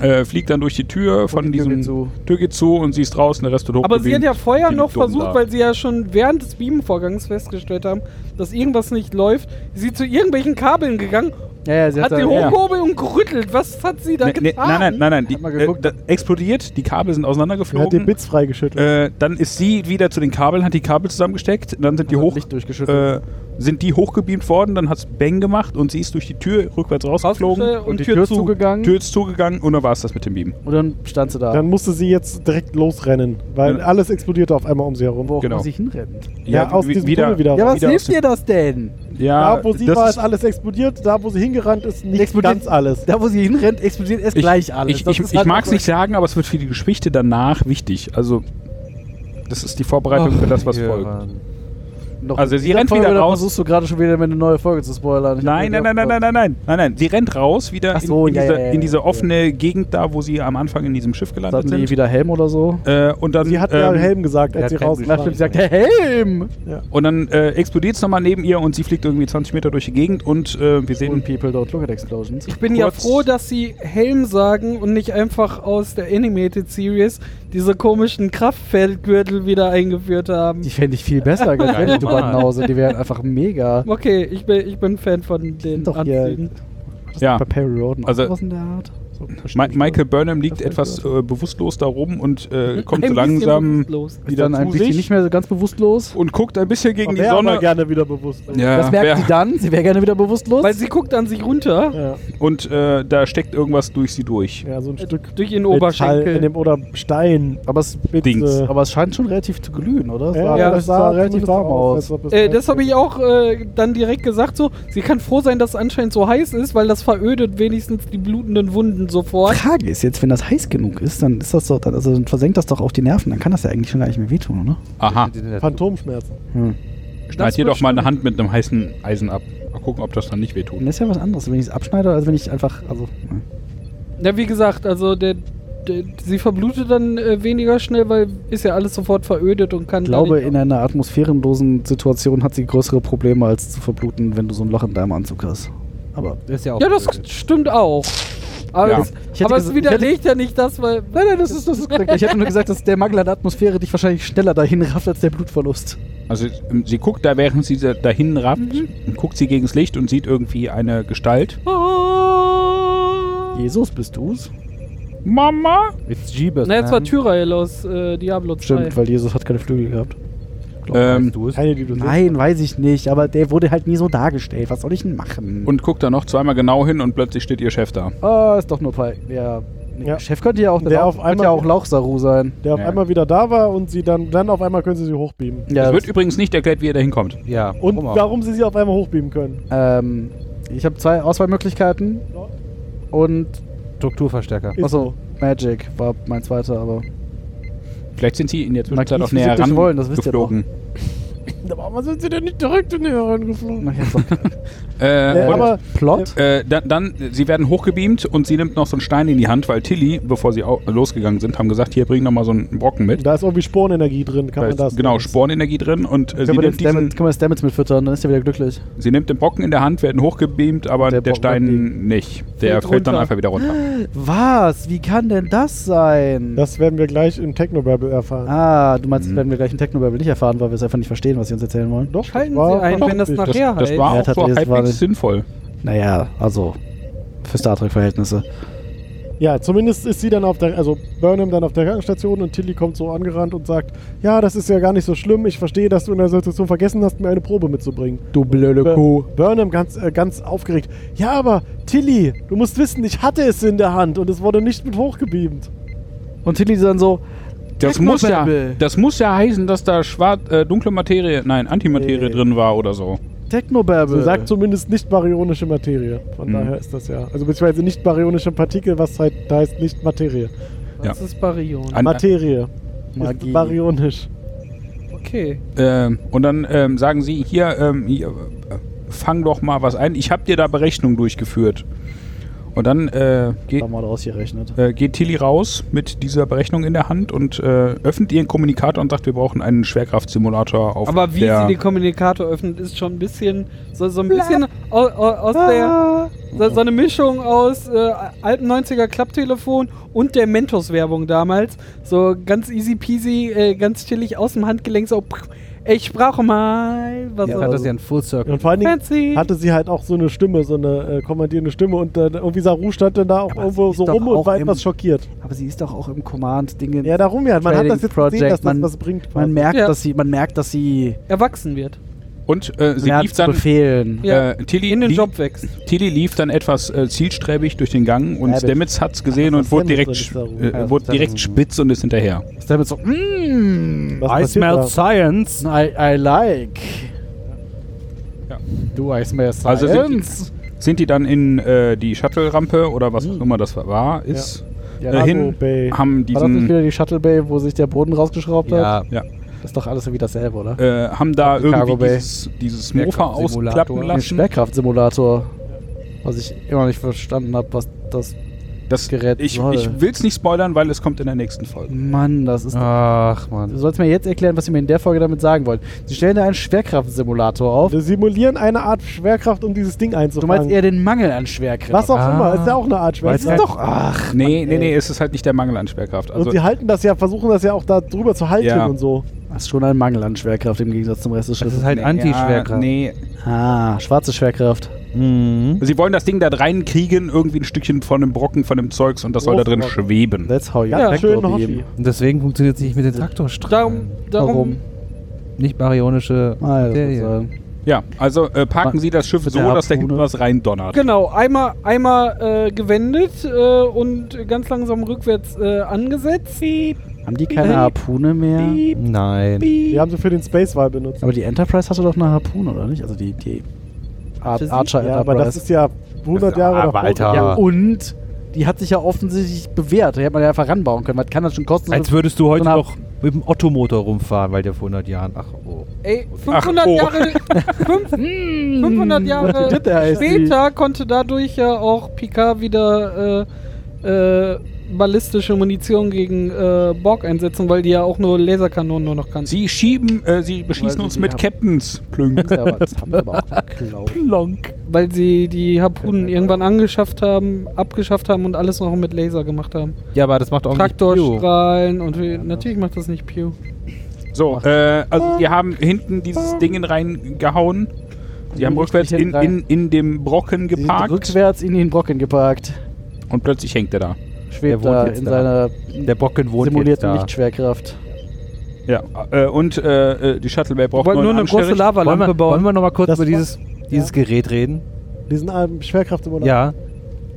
Speaker 5: äh, fliegt dann durch die Tür von
Speaker 4: die Tür
Speaker 5: diesem
Speaker 4: geht zu.
Speaker 5: Tür geht zu und sie ist draußen, der Rest wird
Speaker 2: Aber sie hat
Speaker 5: hochgebeamt.
Speaker 2: ja vorher
Speaker 5: Die
Speaker 2: noch
Speaker 5: liegt dumm
Speaker 2: versucht,
Speaker 5: da.
Speaker 2: weil sie ja schon während des Beamvorgangs festgestellt haben, dass irgendwas nicht läuft, ist sie zu irgendwelchen Kabeln gegangen,
Speaker 4: Ja, ja, sie
Speaker 2: hat
Speaker 4: hat,
Speaker 2: sie
Speaker 4: da-
Speaker 5: Ja.
Speaker 2: hochgehobelt und gerüttelt. Was hat sie da
Speaker 5: Nee, nee,
Speaker 2: getan?
Speaker 5: Ne, nein, nein, nein, nein, die,
Speaker 4: Hat mal
Speaker 5: äh,
Speaker 4: geguckt.
Speaker 5: da explodiert, die Kabel sind
Speaker 6: Er hat den
Speaker 5: auseinandergeflogen.
Speaker 6: Bits freigeschüttelt.
Speaker 5: Äh, dann ist sie wieder zu den Kabeln, hat die Kabel zusammengesteckt, dann sind die
Speaker 4: hat
Speaker 5: hoch,
Speaker 4: Licht durchgeschüttelt.
Speaker 5: äh, sind die hochgebeamt worden, dann hat's Bang gemacht und sie ist durch die Tür rückwärts rausgeflogen,
Speaker 2: Rausgeflogen
Speaker 4: und die Tür ist zugegangen
Speaker 5: Tür ist zugegangen und dann war's das mit dem Beam.
Speaker 4: und dann stand sie da.
Speaker 6: Dann musste sie jetzt direkt losrennen, weil
Speaker 5: Ja.
Speaker 6: alles explodierte auf einmal um sie herum.
Speaker 4: wo auch
Speaker 5: genau.
Speaker 4: immer sie hinrennt.
Speaker 6: Ja, aus
Speaker 5: wie-
Speaker 6: diesem Tunnel wieder.
Speaker 4: Ja, was
Speaker 5: wieder
Speaker 4: hilft
Speaker 5: aus dem-
Speaker 4: dir das denn?
Speaker 5: Ja,
Speaker 6: Da, wo sie
Speaker 5: Ah, das
Speaker 6: war,
Speaker 5: ist-
Speaker 6: ist alles explodiert. Da, wo sie hingerannt ist, nicht
Speaker 4: Explodiert-
Speaker 6: ganz alles.
Speaker 4: Da, wo sie hinrennt, explodiert erst
Speaker 5: ich,
Speaker 4: gleich alles.
Speaker 5: Ich,
Speaker 4: Das
Speaker 5: ich,
Speaker 4: ist
Speaker 5: ich
Speaker 4: halt
Speaker 5: mag es
Speaker 4: einfach-
Speaker 5: nicht sagen, aber es wird für die Geschichte danach wichtig. Also, das ist die Vorbereitung für das, was
Speaker 7: hier
Speaker 5: folgt.
Speaker 7: waren-
Speaker 4: Noch
Speaker 5: Also
Speaker 4: in
Speaker 5: sie
Speaker 4: dieser
Speaker 5: rennt wieder
Speaker 4: Folge, da
Speaker 5: raus.
Speaker 4: versuchst du gerade schon wieder mit eine neue Folge zu spoilern. Ich
Speaker 5: Nein,
Speaker 4: hab
Speaker 5: nein,
Speaker 4: mir
Speaker 5: nein, nein,
Speaker 4: gedacht,
Speaker 5: nein, nein, nein, nein, nein. Sie rennt raus wieder
Speaker 4: Ach so,
Speaker 5: in, in,
Speaker 4: ja,
Speaker 5: diese,
Speaker 4: ja, ja,
Speaker 5: in diese
Speaker 4: ja.
Speaker 5: offene Gegend da, wo sie am Anfang in diesem Schiff
Speaker 4: was
Speaker 5: gelandet
Speaker 4: Hatten die
Speaker 5: sind.
Speaker 4: wieder Helm oder so?
Speaker 5: Äh, und dann,
Speaker 6: Sie hat ja
Speaker 5: ähm,
Speaker 6: Helm gesagt,
Speaker 7: der
Speaker 6: als sie
Speaker 7: hat Helm
Speaker 4: Na, stimmt,
Speaker 6: rausgefahren
Speaker 4: sie sagt, der Helm!
Speaker 5: und dann äh, explodiert es nochmal neben ihr und sie fliegt irgendwie 20 Meter durch die Gegend und äh, wir sehen
Speaker 4: Und people don't look at explosions.
Speaker 2: Ich bin ja
Speaker 5: kurz-
Speaker 2: froh, dass sie Helm sagen und nicht einfach aus der Animated Series diese komischen Kraftfeldgürtel wieder eingeführt haben.
Speaker 4: Die fände ich viel besser, ganz ehrlich, du
Speaker 7: Mann.
Speaker 4: Banause. Die wären einfach mega.
Speaker 2: Okay, ich bin, ich bin Fan von den
Speaker 4: doch hier-
Speaker 2: Anzügen.
Speaker 5: ja,
Speaker 4: Bei Perry Roden
Speaker 5: Also-
Speaker 4: was in der Art.
Speaker 6: So,
Speaker 5: Ma
Speaker 6: verstehe ich
Speaker 5: Michael Burnham liegt
Speaker 6: Das weiß
Speaker 5: etwas äh, bewusstlos da rum und äh, kommt
Speaker 2: Ein bisschen
Speaker 5: so langsam
Speaker 2: bewusstlos.
Speaker 4: Ist dann ein
Speaker 5: zu
Speaker 4: bisschen
Speaker 5: sich
Speaker 4: nicht mehr so ganz bewusstlos.
Speaker 5: und guckt ein bisschen
Speaker 6: das.
Speaker 5: gegen
Speaker 6: Ach,
Speaker 5: die
Speaker 6: wär aber
Speaker 5: Sonne.
Speaker 6: gerne wieder bewusst.
Speaker 5: Ja,
Speaker 4: das merkt
Speaker 5: wer-
Speaker 4: sie dann. Sie wäre gerne wieder bewusstlos.
Speaker 2: Weil sie guckt an sich runter
Speaker 6: Ja,
Speaker 5: Und äh, da steckt irgendwas durch sie durch.
Speaker 6: ja, so ein Stück
Speaker 2: durch ihren
Speaker 6: Metall in
Speaker 2: Oberschenkel.
Speaker 6: dem oder Stein.
Speaker 4: aber, es,
Speaker 6: Spitze.
Speaker 5: Dings.
Speaker 4: aber es scheint schon relativ zu glühen, oder? Es
Speaker 6: äh, Ja,
Speaker 2: Ja,
Speaker 6: das sah relativ
Speaker 4: zumindest
Speaker 6: warm
Speaker 5: Also
Speaker 6: aus.
Speaker 2: Äh, das habe ich auch äh, dann direkt gesagt. So, sie kann froh sein, dass es anscheinend so heiß ist, weil das verödet wenigstens die blutenden Wunden sofort.
Speaker 4: Frage ist jetzt, wenn das heiß genug ist, dann ist das doch, dann, also dann versenkt das doch auf die Nerven, dann kann das ja eigentlich schon gar nicht mehr wehtun, oder?
Speaker 5: Aha.
Speaker 6: Phantomschmerzen.
Speaker 5: Schneid hier doch mal eine Hand mit einem heißen Eisen ab. Mal gucken, ob das dann nicht wehtut.
Speaker 4: Und das ist ja was anderes, wenn ich es abschneide, als wenn ich einfach, also.
Speaker 2: Ja, wie gesagt, also der, der, sie verblutet dann äh, weniger schnell, weil ist ja alles sofort verödet und kann.
Speaker 4: Ich glaube,
Speaker 2: dadurch-
Speaker 4: in einer atmosphärenlosen Situation hat sie größere Probleme als zu verbluten, wenn du so ein Loch in deinem Anzug hast. Aber.
Speaker 7: Das ist ja auch
Speaker 2: ja, das stimmt auch. Aber,
Speaker 5: Ja.
Speaker 2: das,
Speaker 4: Ich hätte
Speaker 2: aber es
Speaker 4: gesa-
Speaker 2: widerlegt ja nicht das, weil.
Speaker 4: Nein, nein, das ist, das ist korrekt. Ich hätte nur gesagt, dass der Mangel an Atmosphäre dich wahrscheinlich schneller dahin rafft als der Blutverlust.
Speaker 5: Also ähm, sie guckt da, während sie da- dahin rafft, guckt sie gegens Licht und sieht irgendwie eine Gestalt.
Speaker 2: Ah.
Speaker 4: Jesus, bist du's?
Speaker 5: Mama?
Speaker 7: It's Jeebus. ne?
Speaker 2: Na, jetzt war
Speaker 7: man.
Speaker 2: Tyrael aus äh, Diablo 2.
Speaker 4: Stimmt, weil Jesus hat keine Flügel gehabt.
Speaker 5: Ähm,
Speaker 7: Weißt du es?
Speaker 6: Keine, die du
Speaker 4: Nein, weiß ich nicht, aber der wurde halt nie so dargestellt. Was soll ich denn machen?
Speaker 5: Und guckt da noch zweimal genau hin und plötzlich steht ihr Chef da.
Speaker 4: Ah, ist doch nur Pei. Ja. Nee,
Speaker 6: Ja.
Speaker 4: Chef könnte ja auch,
Speaker 6: Der auf
Speaker 4: könnte
Speaker 6: einmal-
Speaker 4: ja auch Lauchsaru sein.
Speaker 6: siehst, der auf
Speaker 5: Ja.
Speaker 6: einmal wieder da war und sie dann, dann auf einmal können sie sie hochbeamen.
Speaker 4: Ja,
Speaker 5: es wird übrigens nicht erklärt, wie ihr da hinkommt.
Speaker 7: Ja.
Speaker 6: Und
Speaker 7: guck mal.
Speaker 6: warum sie sie auf einmal hochbeamen können.
Speaker 4: ähm, ich habe zwei Auswahlmöglichkeiten. Und
Speaker 7: Strukturverstärker.
Speaker 6: Ist
Speaker 4: achso, Magic war mein zweiter, aber
Speaker 5: Vielleicht sind sie in der Zwischenzeit
Speaker 4: Mag
Speaker 5: auch
Speaker 4: ich
Speaker 5: näher
Speaker 4: wirklich
Speaker 5: ran
Speaker 4: wollen, das wisst ihr
Speaker 5: geflogen.
Speaker 6: Aber warum sind sie denn nicht direkt in die herangeflogen?
Speaker 4: na ja, so.
Speaker 5: Äh,
Speaker 6: Äh,
Speaker 5: und,
Speaker 6: aber
Speaker 4: Plot.
Speaker 5: äh, dann, dann, äh, sie werden hochgebeamt und sie nimmt noch so einen Stein in die Hand, weil Tilly, bevor sie au- losgegangen sind, haben gesagt, hier bring noch mal so einen Brocken mit.
Speaker 6: äh, da ist irgendwie Sporenenergie drin, kann
Speaker 5: Da
Speaker 6: man
Speaker 5: ist
Speaker 6: das?
Speaker 5: genau, Sporenenergie drin und äh, sie,
Speaker 4: Können wir, den
Speaker 5: nimmt diesen,
Speaker 4: Stamets, können wir Stamets mit füttern, dann ist er wieder glücklich.
Speaker 5: sie nimmt den Brocken in der Hand, werden hochgebeamt, aber
Speaker 4: Der
Speaker 5: der,
Speaker 4: Brocken
Speaker 5: Stein
Speaker 4: bleibt liegen.
Speaker 5: nicht. Der
Speaker 2: Fällt
Speaker 5: fällt, dann
Speaker 2: runter.
Speaker 5: einfach wieder runter.
Speaker 4: Was? Wie kann denn das sein?
Speaker 6: Das werden wir gleich im Technobabble erfahren.
Speaker 4: ah, du
Speaker 5: Mhm.
Speaker 4: meinst, das werden wir gleich im Technobabel nicht erfahren, weil wir es einfach nicht verstehen, was sie uns erzählen wollen.
Speaker 6: Doch,
Speaker 2: Schalten
Speaker 6: das
Speaker 2: Sie ein, wenn das
Speaker 6: doch-
Speaker 5: Das,
Speaker 2: nachher
Speaker 5: das
Speaker 2: heißt.
Speaker 5: war
Speaker 4: Ja, tatsächlich,
Speaker 5: auch so
Speaker 4: das war
Speaker 5: halbwegs
Speaker 4: nicht-
Speaker 5: sinnvoll.
Speaker 4: Naja, also für Star Trek-Verhältnisse.
Speaker 6: Ja, zumindest ist sie dann auf der, also Burnham dann auf der Krankenstation und Tilly kommt so angerannt und sagt, ja, das ist ja gar nicht so schlimm, ich verstehe, dass du in der Situation vergessen hast, mir eine Probe mitzubringen.
Speaker 4: Du blöde
Speaker 6: Bur- Burnham ganz, äh, ganz aufgeregt, ja, aber Tilly, du musst wissen, ich hatte es in der Hand und es wurde nicht mit hochgebeamt.
Speaker 4: Und Tilly dann so,
Speaker 5: Das muss, ja,
Speaker 4: Technobabble.
Speaker 5: das muss ja heißen, dass da schwarz, äh, dunkle Materie, nein, Antimaterie
Speaker 6: Nee.
Speaker 5: drin war oder so.
Speaker 4: Technobabel.
Speaker 6: Sie sagt zumindest nicht baryonische Materie, von
Speaker 4: Mhm.
Speaker 6: daher ist das ja, also beziehungsweise nicht baryonische Partikel, was halt da heißt nicht Materie.
Speaker 2: Das ist Barion.
Speaker 5: An-
Speaker 6: Materie
Speaker 4: Magie.
Speaker 6: ist baryonisch.
Speaker 2: Okay.
Speaker 5: Ähm, und dann ähm, sagen sie, hier, ähm, hier äh, fang doch mal was ein. Ich habe dir da Berechnung durchgeführt. Und dann äh, geht,
Speaker 4: Haben wir mal ausgerechnet.
Speaker 5: äh, geht Tilly raus mit dieser Berechnung in der Hand und äh, öffnet ihren Kommunikator und sagt, wir brauchen einen Schwerkraftsimulator auf
Speaker 2: Aber wie
Speaker 5: der
Speaker 2: sie den Kommunikator öffnet, ist schon ein bisschen so, so ein bisschen aus, aus der so, so eine Mischung aus äh, alten 90er Klapptelefon und der Mentos Werbung damals, so ganz easy peasy, äh, ganz chillig aus dem Handgelenk so pff, ich brauche mal was
Speaker 7: Jetzt
Speaker 2: so-
Speaker 7: hat das ja einen Full Circle.
Speaker 6: Und vor allen Dingen
Speaker 2: fancy.
Speaker 6: hatte sie halt auch so eine Stimme, so eine äh, kommandierende Stimme und äh, irgendwie Saru stand dann da auch
Speaker 4: aber
Speaker 6: irgendwo
Speaker 4: sie ist
Speaker 6: so
Speaker 4: doch
Speaker 6: rum und
Speaker 4: auch
Speaker 6: war
Speaker 4: im-
Speaker 6: etwas schockiert.
Speaker 4: Aber sie ist doch auch im Command-Ding.
Speaker 6: Ja, darum ja. Man hat
Speaker 4: Trading
Speaker 6: das jetzt
Speaker 4: Project,
Speaker 6: gesehen, dass das
Speaker 4: man-
Speaker 6: was bringt. Äh,
Speaker 4: man,
Speaker 6: quasi.
Speaker 4: merkt,
Speaker 2: Ja.
Speaker 4: dass sie, man merkt, dass sie
Speaker 2: erwachsen wird.
Speaker 5: Und äh, sie
Speaker 4: lernt
Speaker 5: lief
Speaker 4: zu
Speaker 5: dann.
Speaker 4: befehlen.
Speaker 2: Ja.
Speaker 5: Äh, Tilly,
Speaker 2: in den
Speaker 5: lief-
Speaker 2: Job wächst.
Speaker 5: Tilly lief dann etwas äh, zielstrebig durch den Gang und
Speaker 6: Ja, das-
Speaker 5: Stamets hat's gesehen
Speaker 6: Ach,
Speaker 5: und
Speaker 6: das
Speaker 5: wurde direkt,
Speaker 6: Stamets
Speaker 5: sch-
Speaker 6: drin ist da
Speaker 5: äh,
Speaker 4: rum.
Speaker 5: wurde
Speaker 4: Ja,
Speaker 5: direkt
Speaker 4: das-
Speaker 5: spitz und ist hinterher.
Speaker 4: Ist damit so,
Speaker 2: Hm.
Speaker 4: mm,
Speaker 6: Was
Speaker 7: I
Speaker 6: passiert
Speaker 7: smell
Speaker 6: da?
Speaker 7: science.
Speaker 4: I, I like.
Speaker 5: Ja.
Speaker 4: Du, I smell science.
Speaker 5: Also Sind die dann in äh, die Shuttle-Rampe oder was auch immer das war, ist,
Speaker 4: Ja.
Speaker 5: äh,
Speaker 4: Ja,
Speaker 5: hin,
Speaker 6: Cargo Bay.
Speaker 5: haben
Speaker 4: war das nicht
Speaker 5: diesen,
Speaker 4: wieder die Shuttle Bay, wo sich der Boden rausgeschraubt hat?
Speaker 7: Ja.
Speaker 5: ja,
Speaker 4: Das ist doch alles irgendwie dasselbe, oder?
Speaker 5: äh, haben da
Speaker 4: Cargo
Speaker 5: irgendwie
Speaker 4: Bay.
Speaker 5: dieses, dieses Mofa
Speaker 7: Schwerkraftsimulator.
Speaker 5: ausklappen
Speaker 4: Ein
Speaker 5: lassen.
Speaker 4: Schwerkraftsimulator. Was ich immer noch nicht verstanden habe, was das.
Speaker 5: Das
Speaker 4: Gerät
Speaker 5: Ich,
Speaker 4: soll.
Speaker 5: ich will es nicht spoilern, weil es kommt in der nächsten Folge.
Speaker 4: Mann, das ist.
Speaker 7: Ach,
Speaker 4: Du
Speaker 7: man.
Speaker 4: sollst mir jetzt erklären, was ihr mir in der Folge damit sagen wollt. Sie stellen da einen Schwerkraftsimulator auf.
Speaker 6: Wir simulieren eine Art Schwerkraft, um dieses Ding
Speaker 4: Du
Speaker 6: einzufangen.
Speaker 4: meinst eher den Mangel an Schwerkraft.
Speaker 6: was auch
Speaker 7: Ah.
Speaker 6: immer, ist Ah. ja auch eine Art
Speaker 7: Weiß
Speaker 6: Schwerkraft.
Speaker 4: Doch,
Speaker 7: kein-
Speaker 4: ach.
Speaker 5: Nee, nee, nee, es ist halt nicht der Mangel an Schwerkraft. Also,
Speaker 6: und sie halten das ja, versuchen das ja auch da drüber zu halten
Speaker 5: Ja.
Speaker 6: und so.
Speaker 4: Das ist schon ein Mangel an Schwerkraft im Gegensatz zum Rest des
Speaker 7: Das
Speaker 4: Schiffes.
Speaker 7: ist halt
Speaker 5: nee,
Speaker 7: Anti-Schwerkraft.
Speaker 5: Ja, nee,
Speaker 4: ah, schwarze Schwerkraft.
Speaker 7: Mhm.
Speaker 5: Sie wollen das Ding da reinkriegen, irgendwie ein Stückchen von dem Brocken, von dem Zeugs und das soll da drin
Speaker 6: Großbrocken.
Speaker 5: schweben.
Speaker 4: That's how you
Speaker 6: Ganz
Speaker 4: attack
Speaker 6: schön
Speaker 4: Lobby.
Speaker 6: Hoffi.
Speaker 7: Und deswegen funktioniert es nicht mit den Traktorstrahlen.
Speaker 2: Darum, darum
Speaker 4: Warum?
Speaker 7: Nicht baryonische
Speaker 4: Ah, ja, das
Speaker 7: Materie.
Speaker 4: wird sein.
Speaker 5: Ja, also äh, parken
Speaker 4: Ma-
Speaker 5: Sie das Schiff
Speaker 4: mit
Speaker 5: so,
Speaker 4: der
Speaker 5: dass da hinten
Speaker 4: Harpune.
Speaker 5: was reindonnert.
Speaker 2: Genau, einmal, einmal äh, gewendet äh, und ganz langsam rückwärts äh, angesetzt.
Speaker 4: Haben die keine Harpune mehr?
Speaker 7: Nein.
Speaker 6: Die haben sie für den Space Wall benutzt.
Speaker 4: Aber die Enterprise hatte doch eine Harpune, oder nicht? Also die, die Ar
Speaker 2: Hatte sie?
Speaker 4: Archer
Speaker 6: Ja,
Speaker 4: Enterprise.
Speaker 6: aber das ist ja 100 Jahre
Speaker 7: aber
Speaker 6: davor.
Speaker 7: Alter.
Speaker 4: ja, und die hat sich ja offensichtlich bewährt. Die hätte man ja einfach ranbauen können. Was kann das schon kosten?
Speaker 7: Als würdest du heute
Speaker 4: So eine-
Speaker 7: noch mit dem Ottomotor rumfahren, weil der vor 100 Jahren. Ach, oh.
Speaker 2: Ey, 500
Speaker 5: Ach, oh.
Speaker 2: Jahre, fünf, 500
Speaker 4: was did that
Speaker 2: Jahre
Speaker 4: I see?
Speaker 2: später konnte dadurch ja auch Picard wieder äh, äh, ballistische Munition gegen äh, Borg einsetzen, weil die ja auch nur Laserkanonen nur noch kann.
Speaker 5: Sie schieben, äh, Sie beschießen
Speaker 4: Weil
Speaker 5: uns
Speaker 4: Sie
Speaker 5: mit
Speaker 4: haben-
Speaker 5: Captains. Plünk.
Speaker 4: Ja, aber das haben wir aber auch geklaut.
Speaker 2: Weil sie die Harpunen irgendwann angeschafft haben, abgeschafft haben und alles noch mit Laser gemacht haben.
Speaker 7: Ja, aber das macht auch nicht
Speaker 2: Traktorstrahlen und wie- natürlich macht das nicht Pew.
Speaker 5: So, äh, also die haben hinten dieses Ding in reingehauen. Sie haben
Speaker 4: Mhm,
Speaker 5: rückwärts
Speaker 4: richtig
Speaker 5: in, in, in dem Brocken
Speaker 4: Die sind
Speaker 5: geparkt
Speaker 4: rückwärts in den Brocken geparkt.
Speaker 5: und plötzlich hängt er da.
Speaker 4: Schwebt
Speaker 7: Der wohnt
Speaker 4: da
Speaker 7: jetzt
Speaker 4: in
Speaker 7: da.
Speaker 4: seiner
Speaker 7: Der Brocken wohnt jetzt
Speaker 4: simulierten
Speaker 7: da.
Speaker 4: Lichtschwerkraft.
Speaker 5: Ja, äh, und äh, äh, die Shuttlebell braucht
Speaker 2: Wollen
Speaker 5: neuen
Speaker 2: nur eine
Speaker 5: Anstrich.
Speaker 2: große Lavalampe
Speaker 7: Wollen wir,
Speaker 2: bauen.
Speaker 7: wollen wir noch mal kurz
Speaker 6: Das
Speaker 7: über
Speaker 6: war-
Speaker 7: dieses, dieses Gerät reden?
Speaker 6: Diesen alten Schwerkraftsimulator.
Speaker 7: Ja.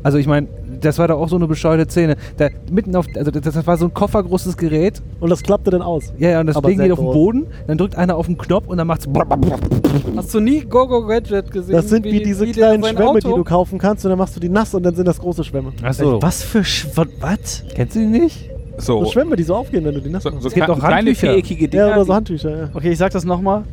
Speaker 7: Also ich meine, das war doch auch so eine bescheuerte Szene. Da mitten auf, also das, das war so ein koffergroßes Gerät.
Speaker 6: Und das klappte dann aus.
Speaker 7: Ja, ja, und das
Speaker 6: Aber
Speaker 7: Ding
Speaker 6: sehr
Speaker 7: geht auf den
Speaker 6: groß.
Speaker 7: Boden, dann drückt einer auf den Knopf und dann macht's.
Speaker 2: Hast du nie Gogo Gadget gesehen?
Speaker 6: Das sind wie diese kleinen
Speaker 2: sein
Speaker 6: Schwämme, die
Speaker 2: Auto-
Speaker 6: du kaufen kannst und dann machst du die nass und dann sind das große Schwämme.
Speaker 7: Achso.
Speaker 4: Was für Sch was?
Speaker 7: Kennst du die nicht?
Speaker 5: So,
Speaker 6: So
Speaker 5: so,
Speaker 6: Schwämme, die so aufgehen, wenn du die nass
Speaker 5: so,
Speaker 6: machst.
Speaker 7: gibt
Speaker 5: kle-
Speaker 7: auch
Speaker 5: kleine
Speaker 7: Handtücher.
Speaker 5: viereckige Dinger.
Speaker 6: ja, oder so
Speaker 5: die-
Speaker 6: Handtücher, ja.
Speaker 4: Okay, ich sag das nochmal.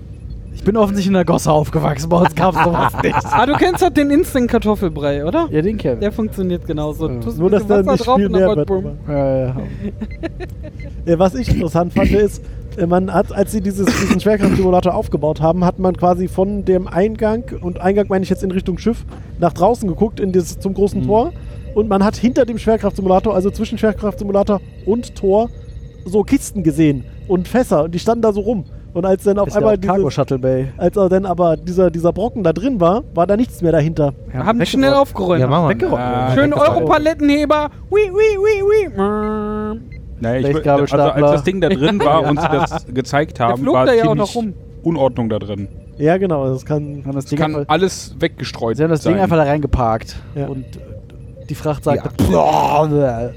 Speaker 4: Ich bin offensichtlich in der Gosse aufgewachsen, bei uns gab's sowas nicht.
Speaker 2: Ah, du kennst halt den Instant Kartoffelbrei, oder?
Speaker 4: Ja, den kennen.
Speaker 2: Der funktioniert genauso.
Speaker 4: Ja.
Speaker 2: Tust ein
Speaker 6: Nur, dass
Speaker 2: bisschen
Speaker 6: da
Speaker 2: Wasser
Speaker 6: nicht viel
Speaker 2: dann
Speaker 4: ne,
Speaker 6: mehr
Speaker 2: macht
Speaker 6: wird.
Speaker 2: Bumm.
Speaker 6: aber-
Speaker 4: Ja, ja, ja.
Speaker 6: Ja, was ich interessant fand, ist, äh, man hat, als sie dieses, diesen Schwerkraftsimulator aufgebaut haben, hat man quasi von dem Eingang, und Eingang meine ich jetzt in Richtung Schiff, nach draußen geguckt, in das, zum großen
Speaker 5: Mhm.
Speaker 6: Tor. Und man hat hinter dem Schwerkraftsimulator, also zwischen Schwerkraftsimulator und Tor, so Kisten gesehen und Fässer. Und die standen da so rum. Und als dann auf
Speaker 4: Ist ja
Speaker 6: einmal
Speaker 4: auch Cargo
Speaker 6: dieses,
Speaker 4: Shuttle Bay.
Speaker 6: als er dann aber dieser, dieser Brocken da drin war, war da nichts mehr dahinter.
Speaker 2: Haben die schnell aufgeräumt.
Speaker 7: Ja, mach mal.
Speaker 5: Ah,
Speaker 2: Schön
Speaker 5: lecker.
Speaker 2: Europalettenheber. Ui, ui, ui, ui. Mm.
Speaker 5: Naja, ich, wür- also
Speaker 4: Blechgabelstapler.
Speaker 5: als das Ding da drin war und sie das gezeigt
Speaker 2: Der
Speaker 5: haben,
Speaker 2: flog
Speaker 5: war
Speaker 2: da ja auch
Speaker 5: ziemlich
Speaker 2: noch rum.
Speaker 5: Unordnung da drin.
Speaker 6: Ja, genau, das kann.
Speaker 4: Haben das
Speaker 5: Es
Speaker 4: Ding
Speaker 5: kann
Speaker 4: einfach,
Speaker 5: alles weggestreut
Speaker 4: sie haben das
Speaker 5: sein.
Speaker 4: Ding einfach da reingeparkt.
Speaker 6: Ja.
Speaker 4: Und äh, die Fracht sagt. Ja.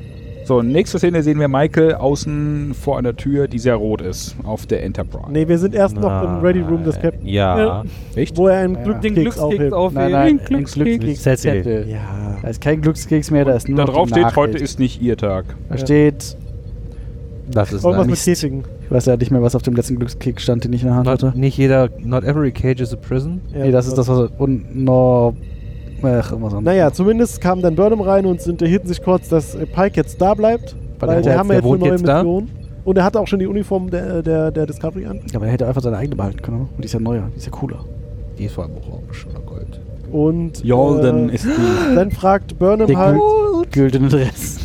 Speaker 5: so, nächste Szene sehen wir Michael außen vor einer Tür, die sehr rot ist, auf der Enterprise.
Speaker 6: Nee, wir sind erst noch im Ready Room des Captain,
Speaker 7: Ah, Ja.
Speaker 5: Echt?
Speaker 6: wo er einen
Speaker 4: Ja.
Speaker 2: Den
Speaker 6: Glückskeks aufhebt.
Speaker 2: Glückskeks aufheben.
Speaker 4: Nein, nein,
Speaker 2: Den
Speaker 4: ein Glückskekszettel.
Speaker 6: Ja.
Speaker 4: Da ist kein Glückskeks mehr, da ist nur
Speaker 5: Da
Speaker 4: noch
Speaker 5: drauf
Speaker 4: die
Speaker 5: steht,
Speaker 4: Nachricht. Äh.
Speaker 5: heute ist nicht Ihr Tag.
Speaker 4: Da steht,
Speaker 7: Das ist
Speaker 6: Irgendwas
Speaker 7: nice.
Speaker 6: mit Käfigen.
Speaker 4: ich weiß ja nicht mehr, was auf dem letzten Glückskeks stand, den ich in der Hand hatte.
Speaker 7: Not, nicht jeder, not every cage is a prison.
Speaker 6: Ja,
Speaker 4: nee, das ist das, was. Und no. Ach, irgendwas anderes.
Speaker 6: Naja, zumindest kamen dann Burnham rein und sind, erhielten sich kurz, dass äh, Pike jetzt da bleibt.
Speaker 7: Weil
Speaker 6: Weil,
Speaker 7: der
Speaker 6: wir
Speaker 7: jetzt-
Speaker 6: haben
Speaker 7: der
Speaker 6: ja jetzt eine
Speaker 7: wohnt
Speaker 6: neue
Speaker 7: jetzt da?
Speaker 6: Mission. Und er hat auch schon die Uniform der, der, der Discovery an.
Speaker 4: Ja, aber er hätte einfach seine eigene behalten können. oder? Und die ist ja neuer, die ist ja cooler.
Speaker 7: Die ist vor allem orange oder gold.
Speaker 6: Und
Speaker 5: Jordan
Speaker 6: äh,
Speaker 5: ist die.
Speaker 6: dann fragt Burnham
Speaker 4: Der
Speaker 6: halt,
Speaker 4: gült, güldene Dress.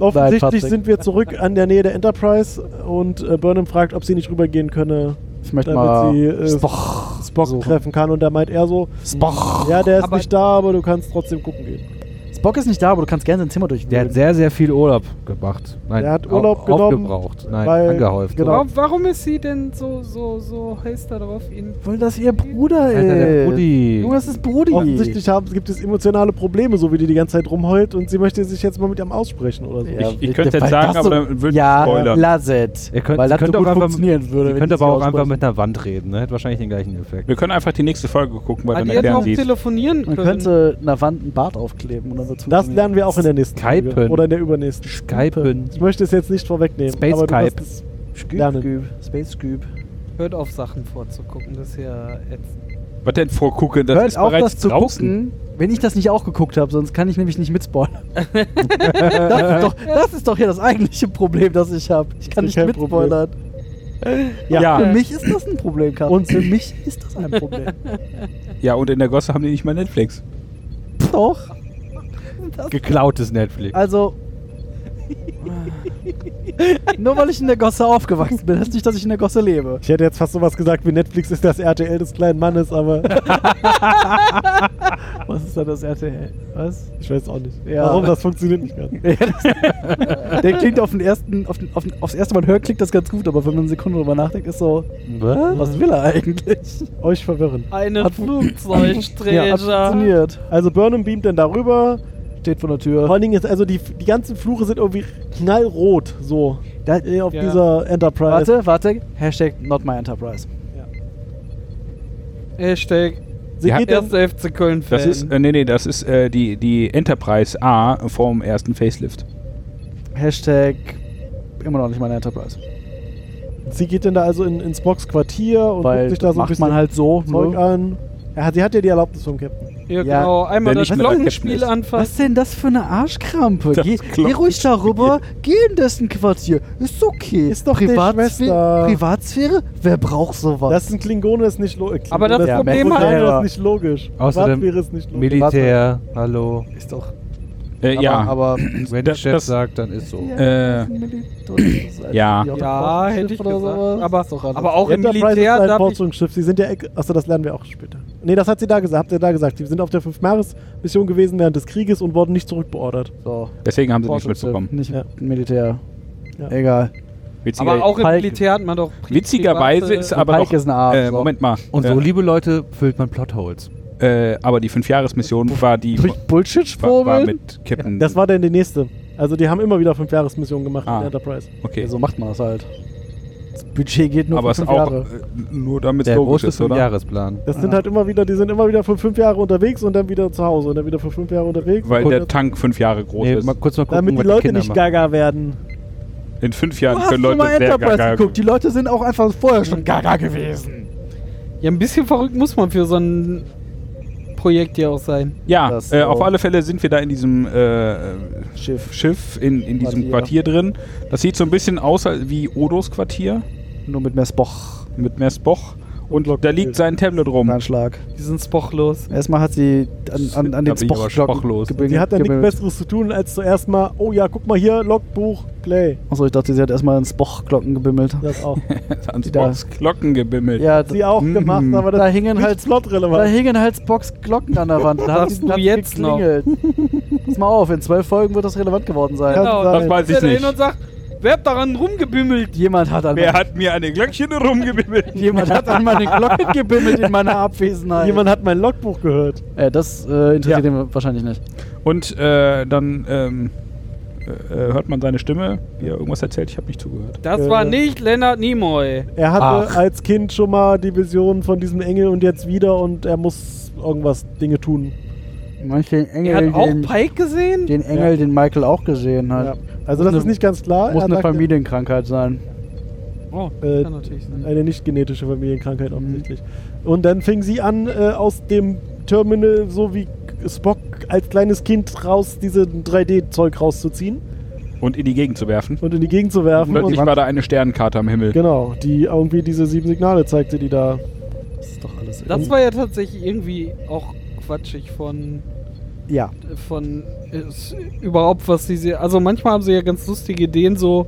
Speaker 6: offensichtlich
Speaker 4: Patrick.
Speaker 6: sind wir zurück an der Nähe der Enterprise und äh, Burnham fragt, ob sie nicht rübergehen könne,
Speaker 4: Ich möchte
Speaker 6: Damit
Speaker 4: mal
Speaker 6: sie, äh,
Speaker 4: Spock,
Speaker 6: Spock
Speaker 4: suchen.
Speaker 6: treffen kann. Und da meint er so,
Speaker 4: Spock.
Speaker 6: ja, der ist
Speaker 2: Aber-
Speaker 6: nicht da, aber du kannst trotzdem gucken gehen.
Speaker 4: Spock ist nicht da, aber du kannst gerne sein Zimmer durchwühlen.
Speaker 7: Der hat sehr, sehr viel Urlaub gemacht. Nein,
Speaker 6: Der hat
Speaker 7: au-
Speaker 6: Urlaub genommen,
Speaker 7: Aufgebraucht. Nein,
Speaker 6: weil-
Speaker 7: angehäuft.
Speaker 6: genau.
Speaker 2: Warum, warum ist sie denn so, so, so heiß darauf? Ihn
Speaker 4: Weil das ihr Bruder
Speaker 7: Alter, der
Speaker 4: ist.
Speaker 7: Brudi.
Speaker 4: Junge, das ist Brudi.
Speaker 6: Offensichtlich haben, gibt es emotionale Probleme, so wie die die ganze Zeit rumheult und sie möchte sich jetzt mal mit ihm aussprechen oder so.
Speaker 4: Ja,
Speaker 5: Ich- ich könnte jetzt
Speaker 4: weil
Speaker 5: sagen,
Speaker 4: das
Speaker 5: aber dann würden
Speaker 4: ja,
Speaker 5: wir spoilern.
Speaker 4: lasset.
Speaker 7: Ihr könnt-
Speaker 4: weil
Speaker 7: ihr
Speaker 4: das
Speaker 7: könnt
Speaker 4: so
Speaker 7: auch
Speaker 4: gut
Speaker 7: einfach-
Speaker 4: funktionieren würde.
Speaker 7: Ihr
Speaker 4: wenn
Speaker 7: könnt
Speaker 4: die
Speaker 7: aber
Speaker 4: sich
Speaker 7: auch einfach
Speaker 4: aussprechen.
Speaker 7: mit einer Wand reden, ne? Hätte wahrscheinlich den gleichen Effekt.
Speaker 5: Wir können einfach die nächste Folge gucken, weil
Speaker 2: ah,
Speaker 5: dann
Speaker 2: die hätten
Speaker 5: erklären
Speaker 2: auch
Speaker 5: sie es.
Speaker 2: telefonieren
Speaker 4: Man
Speaker 2: können.
Speaker 4: könnte einer Wand einen Bart aufkleben und dann wird's
Speaker 6: Das
Speaker 4: funktionieren.
Speaker 6: lernen wir auch in der nächsten
Speaker 7: Skypen.
Speaker 6: Folge. Oder in der übernächsten.
Speaker 7: Skypen.
Speaker 6: Ich möchte es jetzt nicht vorwegnehmen.
Speaker 7: Space
Speaker 6: aber du
Speaker 7: Skype.
Speaker 6: wirst es
Speaker 4: Scoop,
Speaker 6: lernen.
Speaker 4: Scoop, Space Scoop.
Speaker 2: Hört auf, Sachen vorzugucken. Das ist ja ätzend.
Speaker 5: Was denn vorgucken? Das
Speaker 4: Hört
Speaker 5: ist
Speaker 4: auf,
Speaker 5: bereits
Speaker 4: das zu
Speaker 5: draußen.
Speaker 4: gucken, wenn ich das nicht auch geguckt habe, sonst kann ich nämlich nicht mitspoilern. das, ist doch, das ist doch hier das eigentliche Problem, das ich habe. Ich kann
Speaker 6: Das ist
Speaker 4: nicht
Speaker 6: kein Problem.
Speaker 4: mitspoilern.
Speaker 6: Ja.
Speaker 5: Ja.
Speaker 4: Für mich ist das ein Problem, Carsten.
Speaker 6: Und-
Speaker 4: für mich ist das ein Problem.
Speaker 5: Ja, und in der Gosse haben die nicht mal Netflix.
Speaker 4: doch. Äh,
Speaker 7: Geklautes Netflix.
Speaker 4: Also, Nur weil ich in der Gosse aufgewachsen bin, heißt nicht, dass ich in der Gosse lebe.
Speaker 6: Ich hätte jetzt fast sowas gesagt wie Netflix ist das RTL des kleinen Mannes, aber
Speaker 4: Was ist da das RTL? Was?
Speaker 6: ich weiß auch nicht.
Speaker 4: Ja.
Speaker 6: Warum das funktioniert nicht ganz.
Speaker 4: Ja, das- der klingt auf den ersten, auf den, auf den, aufs erste Mal hört, klingt das ganz gut, aber wenn man eine Sekunde drüber nachdenkt, ist so, was will er eigentlich?
Speaker 6: Euch verwirren.
Speaker 2: Eine
Speaker 4: Hat- Ja,
Speaker 2: Flugzeugträger.
Speaker 4: hat funktioniert.
Speaker 6: Also Burnham beamt dann darüber.
Speaker 4: Steht vor der
Speaker 6: Vor
Speaker 4: Tür.
Speaker 6: allen Dingen ist also die, die ganzen Flure sind irgendwie knallrot so
Speaker 4: Da,
Speaker 6: eh, auf
Speaker 2: Ja.
Speaker 6: dieser Enterprise.
Speaker 4: warte, warte. Hashtag not my enterprise.
Speaker 2: Hashtag
Speaker 6: Sie
Speaker 5: Ja.
Speaker 6: geht dann,
Speaker 2: erster FC Köln Fan.
Speaker 5: Das ist, äh, nee, nee, das ist äh, die, die Enterprise A vom ersten Facelift.
Speaker 4: Hashtag immer noch nicht meine Enterprise.
Speaker 6: sie geht denn da also in, ins Spocks Quartier und
Speaker 4: Weil
Speaker 6: guckt sich da so ein
Speaker 4: macht
Speaker 6: bisschen
Speaker 4: man halt so.
Speaker 6: Zeug
Speaker 4: Ne?
Speaker 6: an. Er hat, sie hat ja die Erlaubnis vom Captain.
Speaker 2: ja,
Speaker 4: ja,
Speaker 2: genau. Einmal
Speaker 5: der
Speaker 2: das
Speaker 5: nicht mehr der Captain
Speaker 2: Glockenspiel
Speaker 5: ist.
Speaker 2: anfassen.
Speaker 4: Was denn das für eine Arschkrampe?
Speaker 5: Das
Speaker 4: Geh, geh
Speaker 5: Glockenspiel.
Speaker 4: ruhig darüber, geh in dessen Quartier. Ist okay.
Speaker 6: Ist doch die Schwester.
Speaker 4: Privatsphäre? Wer braucht sowas?
Speaker 6: Das ist ein Klingone, ist nicht logisch.
Speaker 2: Aber das Problem halt- hat-
Speaker 6: ist nicht logisch.
Speaker 7: Außerdem
Speaker 6: Privatsphäre ist nicht logisch.
Speaker 7: Militär, hallo.
Speaker 4: ist doch.
Speaker 5: Äh, ja,
Speaker 7: Aber wenn der
Speaker 5: das-
Speaker 7: Chef
Speaker 5: das-
Speaker 7: sagt, dann ist so.
Speaker 5: Äh, ja.
Speaker 2: Ja, hätte ich gesagt. Aber, aber auch im
Speaker 6: Enterprise
Speaker 2: Militär
Speaker 6: ist ein
Speaker 2: darf ich...
Speaker 6: Forschungsschiff. Sie sind ja. ex- Achso, das lernen wir auch später. Nee, das hat sie da gesagt. Habt ihr da gesagt. Sie sind auf der Fünfjahres-Mission gewesen während des Krieges und wurden nicht zurückbeordert.
Speaker 4: so.
Speaker 5: Deswegen haben sie nichts
Speaker 4: Forschungsschiff,
Speaker 5: mitbekommen.
Speaker 4: Nicht
Speaker 6: Ja.
Speaker 4: Militär.
Speaker 6: Ja.
Speaker 4: Egal.
Speaker 5: Witziger,
Speaker 2: Aber auch im
Speaker 4: Pike-
Speaker 2: Militär hat man doch... pri-
Speaker 5: witzigerweise
Speaker 2: private-
Speaker 5: ist aber
Speaker 4: Pike
Speaker 5: doch,
Speaker 4: ist eine Art,
Speaker 5: äh,
Speaker 4: so.
Speaker 5: Moment mal.
Speaker 7: Und so, liebe Leute, füllt man Plotholes.
Speaker 5: äh, äh, aber die Fünfjahresmission war die
Speaker 4: Durch
Speaker 5: war, war
Speaker 4: Bullshit-Vogel?
Speaker 5: mit Captain.
Speaker 6: Das war dann die nächste. Also die haben immer wieder Fünfjahresmissionen gemacht
Speaker 5: Ah.
Speaker 6: in Enterprise.
Speaker 5: okay.
Speaker 4: Ja, so macht man das halt. Das Budget geht nur
Speaker 5: aber
Speaker 4: für
Speaker 5: es ist
Speaker 4: fünf
Speaker 5: auch
Speaker 4: Jahre.
Speaker 5: äh, nur damit es
Speaker 7: Der
Speaker 5: logisch
Speaker 7: große
Speaker 5: ist, oder?
Speaker 7: Jahresplan.
Speaker 6: Das sind halt immer wieder, die sind immer wieder für fünf Jahre unterwegs und dann wieder zu Hause und dann wieder für fünf Jahre unterwegs.
Speaker 5: Weil
Speaker 6: und
Speaker 5: der
Speaker 6: dann-
Speaker 5: Tank fünf Jahre groß
Speaker 7: Nee,
Speaker 5: ist.
Speaker 7: mal kurz mal gucken,
Speaker 6: damit die
Speaker 7: was
Speaker 6: Leute
Speaker 7: Kinder
Speaker 6: nicht
Speaker 7: machen.
Speaker 6: gaga werden.
Speaker 5: In fünf Jahren
Speaker 4: Du hast
Speaker 5: können
Speaker 4: schon
Speaker 5: Leute
Speaker 4: mal
Speaker 5: sehr
Speaker 4: Enterprise
Speaker 5: gaga-
Speaker 4: geguckt. Die Leute sind auch einfach vorher schon gaga gewesen.
Speaker 2: Ja, ein bisschen verrückt muss man für so ein Projekt ja auch sein.
Speaker 5: Ja,
Speaker 4: Das
Speaker 5: äh,
Speaker 4: auch.
Speaker 5: auf alle Fälle sind wir da in diesem äh,
Speaker 4: Schiff.
Speaker 5: Schiff, in, in diesem
Speaker 4: Quartier.
Speaker 5: Quartier drin. Das sieht so ein bisschen aus als- wie Odos Quartier
Speaker 4: Nur mit mehr Spoch.
Speaker 5: mit mehr Spoch. Und
Speaker 6: Glockenspiel.
Speaker 5: da liegt sein Tablet rum.
Speaker 4: Anschlag.
Speaker 2: Die sind spochlos.
Speaker 4: Erstmal hat sie an, an, an den
Speaker 5: Da bin ich aber
Speaker 4: Spoch
Speaker 5: sprachlos.
Speaker 6: Die hat dann nichts Besseres zu tun, als zuerst mal, oh ja, guck mal hier, Logbuch, Play.
Speaker 4: Achso, ich dachte, sie hat erstmal an Spochglocken gebimmelt.
Speaker 6: Das auch.
Speaker 5: Ans
Speaker 4: Da.
Speaker 5: Box Glocken gebimmelt.
Speaker 4: Ja, Hm.
Speaker 6: Sie auch
Speaker 5: Mhm.
Speaker 6: gemacht, aber das
Speaker 4: Da hingen
Speaker 6: nicht
Speaker 4: halt- da
Speaker 6: plotrelevant.
Speaker 4: hingen halt Spochglocken an der Wand. Da hat
Speaker 2: Sagst
Speaker 4: sie
Speaker 2: du
Speaker 4: hat sie
Speaker 2: jetzt noch?
Speaker 4: geklingelt. Pass mal auf, in zwölf Folgen wird das relevant geworden sein.
Speaker 6: Kann
Speaker 2: Genau,
Speaker 6: sein.
Speaker 5: Das weiß ich
Speaker 2: Der da hin
Speaker 5: nicht.
Speaker 2: und sagt, wer hat daran rumgebimmelt?
Speaker 4: Jemand hat an
Speaker 5: Wer
Speaker 4: mein-
Speaker 5: hat mir an den Glöckchen rumgebimmelt?
Speaker 4: Jemand hat an meine Glocken gebimmelt in meiner Abwesenheit.
Speaker 6: Jemand hat mein Logbuch gehört.
Speaker 4: äh, das äh, interessiert ihn wahrscheinlich nicht.
Speaker 5: Und äh, dann ähm, äh, äh, hört man seine Stimme, wie er irgendwas erzählt. Ich habe nicht zugehört.
Speaker 2: Das
Speaker 6: Äh.
Speaker 2: war nicht Lennart Nimoy.
Speaker 6: Er hatte
Speaker 7: Ach.
Speaker 6: als Kind schon mal die Vision von diesem Engel und jetzt wieder und er muss irgendwas Dinge tun.
Speaker 4: Manche
Speaker 2: Er hat
Speaker 4: Engel,
Speaker 2: auch
Speaker 4: den,
Speaker 2: Pike gesehen?
Speaker 4: den Engel, den Michael auch gesehen
Speaker 6: Ja.
Speaker 4: hat.
Speaker 6: Also
Speaker 4: Muss
Speaker 6: das
Speaker 4: eine-
Speaker 6: ist nicht ganz klar.
Speaker 4: Muss
Speaker 6: Er
Speaker 4: eine
Speaker 6: sagt,
Speaker 4: Familienkrankheit sein.
Speaker 2: oh,
Speaker 6: Äh,
Speaker 2: kann natürlich sein. Mhm.
Speaker 6: Eine nicht genetische Familienkrankheit offensichtlich. Und dann fing sie an, äh, aus dem Terminal, so wie Spock als kleines Kind raus, diese 3D-Zeug rauszuziehen
Speaker 5: Und in die Gegend zu werfen.
Speaker 6: und in die Gegend zu werfen.
Speaker 5: Plötzlich
Speaker 6: Und
Speaker 5: war da eine Sternkarte am Himmel.
Speaker 6: genau, die irgendwie diese sieben Signale zeigte, die da.
Speaker 4: Das ist doch alles
Speaker 2: Das war ja tatsächlich irgendwie auch quatschig von
Speaker 4: Ja.
Speaker 2: von ist, überhaupt was sie sie also manchmal haben sie ja ganz lustige Ideen so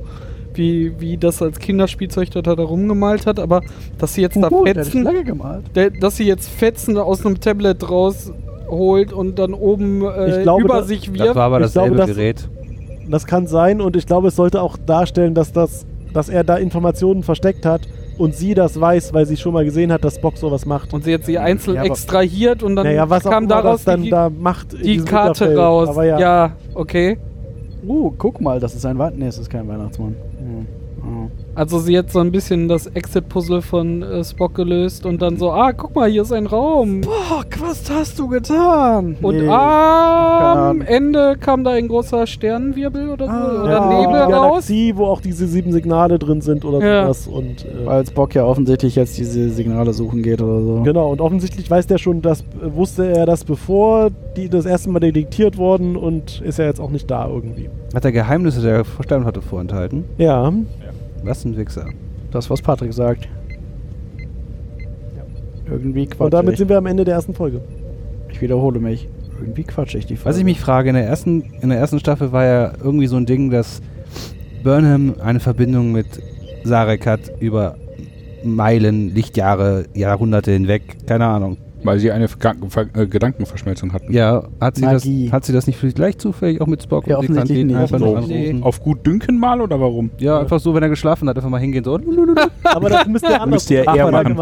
Speaker 2: wie wie das als Kinderspielzeug dort da rumgemalt hat, aber dass sie jetzt da
Speaker 4: Huhu, der hat
Speaker 2: Fetzen
Speaker 4: lange gemalt.
Speaker 2: Der- dass sie jetzt Fetzen aus einem Tablet rausholt und dann oben äh,
Speaker 6: Ich glaube,
Speaker 2: über
Speaker 6: da-
Speaker 2: sich
Speaker 7: Das
Speaker 2: wirft.
Speaker 7: war aber
Speaker 6: Ich
Speaker 7: dasselbe
Speaker 6: glaube, das-
Speaker 7: Gerät.
Speaker 6: Das kann sein und ich glaube, es sollte auch darstellen, dass, das, dass er da Informationen versteckt hat und sie das weiß, weil sie schon mal gesehen hat, dass Spock sowas macht.
Speaker 2: und sie hat sie einzeln
Speaker 6: Ja, aber-
Speaker 2: extrahiert und dann
Speaker 6: naja, was auch
Speaker 2: kam
Speaker 6: immer
Speaker 2: daraus
Speaker 6: das dann
Speaker 2: die,
Speaker 6: da macht. in
Speaker 2: die
Speaker 6: diesem
Speaker 2: Karte
Speaker 6: Interface.
Speaker 2: raus.
Speaker 6: Aber
Speaker 2: Ja.
Speaker 6: ja,
Speaker 2: okay.
Speaker 4: Uh, guck mal, das ist ein Weihnachts... Nee, es ist kein Weihnachtsmann. Hm. Ah.
Speaker 2: Also sie hat so ein bisschen das Exit-Puzzle von äh, Spock gelöst und dann so, ah, guck mal, hier ist ein Raum.
Speaker 4: Bock, was hast du getan?
Speaker 2: Und
Speaker 4: Nee.
Speaker 2: am
Speaker 4: Ahnung.
Speaker 2: Ende kam da ein großer Sternenwirbel oder so
Speaker 4: Ah,
Speaker 2: oder
Speaker 4: ja,
Speaker 2: Nebel
Speaker 6: die
Speaker 2: raus.
Speaker 6: Galaxie, wo auch diese sieben Signale drin sind oder
Speaker 2: Ja.
Speaker 6: sowas. Und, äh,
Speaker 4: Weil Spock ja offensichtlich jetzt diese Signale suchen geht oder so.
Speaker 6: Genau, und offensichtlich weiß der schon, dass, äh, wusste er das bevor die das erste Mal detektiert wurden und ist ja jetzt auch nicht da irgendwie.
Speaker 7: Hat er Geheimnisse der Sternflotte vorenthalten?
Speaker 6: Ja,
Speaker 7: Was ein Wichser.
Speaker 4: Das, was Patrick sagt. Irgendwie quatschig.
Speaker 6: und damit sind wir am Ende der ersten Folge.
Speaker 4: ich wiederhole mich. Irgendwie quatschig die Frage.
Speaker 7: Was ich mich frage, in der ersten, in der ersten Staffel war ja irgendwie so ein Ding, dass Burnham eine Verbindung mit Sarek hat über Meilen, Lichtjahre, Jahrhunderte hinweg. Keine Ahnung.
Speaker 5: Weil sie eine Gedanken- Ver- äh, Gedankenverschmelzung hatten.
Speaker 7: Ja, hat sie, das,
Speaker 4: Magie.
Speaker 7: hat sie das nicht vielleicht zufällig auch mit Spock?
Speaker 4: Ja,
Speaker 7: und sie kann
Speaker 4: offensichtlich
Speaker 7: ihn
Speaker 4: nicht.
Speaker 7: Einfach nur
Speaker 4: Offensichtlich.
Speaker 7: anrufen?
Speaker 5: Auf gut Dünken mal oder warum?
Speaker 7: Ja, einfach so, wenn er geschlafen hat, einfach mal hingehen so.
Speaker 6: Aber das müsst ihr anders
Speaker 5: Müsst ihr eher machen.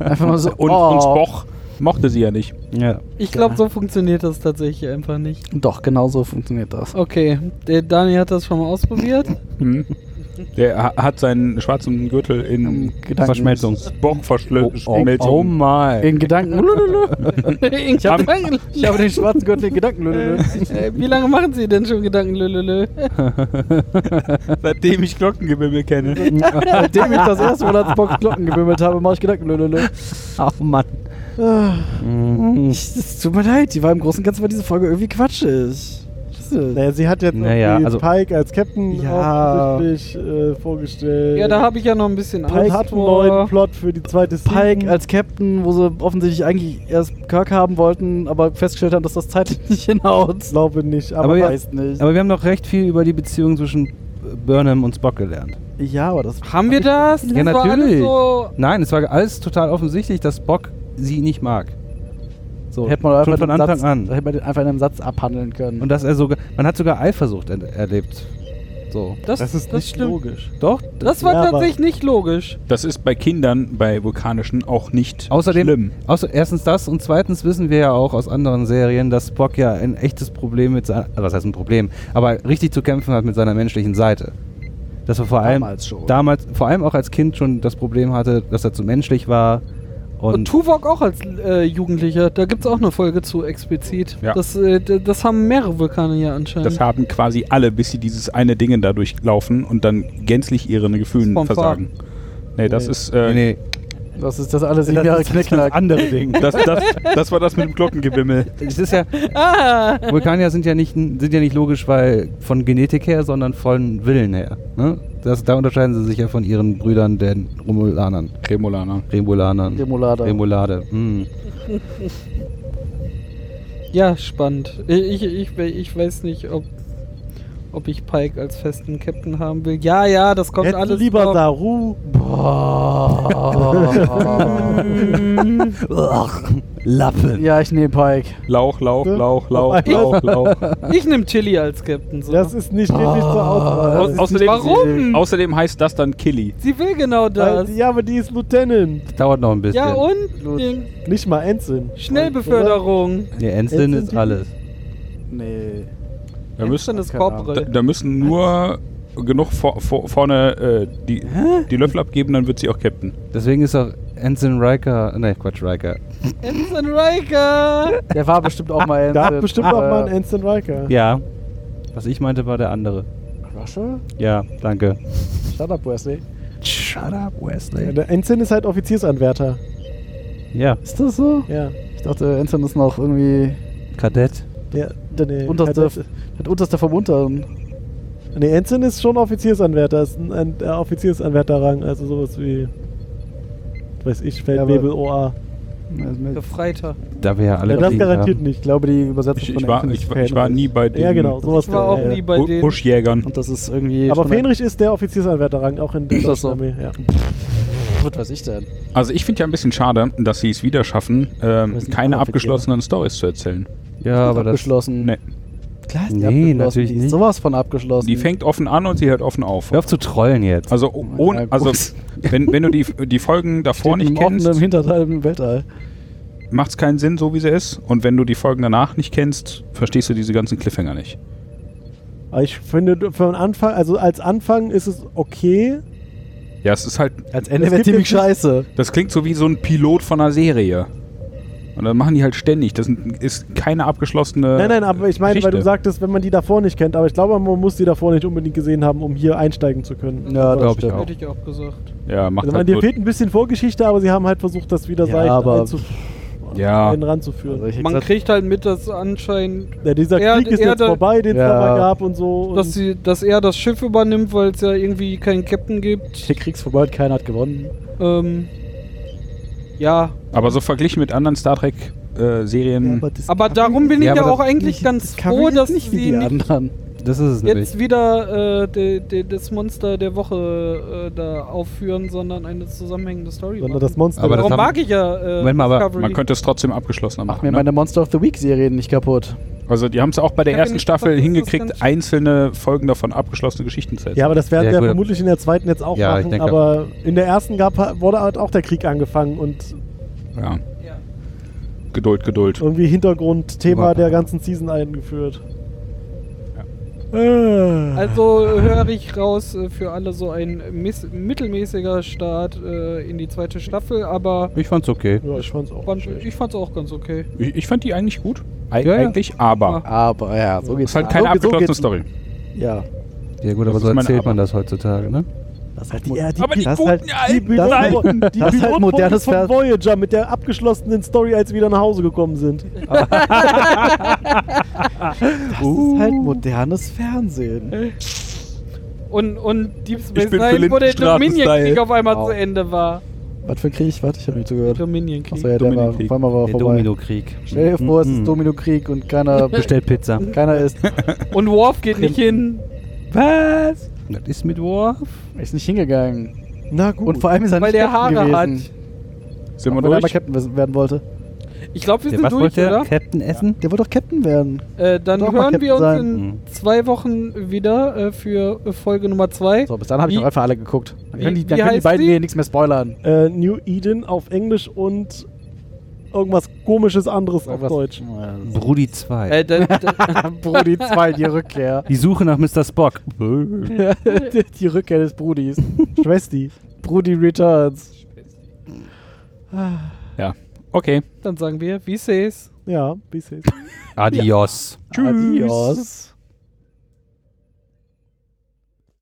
Speaker 4: Einfach mal so.
Speaker 5: Und,
Speaker 4: oh.
Speaker 5: und Spoch mochte sie ja nicht.
Speaker 7: Ja.
Speaker 2: Ich glaube, so funktioniert das tatsächlich einfach nicht.
Speaker 4: Doch, genau so funktioniert das.
Speaker 2: Okay, der Dani hat das schon mal ausprobiert.
Speaker 5: Hm. Der ha- hat seinen schwarzen Gürtel in
Speaker 4: Ähm, Gedanken- Verschmelzung.
Speaker 5: Spoch verschmelzt.
Speaker 7: my.
Speaker 4: In Gedanken.
Speaker 2: ich hab,
Speaker 4: Ich habe den schwarzen Gürtel in Gedanken.
Speaker 2: Äh, Wie lange machen Sie denn schon Gedanken, lülülü?
Speaker 5: Seitdem ich Glockengebimmel kenne.
Speaker 4: Seitdem ich das erste Mal als Box Glocken gewimmelt habe, mache ich Gedanken.
Speaker 7: Ach Mann.
Speaker 4: Hm. Ich- Es tut mir leid, die war im Großen und Ganzen, weil diese Folge irgendwie Quatsch ist. Weißt du?
Speaker 6: Naja, sie hat jetzt
Speaker 7: Naja,
Speaker 6: irgendwie
Speaker 7: also-
Speaker 6: Pike als Captain
Speaker 4: Ja.
Speaker 6: offensichtlich äh, vorgestellt.
Speaker 2: Ja, da habe ich ja noch ein bisschen
Speaker 6: Pike
Speaker 2: Angst
Speaker 6: hat einen
Speaker 2: vor.
Speaker 6: neuen Plot für die zweite
Speaker 4: Pike
Speaker 6: Season.
Speaker 4: als Captain, wo sie offensichtlich eigentlich erst Kirk haben wollten, aber festgestellt haben, dass das zeitlich nicht hinhaut.
Speaker 6: glaube nicht, aber,
Speaker 7: Aber wir-
Speaker 6: weiß nicht.
Speaker 7: Aber wir haben noch recht viel über die Beziehung zwischen Burnham und Spock gelernt.
Speaker 4: Ja, aber das.
Speaker 2: Haben wir das?
Speaker 7: Ja,
Speaker 2: das war alles
Speaker 7: natürlich.
Speaker 2: so
Speaker 7: Nein, es war alles total offensichtlich, dass Spock sie nicht mag. So,
Speaker 4: Hätte man einfach
Speaker 7: schon von
Speaker 4: in einem
Speaker 7: Anfang
Speaker 4: Satz,
Speaker 7: an.
Speaker 4: Hätte man den einfach in einem Satz abhandeln können.
Speaker 7: Und dass er sogar, man hat sogar Eifersucht er erlebt. So.
Speaker 2: das,
Speaker 6: das ist nicht
Speaker 2: stimmt.
Speaker 6: logisch.
Speaker 7: Doch,
Speaker 2: Das war
Speaker 6: Ja, aber-
Speaker 2: tatsächlich nicht logisch.
Speaker 5: Das ist bei Kindern, bei Vulkanischen auch nicht
Speaker 7: Außerdem,
Speaker 5: schlimm.
Speaker 7: Außer, erstens das und zweitens wissen wir ja auch aus anderen Serien, dass Spock ja ein echtes Problem mit seiner, was heißt ein Problem, aber richtig zu kämpfen hat mit seiner menschlichen Seite. Dass er vor allem
Speaker 4: Damals schon.
Speaker 7: damals, vor allem auch als Kind schon das Problem hatte, dass er zu menschlich war
Speaker 2: Und,
Speaker 7: und,
Speaker 2: Tuvok auch als äh, Jugendlicher. Da gibt es auch eine Folge zu explizit.
Speaker 5: Ja.
Speaker 2: Das, äh, d- das haben mehrere Vulkane hier anscheinend.
Speaker 5: Das haben quasi alle, bis sie dieses eine Ding da durchlaufen und dann gänzlich ihren Gefühlen
Speaker 2: Spongebob.
Speaker 5: versagen. Nee, das
Speaker 6: Nee.
Speaker 5: ist. Äh,
Speaker 7: nee,
Speaker 4: das ist das alles sieben Jahre Knickknack.
Speaker 7: andere Ding.
Speaker 5: Das, das, das war das mit dem Glockengebimmel.
Speaker 7: Es ist ja,
Speaker 2: ah,
Speaker 7: Vulkanier sind ja nicht sind ja nicht logisch, weil von Genetik her, sondern von Willen her. Ne? Das, da unterscheiden sie sich ja von ihren Brüdern, den Romulanern,
Speaker 5: Remolaner.
Speaker 7: Remulanern,
Speaker 4: Remulade.
Speaker 7: Remulade. Mm.
Speaker 2: ja, spannend. Ich, ich, ich, we- ich weiß nicht, ob, ob ich Pike als festen Captain haben will. Ja, ja, das kommt
Speaker 6: Hätten
Speaker 2: alles.
Speaker 6: lieber
Speaker 2: drauf.
Speaker 6: Saru.
Speaker 7: Lappen.
Speaker 4: ja, ich nehme Pike.
Speaker 5: Lauch, Lauch,
Speaker 6: Ne?
Speaker 5: Lauch, Lauch, Lauch, Lauch.
Speaker 2: Ich nehme Chili als Captain. So.
Speaker 6: Das ist nicht, steht nicht zur
Speaker 5: Au-
Speaker 6: Auswahl.
Speaker 5: außerdem,
Speaker 2: Warum?
Speaker 5: außerdem heißt das dann Killy.
Speaker 2: Sie will genau das.
Speaker 6: Weil, Halt, ja, aber die ist Lieutenant.
Speaker 7: Dauert noch ein bisschen.
Speaker 2: Ja, und? Den-
Speaker 6: Nicht mal Ensign.
Speaker 2: Schnellbeförderung.
Speaker 7: Nee, Ensign ist
Speaker 6: Ensign-
Speaker 7: alles.
Speaker 4: Nee.
Speaker 5: Da müssen,
Speaker 2: das
Speaker 4: keine Ahnung.
Speaker 5: da,
Speaker 2: Corporal.
Speaker 5: da müssen nur genug vor, vor, vorne äh, die, die Löffel abgeben, dann wird sie auch Captain.
Speaker 7: Deswegen ist auch Ensign Riker. Ne, Quatsch, Riker.
Speaker 2: Ensign Riker!
Speaker 4: Der war bestimmt auch mal Äh,
Speaker 6: Da hat bestimmt
Speaker 4: Ah,
Speaker 6: auch mal ein
Speaker 4: ein
Speaker 6: Ensign Riker.
Speaker 7: Ja. Was ich meinte, war der andere.
Speaker 4: Crusher?
Speaker 7: Ja, danke.
Speaker 6: Shut up, Wesley.
Speaker 7: Shut up, Wesley.
Speaker 6: Der Ensign ist halt Offiziersanwärter.
Speaker 7: Ja,
Speaker 4: Äh, Ist das so?
Speaker 6: Ja.
Speaker 4: Ich dachte, Ensign ist noch irgendwie
Speaker 7: Kadett.
Speaker 6: Der, der, nee,
Speaker 4: unterste,
Speaker 6: der-
Speaker 4: das unterste vom Unteren.
Speaker 6: Nee, Ensign ist schon Offiziersanwärter, ist ein, ein äh, Offiziersanwärterrang, also sowas wie, weiß ich, Feldwebel OA.
Speaker 2: Befreiter.
Speaker 7: Da wir ja alle
Speaker 6: Ja, das
Speaker 7: fliegen
Speaker 6: garantiert
Speaker 7: haben.
Speaker 4: Ich
Speaker 6: nicht.
Speaker 4: glaube, die Übersetzung
Speaker 5: Ich,
Speaker 4: von
Speaker 5: ich, war,
Speaker 4: Ensign
Speaker 5: ich,
Speaker 4: ist
Speaker 5: war- ich war
Speaker 4: Fähnrich.
Speaker 5: nie bei den
Speaker 6: Ja, genau, sowas.
Speaker 2: Ich war auch
Speaker 6: ja,
Speaker 2: nie
Speaker 6: ja.
Speaker 2: bei
Speaker 5: Bu-
Speaker 2: denen.
Speaker 5: Buschjägern.
Speaker 4: Und das ist irgendwie.
Speaker 6: Aber
Speaker 4: schon ein-
Speaker 6: Fenrich ist der Offiziersanwärterrang, auch in der
Speaker 4: Ist das so?
Speaker 6: Armee. Ja.
Speaker 4: Was weiß ich denn?
Speaker 5: Also ich finde ja ein bisschen schade, dass sie es wieder schaffen, ähm,
Speaker 6: Das sind
Speaker 5: keine
Speaker 6: auch
Speaker 5: abgeschlossenen Stories zu erzählen.
Speaker 7: Ja, aber das.
Speaker 4: abgeschlossen.
Speaker 5: Nee.
Speaker 4: Klar ist die
Speaker 7: Nee,
Speaker 4: abgeschlossen.
Speaker 7: natürlich
Speaker 4: die ist
Speaker 7: nicht.
Speaker 4: sowas von abgeschlossen.
Speaker 5: Die fängt offen an und sie hört offen auf.
Speaker 7: Hör auf zu trollen jetzt.
Speaker 5: Also
Speaker 4: Ja,
Speaker 5: ohne,
Speaker 4: gut.
Speaker 5: also wenn, wenn du die, die Folgen davor
Speaker 4: Oh Steht
Speaker 5: nicht
Speaker 4: im offenen
Speaker 5: kennst,
Speaker 4: Hinterteil im Weltall.
Speaker 5: macht es keinen Sinn, so wie sie ist. Und wenn du die Folgen danach nicht kennst, verstehst du diese ganzen Cliffhanger nicht.
Speaker 6: Aber ich finde, von Anfang, also als Anfang ist es okay.
Speaker 5: Ja, es ist halt,
Speaker 4: Als Ende
Speaker 6: Es
Speaker 4: wäre
Speaker 6: gibt
Speaker 4: ziemlich
Speaker 6: jetzt nicht-
Speaker 4: scheiße.
Speaker 5: das klingt so wie so ein Pilot von einer Serie. Und dann machen die halt ständig. Das ist keine abgeschlossene.
Speaker 6: Nein, nein, aber ich meine, weil du
Speaker 5: Äh, Geschichte.
Speaker 6: sagtest, wenn man die davor nicht kennt, aber ich glaube, man muss die davor nicht unbedingt gesehen haben, um hier einsteigen zu können.
Speaker 4: Ja,
Speaker 7: glaub ich
Speaker 4: stimmt.
Speaker 7: auch.
Speaker 2: Hätte ich auch gesagt.
Speaker 5: Ja, macht
Speaker 6: Also, man,
Speaker 5: halt
Speaker 6: dir
Speaker 5: nur,
Speaker 6: fehlt ein bisschen Vorgeschichte, aber sie haben halt versucht, das wieder
Speaker 4: Ja,
Speaker 6: seicht
Speaker 4: aber-
Speaker 6: einzu-
Speaker 5: Ja,
Speaker 6: einen ranzuführen.
Speaker 4: Also ich hätte
Speaker 2: Man
Speaker 4: gesagt,
Speaker 2: kriegt halt mit, dass anscheinend,
Speaker 6: Ja, dieser
Speaker 2: Er-
Speaker 6: Krieg ist
Speaker 2: er-
Speaker 6: jetzt vorbei, den es
Speaker 4: Ja.
Speaker 6: da mal gab und so. Und
Speaker 2: dass, sie, dass er das Schiff übernimmt, weil es ja irgendwie keinen Captain gibt.
Speaker 4: der Krieg ist vorbei und keiner hat gewonnen.
Speaker 2: Ähm, ja,
Speaker 5: aber so verglichen mit anderen Star äh, Trek-Serien.
Speaker 6: das
Speaker 2: aber darum bin
Speaker 4: Hm.
Speaker 7: Ja,
Speaker 2: ich ja
Speaker 7: aber
Speaker 2: auch
Speaker 7: das-
Speaker 2: eigentlich ganz
Speaker 4: Kann
Speaker 2: froh,
Speaker 4: man jetzt
Speaker 2: dass
Speaker 4: nicht wie
Speaker 2: sie
Speaker 4: die
Speaker 2: nicht,
Speaker 4: anderen.
Speaker 7: Das ist es
Speaker 2: jetzt
Speaker 7: nämlich.
Speaker 2: wieder äh, de, de, das Monster der Woche äh, da aufführen, sondern eine zusammenhängende Story.
Speaker 6: Sondern
Speaker 2: machen.
Speaker 6: das Monster.
Speaker 7: Aber das-
Speaker 2: Darum
Speaker 7: haben-
Speaker 2: mag ich ja. Äh,
Speaker 7: Moment mal, aber
Speaker 2: Discovery.
Speaker 5: Man könnte es trotzdem abgeschlossener
Speaker 4: Mach
Speaker 5: machen.
Speaker 4: mir
Speaker 5: ne?
Speaker 4: meine Monster of the Week-Serien nicht kaputt.
Speaker 5: Also die haben es auch bei der
Speaker 2: Ja,
Speaker 5: ersten
Speaker 2: genau,
Speaker 5: Staffel
Speaker 2: das ist ganz-
Speaker 5: hingekriegt, einzelne Folgen davon abgeschlossene Geschichten zu erzählen.
Speaker 6: ja, aber das werden
Speaker 7: Ja,
Speaker 6: wir
Speaker 7: gut.
Speaker 6: vermutlich in der zweiten jetzt auch
Speaker 7: Ja, ich
Speaker 6: machen.
Speaker 7: denke-
Speaker 6: aber in der ersten gab, wurde halt auch der Krieg angefangen und
Speaker 5: Ja. Geduld, Geduld.
Speaker 6: irgendwie Hintergrundthema
Speaker 7: Warte.
Speaker 6: der ganzen Season eingeführt. Äh.
Speaker 2: Also äh, höre ich raus äh, für alle so ein miss- mittelmäßiger Start äh, in die zweite Staffel, aber
Speaker 7: Ich fand's okay.
Speaker 6: Ja, ich fand's auch.
Speaker 2: fand, ich fand's auch ganz okay.
Speaker 5: Ich, ich fand die eigentlich gut. Eig
Speaker 7: Ja, ja.
Speaker 5: Eigentlich, aber.
Speaker 4: Aber ja, so
Speaker 5: Es
Speaker 4: geht's.
Speaker 5: ist halt keine
Speaker 4: so, geht's- so
Speaker 5: abgeschlossene
Speaker 4: geht's-
Speaker 5: Story.
Speaker 4: Ja.
Speaker 7: Ja gut,
Speaker 5: Das
Speaker 7: aber so
Speaker 5: ist mein
Speaker 7: erzählt
Speaker 5: Aber.
Speaker 7: man das heutzutage, ne?
Speaker 4: Das ist halt die,
Speaker 6: Ja, die-
Speaker 5: Aber die
Speaker 4: das
Speaker 5: guten
Speaker 4: halt-
Speaker 5: alten
Speaker 4: das halt-
Speaker 5: Zeiten.
Speaker 6: Die
Speaker 4: Das ist halt
Speaker 6: Pilotfolge
Speaker 4: modernes
Speaker 6: von
Speaker 4: Ver-
Speaker 6: Voyager mit der abgeschlossenen Story, als wir wieder nach Hause gekommen sind.
Speaker 4: das ist halt modernes Fernsehen.
Speaker 2: Und, und Deep Space
Speaker 5: bin für
Speaker 2: Nine, wo der
Speaker 5: Lindenstraßen-Style.
Speaker 2: Dominion-Krieg auf einmal
Speaker 4: Wow.
Speaker 2: zu Ende war.
Speaker 4: Was für ein Krieg? Warte, ich habe nicht zugehört.
Speaker 2: Dominion-Krieg.
Speaker 4: Achso, ja, der war,
Speaker 5: Domino-Krieg.
Speaker 4: auf einmal war er
Speaker 7: Der
Speaker 4: vorbei.
Speaker 7: Domino-Krieg.
Speaker 4: Stell dir vor, es
Speaker 7: Mhm.
Speaker 4: ist Domino-Krieg und keiner,
Speaker 7: Bestellt Pizza.
Speaker 4: keiner ist,
Speaker 2: Und Worf geht nicht hin.
Speaker 7: Was? Das ist mit War?
Speaker 4: ist nicht hingegangen.
Speaker 6: Na gut.
Speaker 4: Und vor allem ist er
Speaker 2: Weil
Speaker 4: nicht
Speaker 2: der
Speaker 4: Captain
Speaker 2: Haare hat.
Speaker 4: gewesen.
Speaker 5: Sind wir
Speaker 4: Wenn er mal
Speaker 5: durch?
Speaker 4: Captain wes- werden wollte.
Speaker 2: Ich glaube, wir
Speaker 7: Der,
Speaker 2: sind
Speaker 7: was
Speaker 2: durch,
Speaker 7: wollte der?
Speaker 2: oder?
Speaker 7: Captain Essen?
Speaker 4: Der wollte doch Captain werden.
Speaker 2: Äh, dann
Speaker 4: Doch, mal
Speaker 2: hören wir uns
Speaker 4: Captain
Speaker 2: in
Speaker 7: sein.
Speaker 2: zwei Wochen wieder äh, für äh, Folge Nummer zwei.
Speaker 4: So, bis dann habe ich
Speaker 2: Wie-
Speaker 4: noch einfach alle geguckt. Dann
Speaker 2: wie-
Speaker 4: können die,
Speaker 2: wie
Speaker 4: dann können die
Speaker 2: heißt
Speaker 4: beiden
Speaker 2: die?
Speaker 4: hier nichts mehr spoilern.
Speaker 6: äh, New Eden auf Englisch und irgendwas komisches anderes auf Deutsch.
Speaker 7: Brudi 2.
Speaker 2: Äh, da, da,
Speaker 4: Ah, Brudi 2, die Rückkehr.
Speaker 7: Die Suche nach Mr. Spock. Äh.
Speaker 4: die, die Rückkehr des Brudis.
Speaker 6: Schwesti.
Speaker 4: Brudi Returns.
Speaker 5: Ja. Okay.
Speaker 2: dann sagen wir, wie seh's.
Speaker 6: Ja, bis jetzt.
Speaker 7: Adios.
Speaker 6: Tschüss. Adios.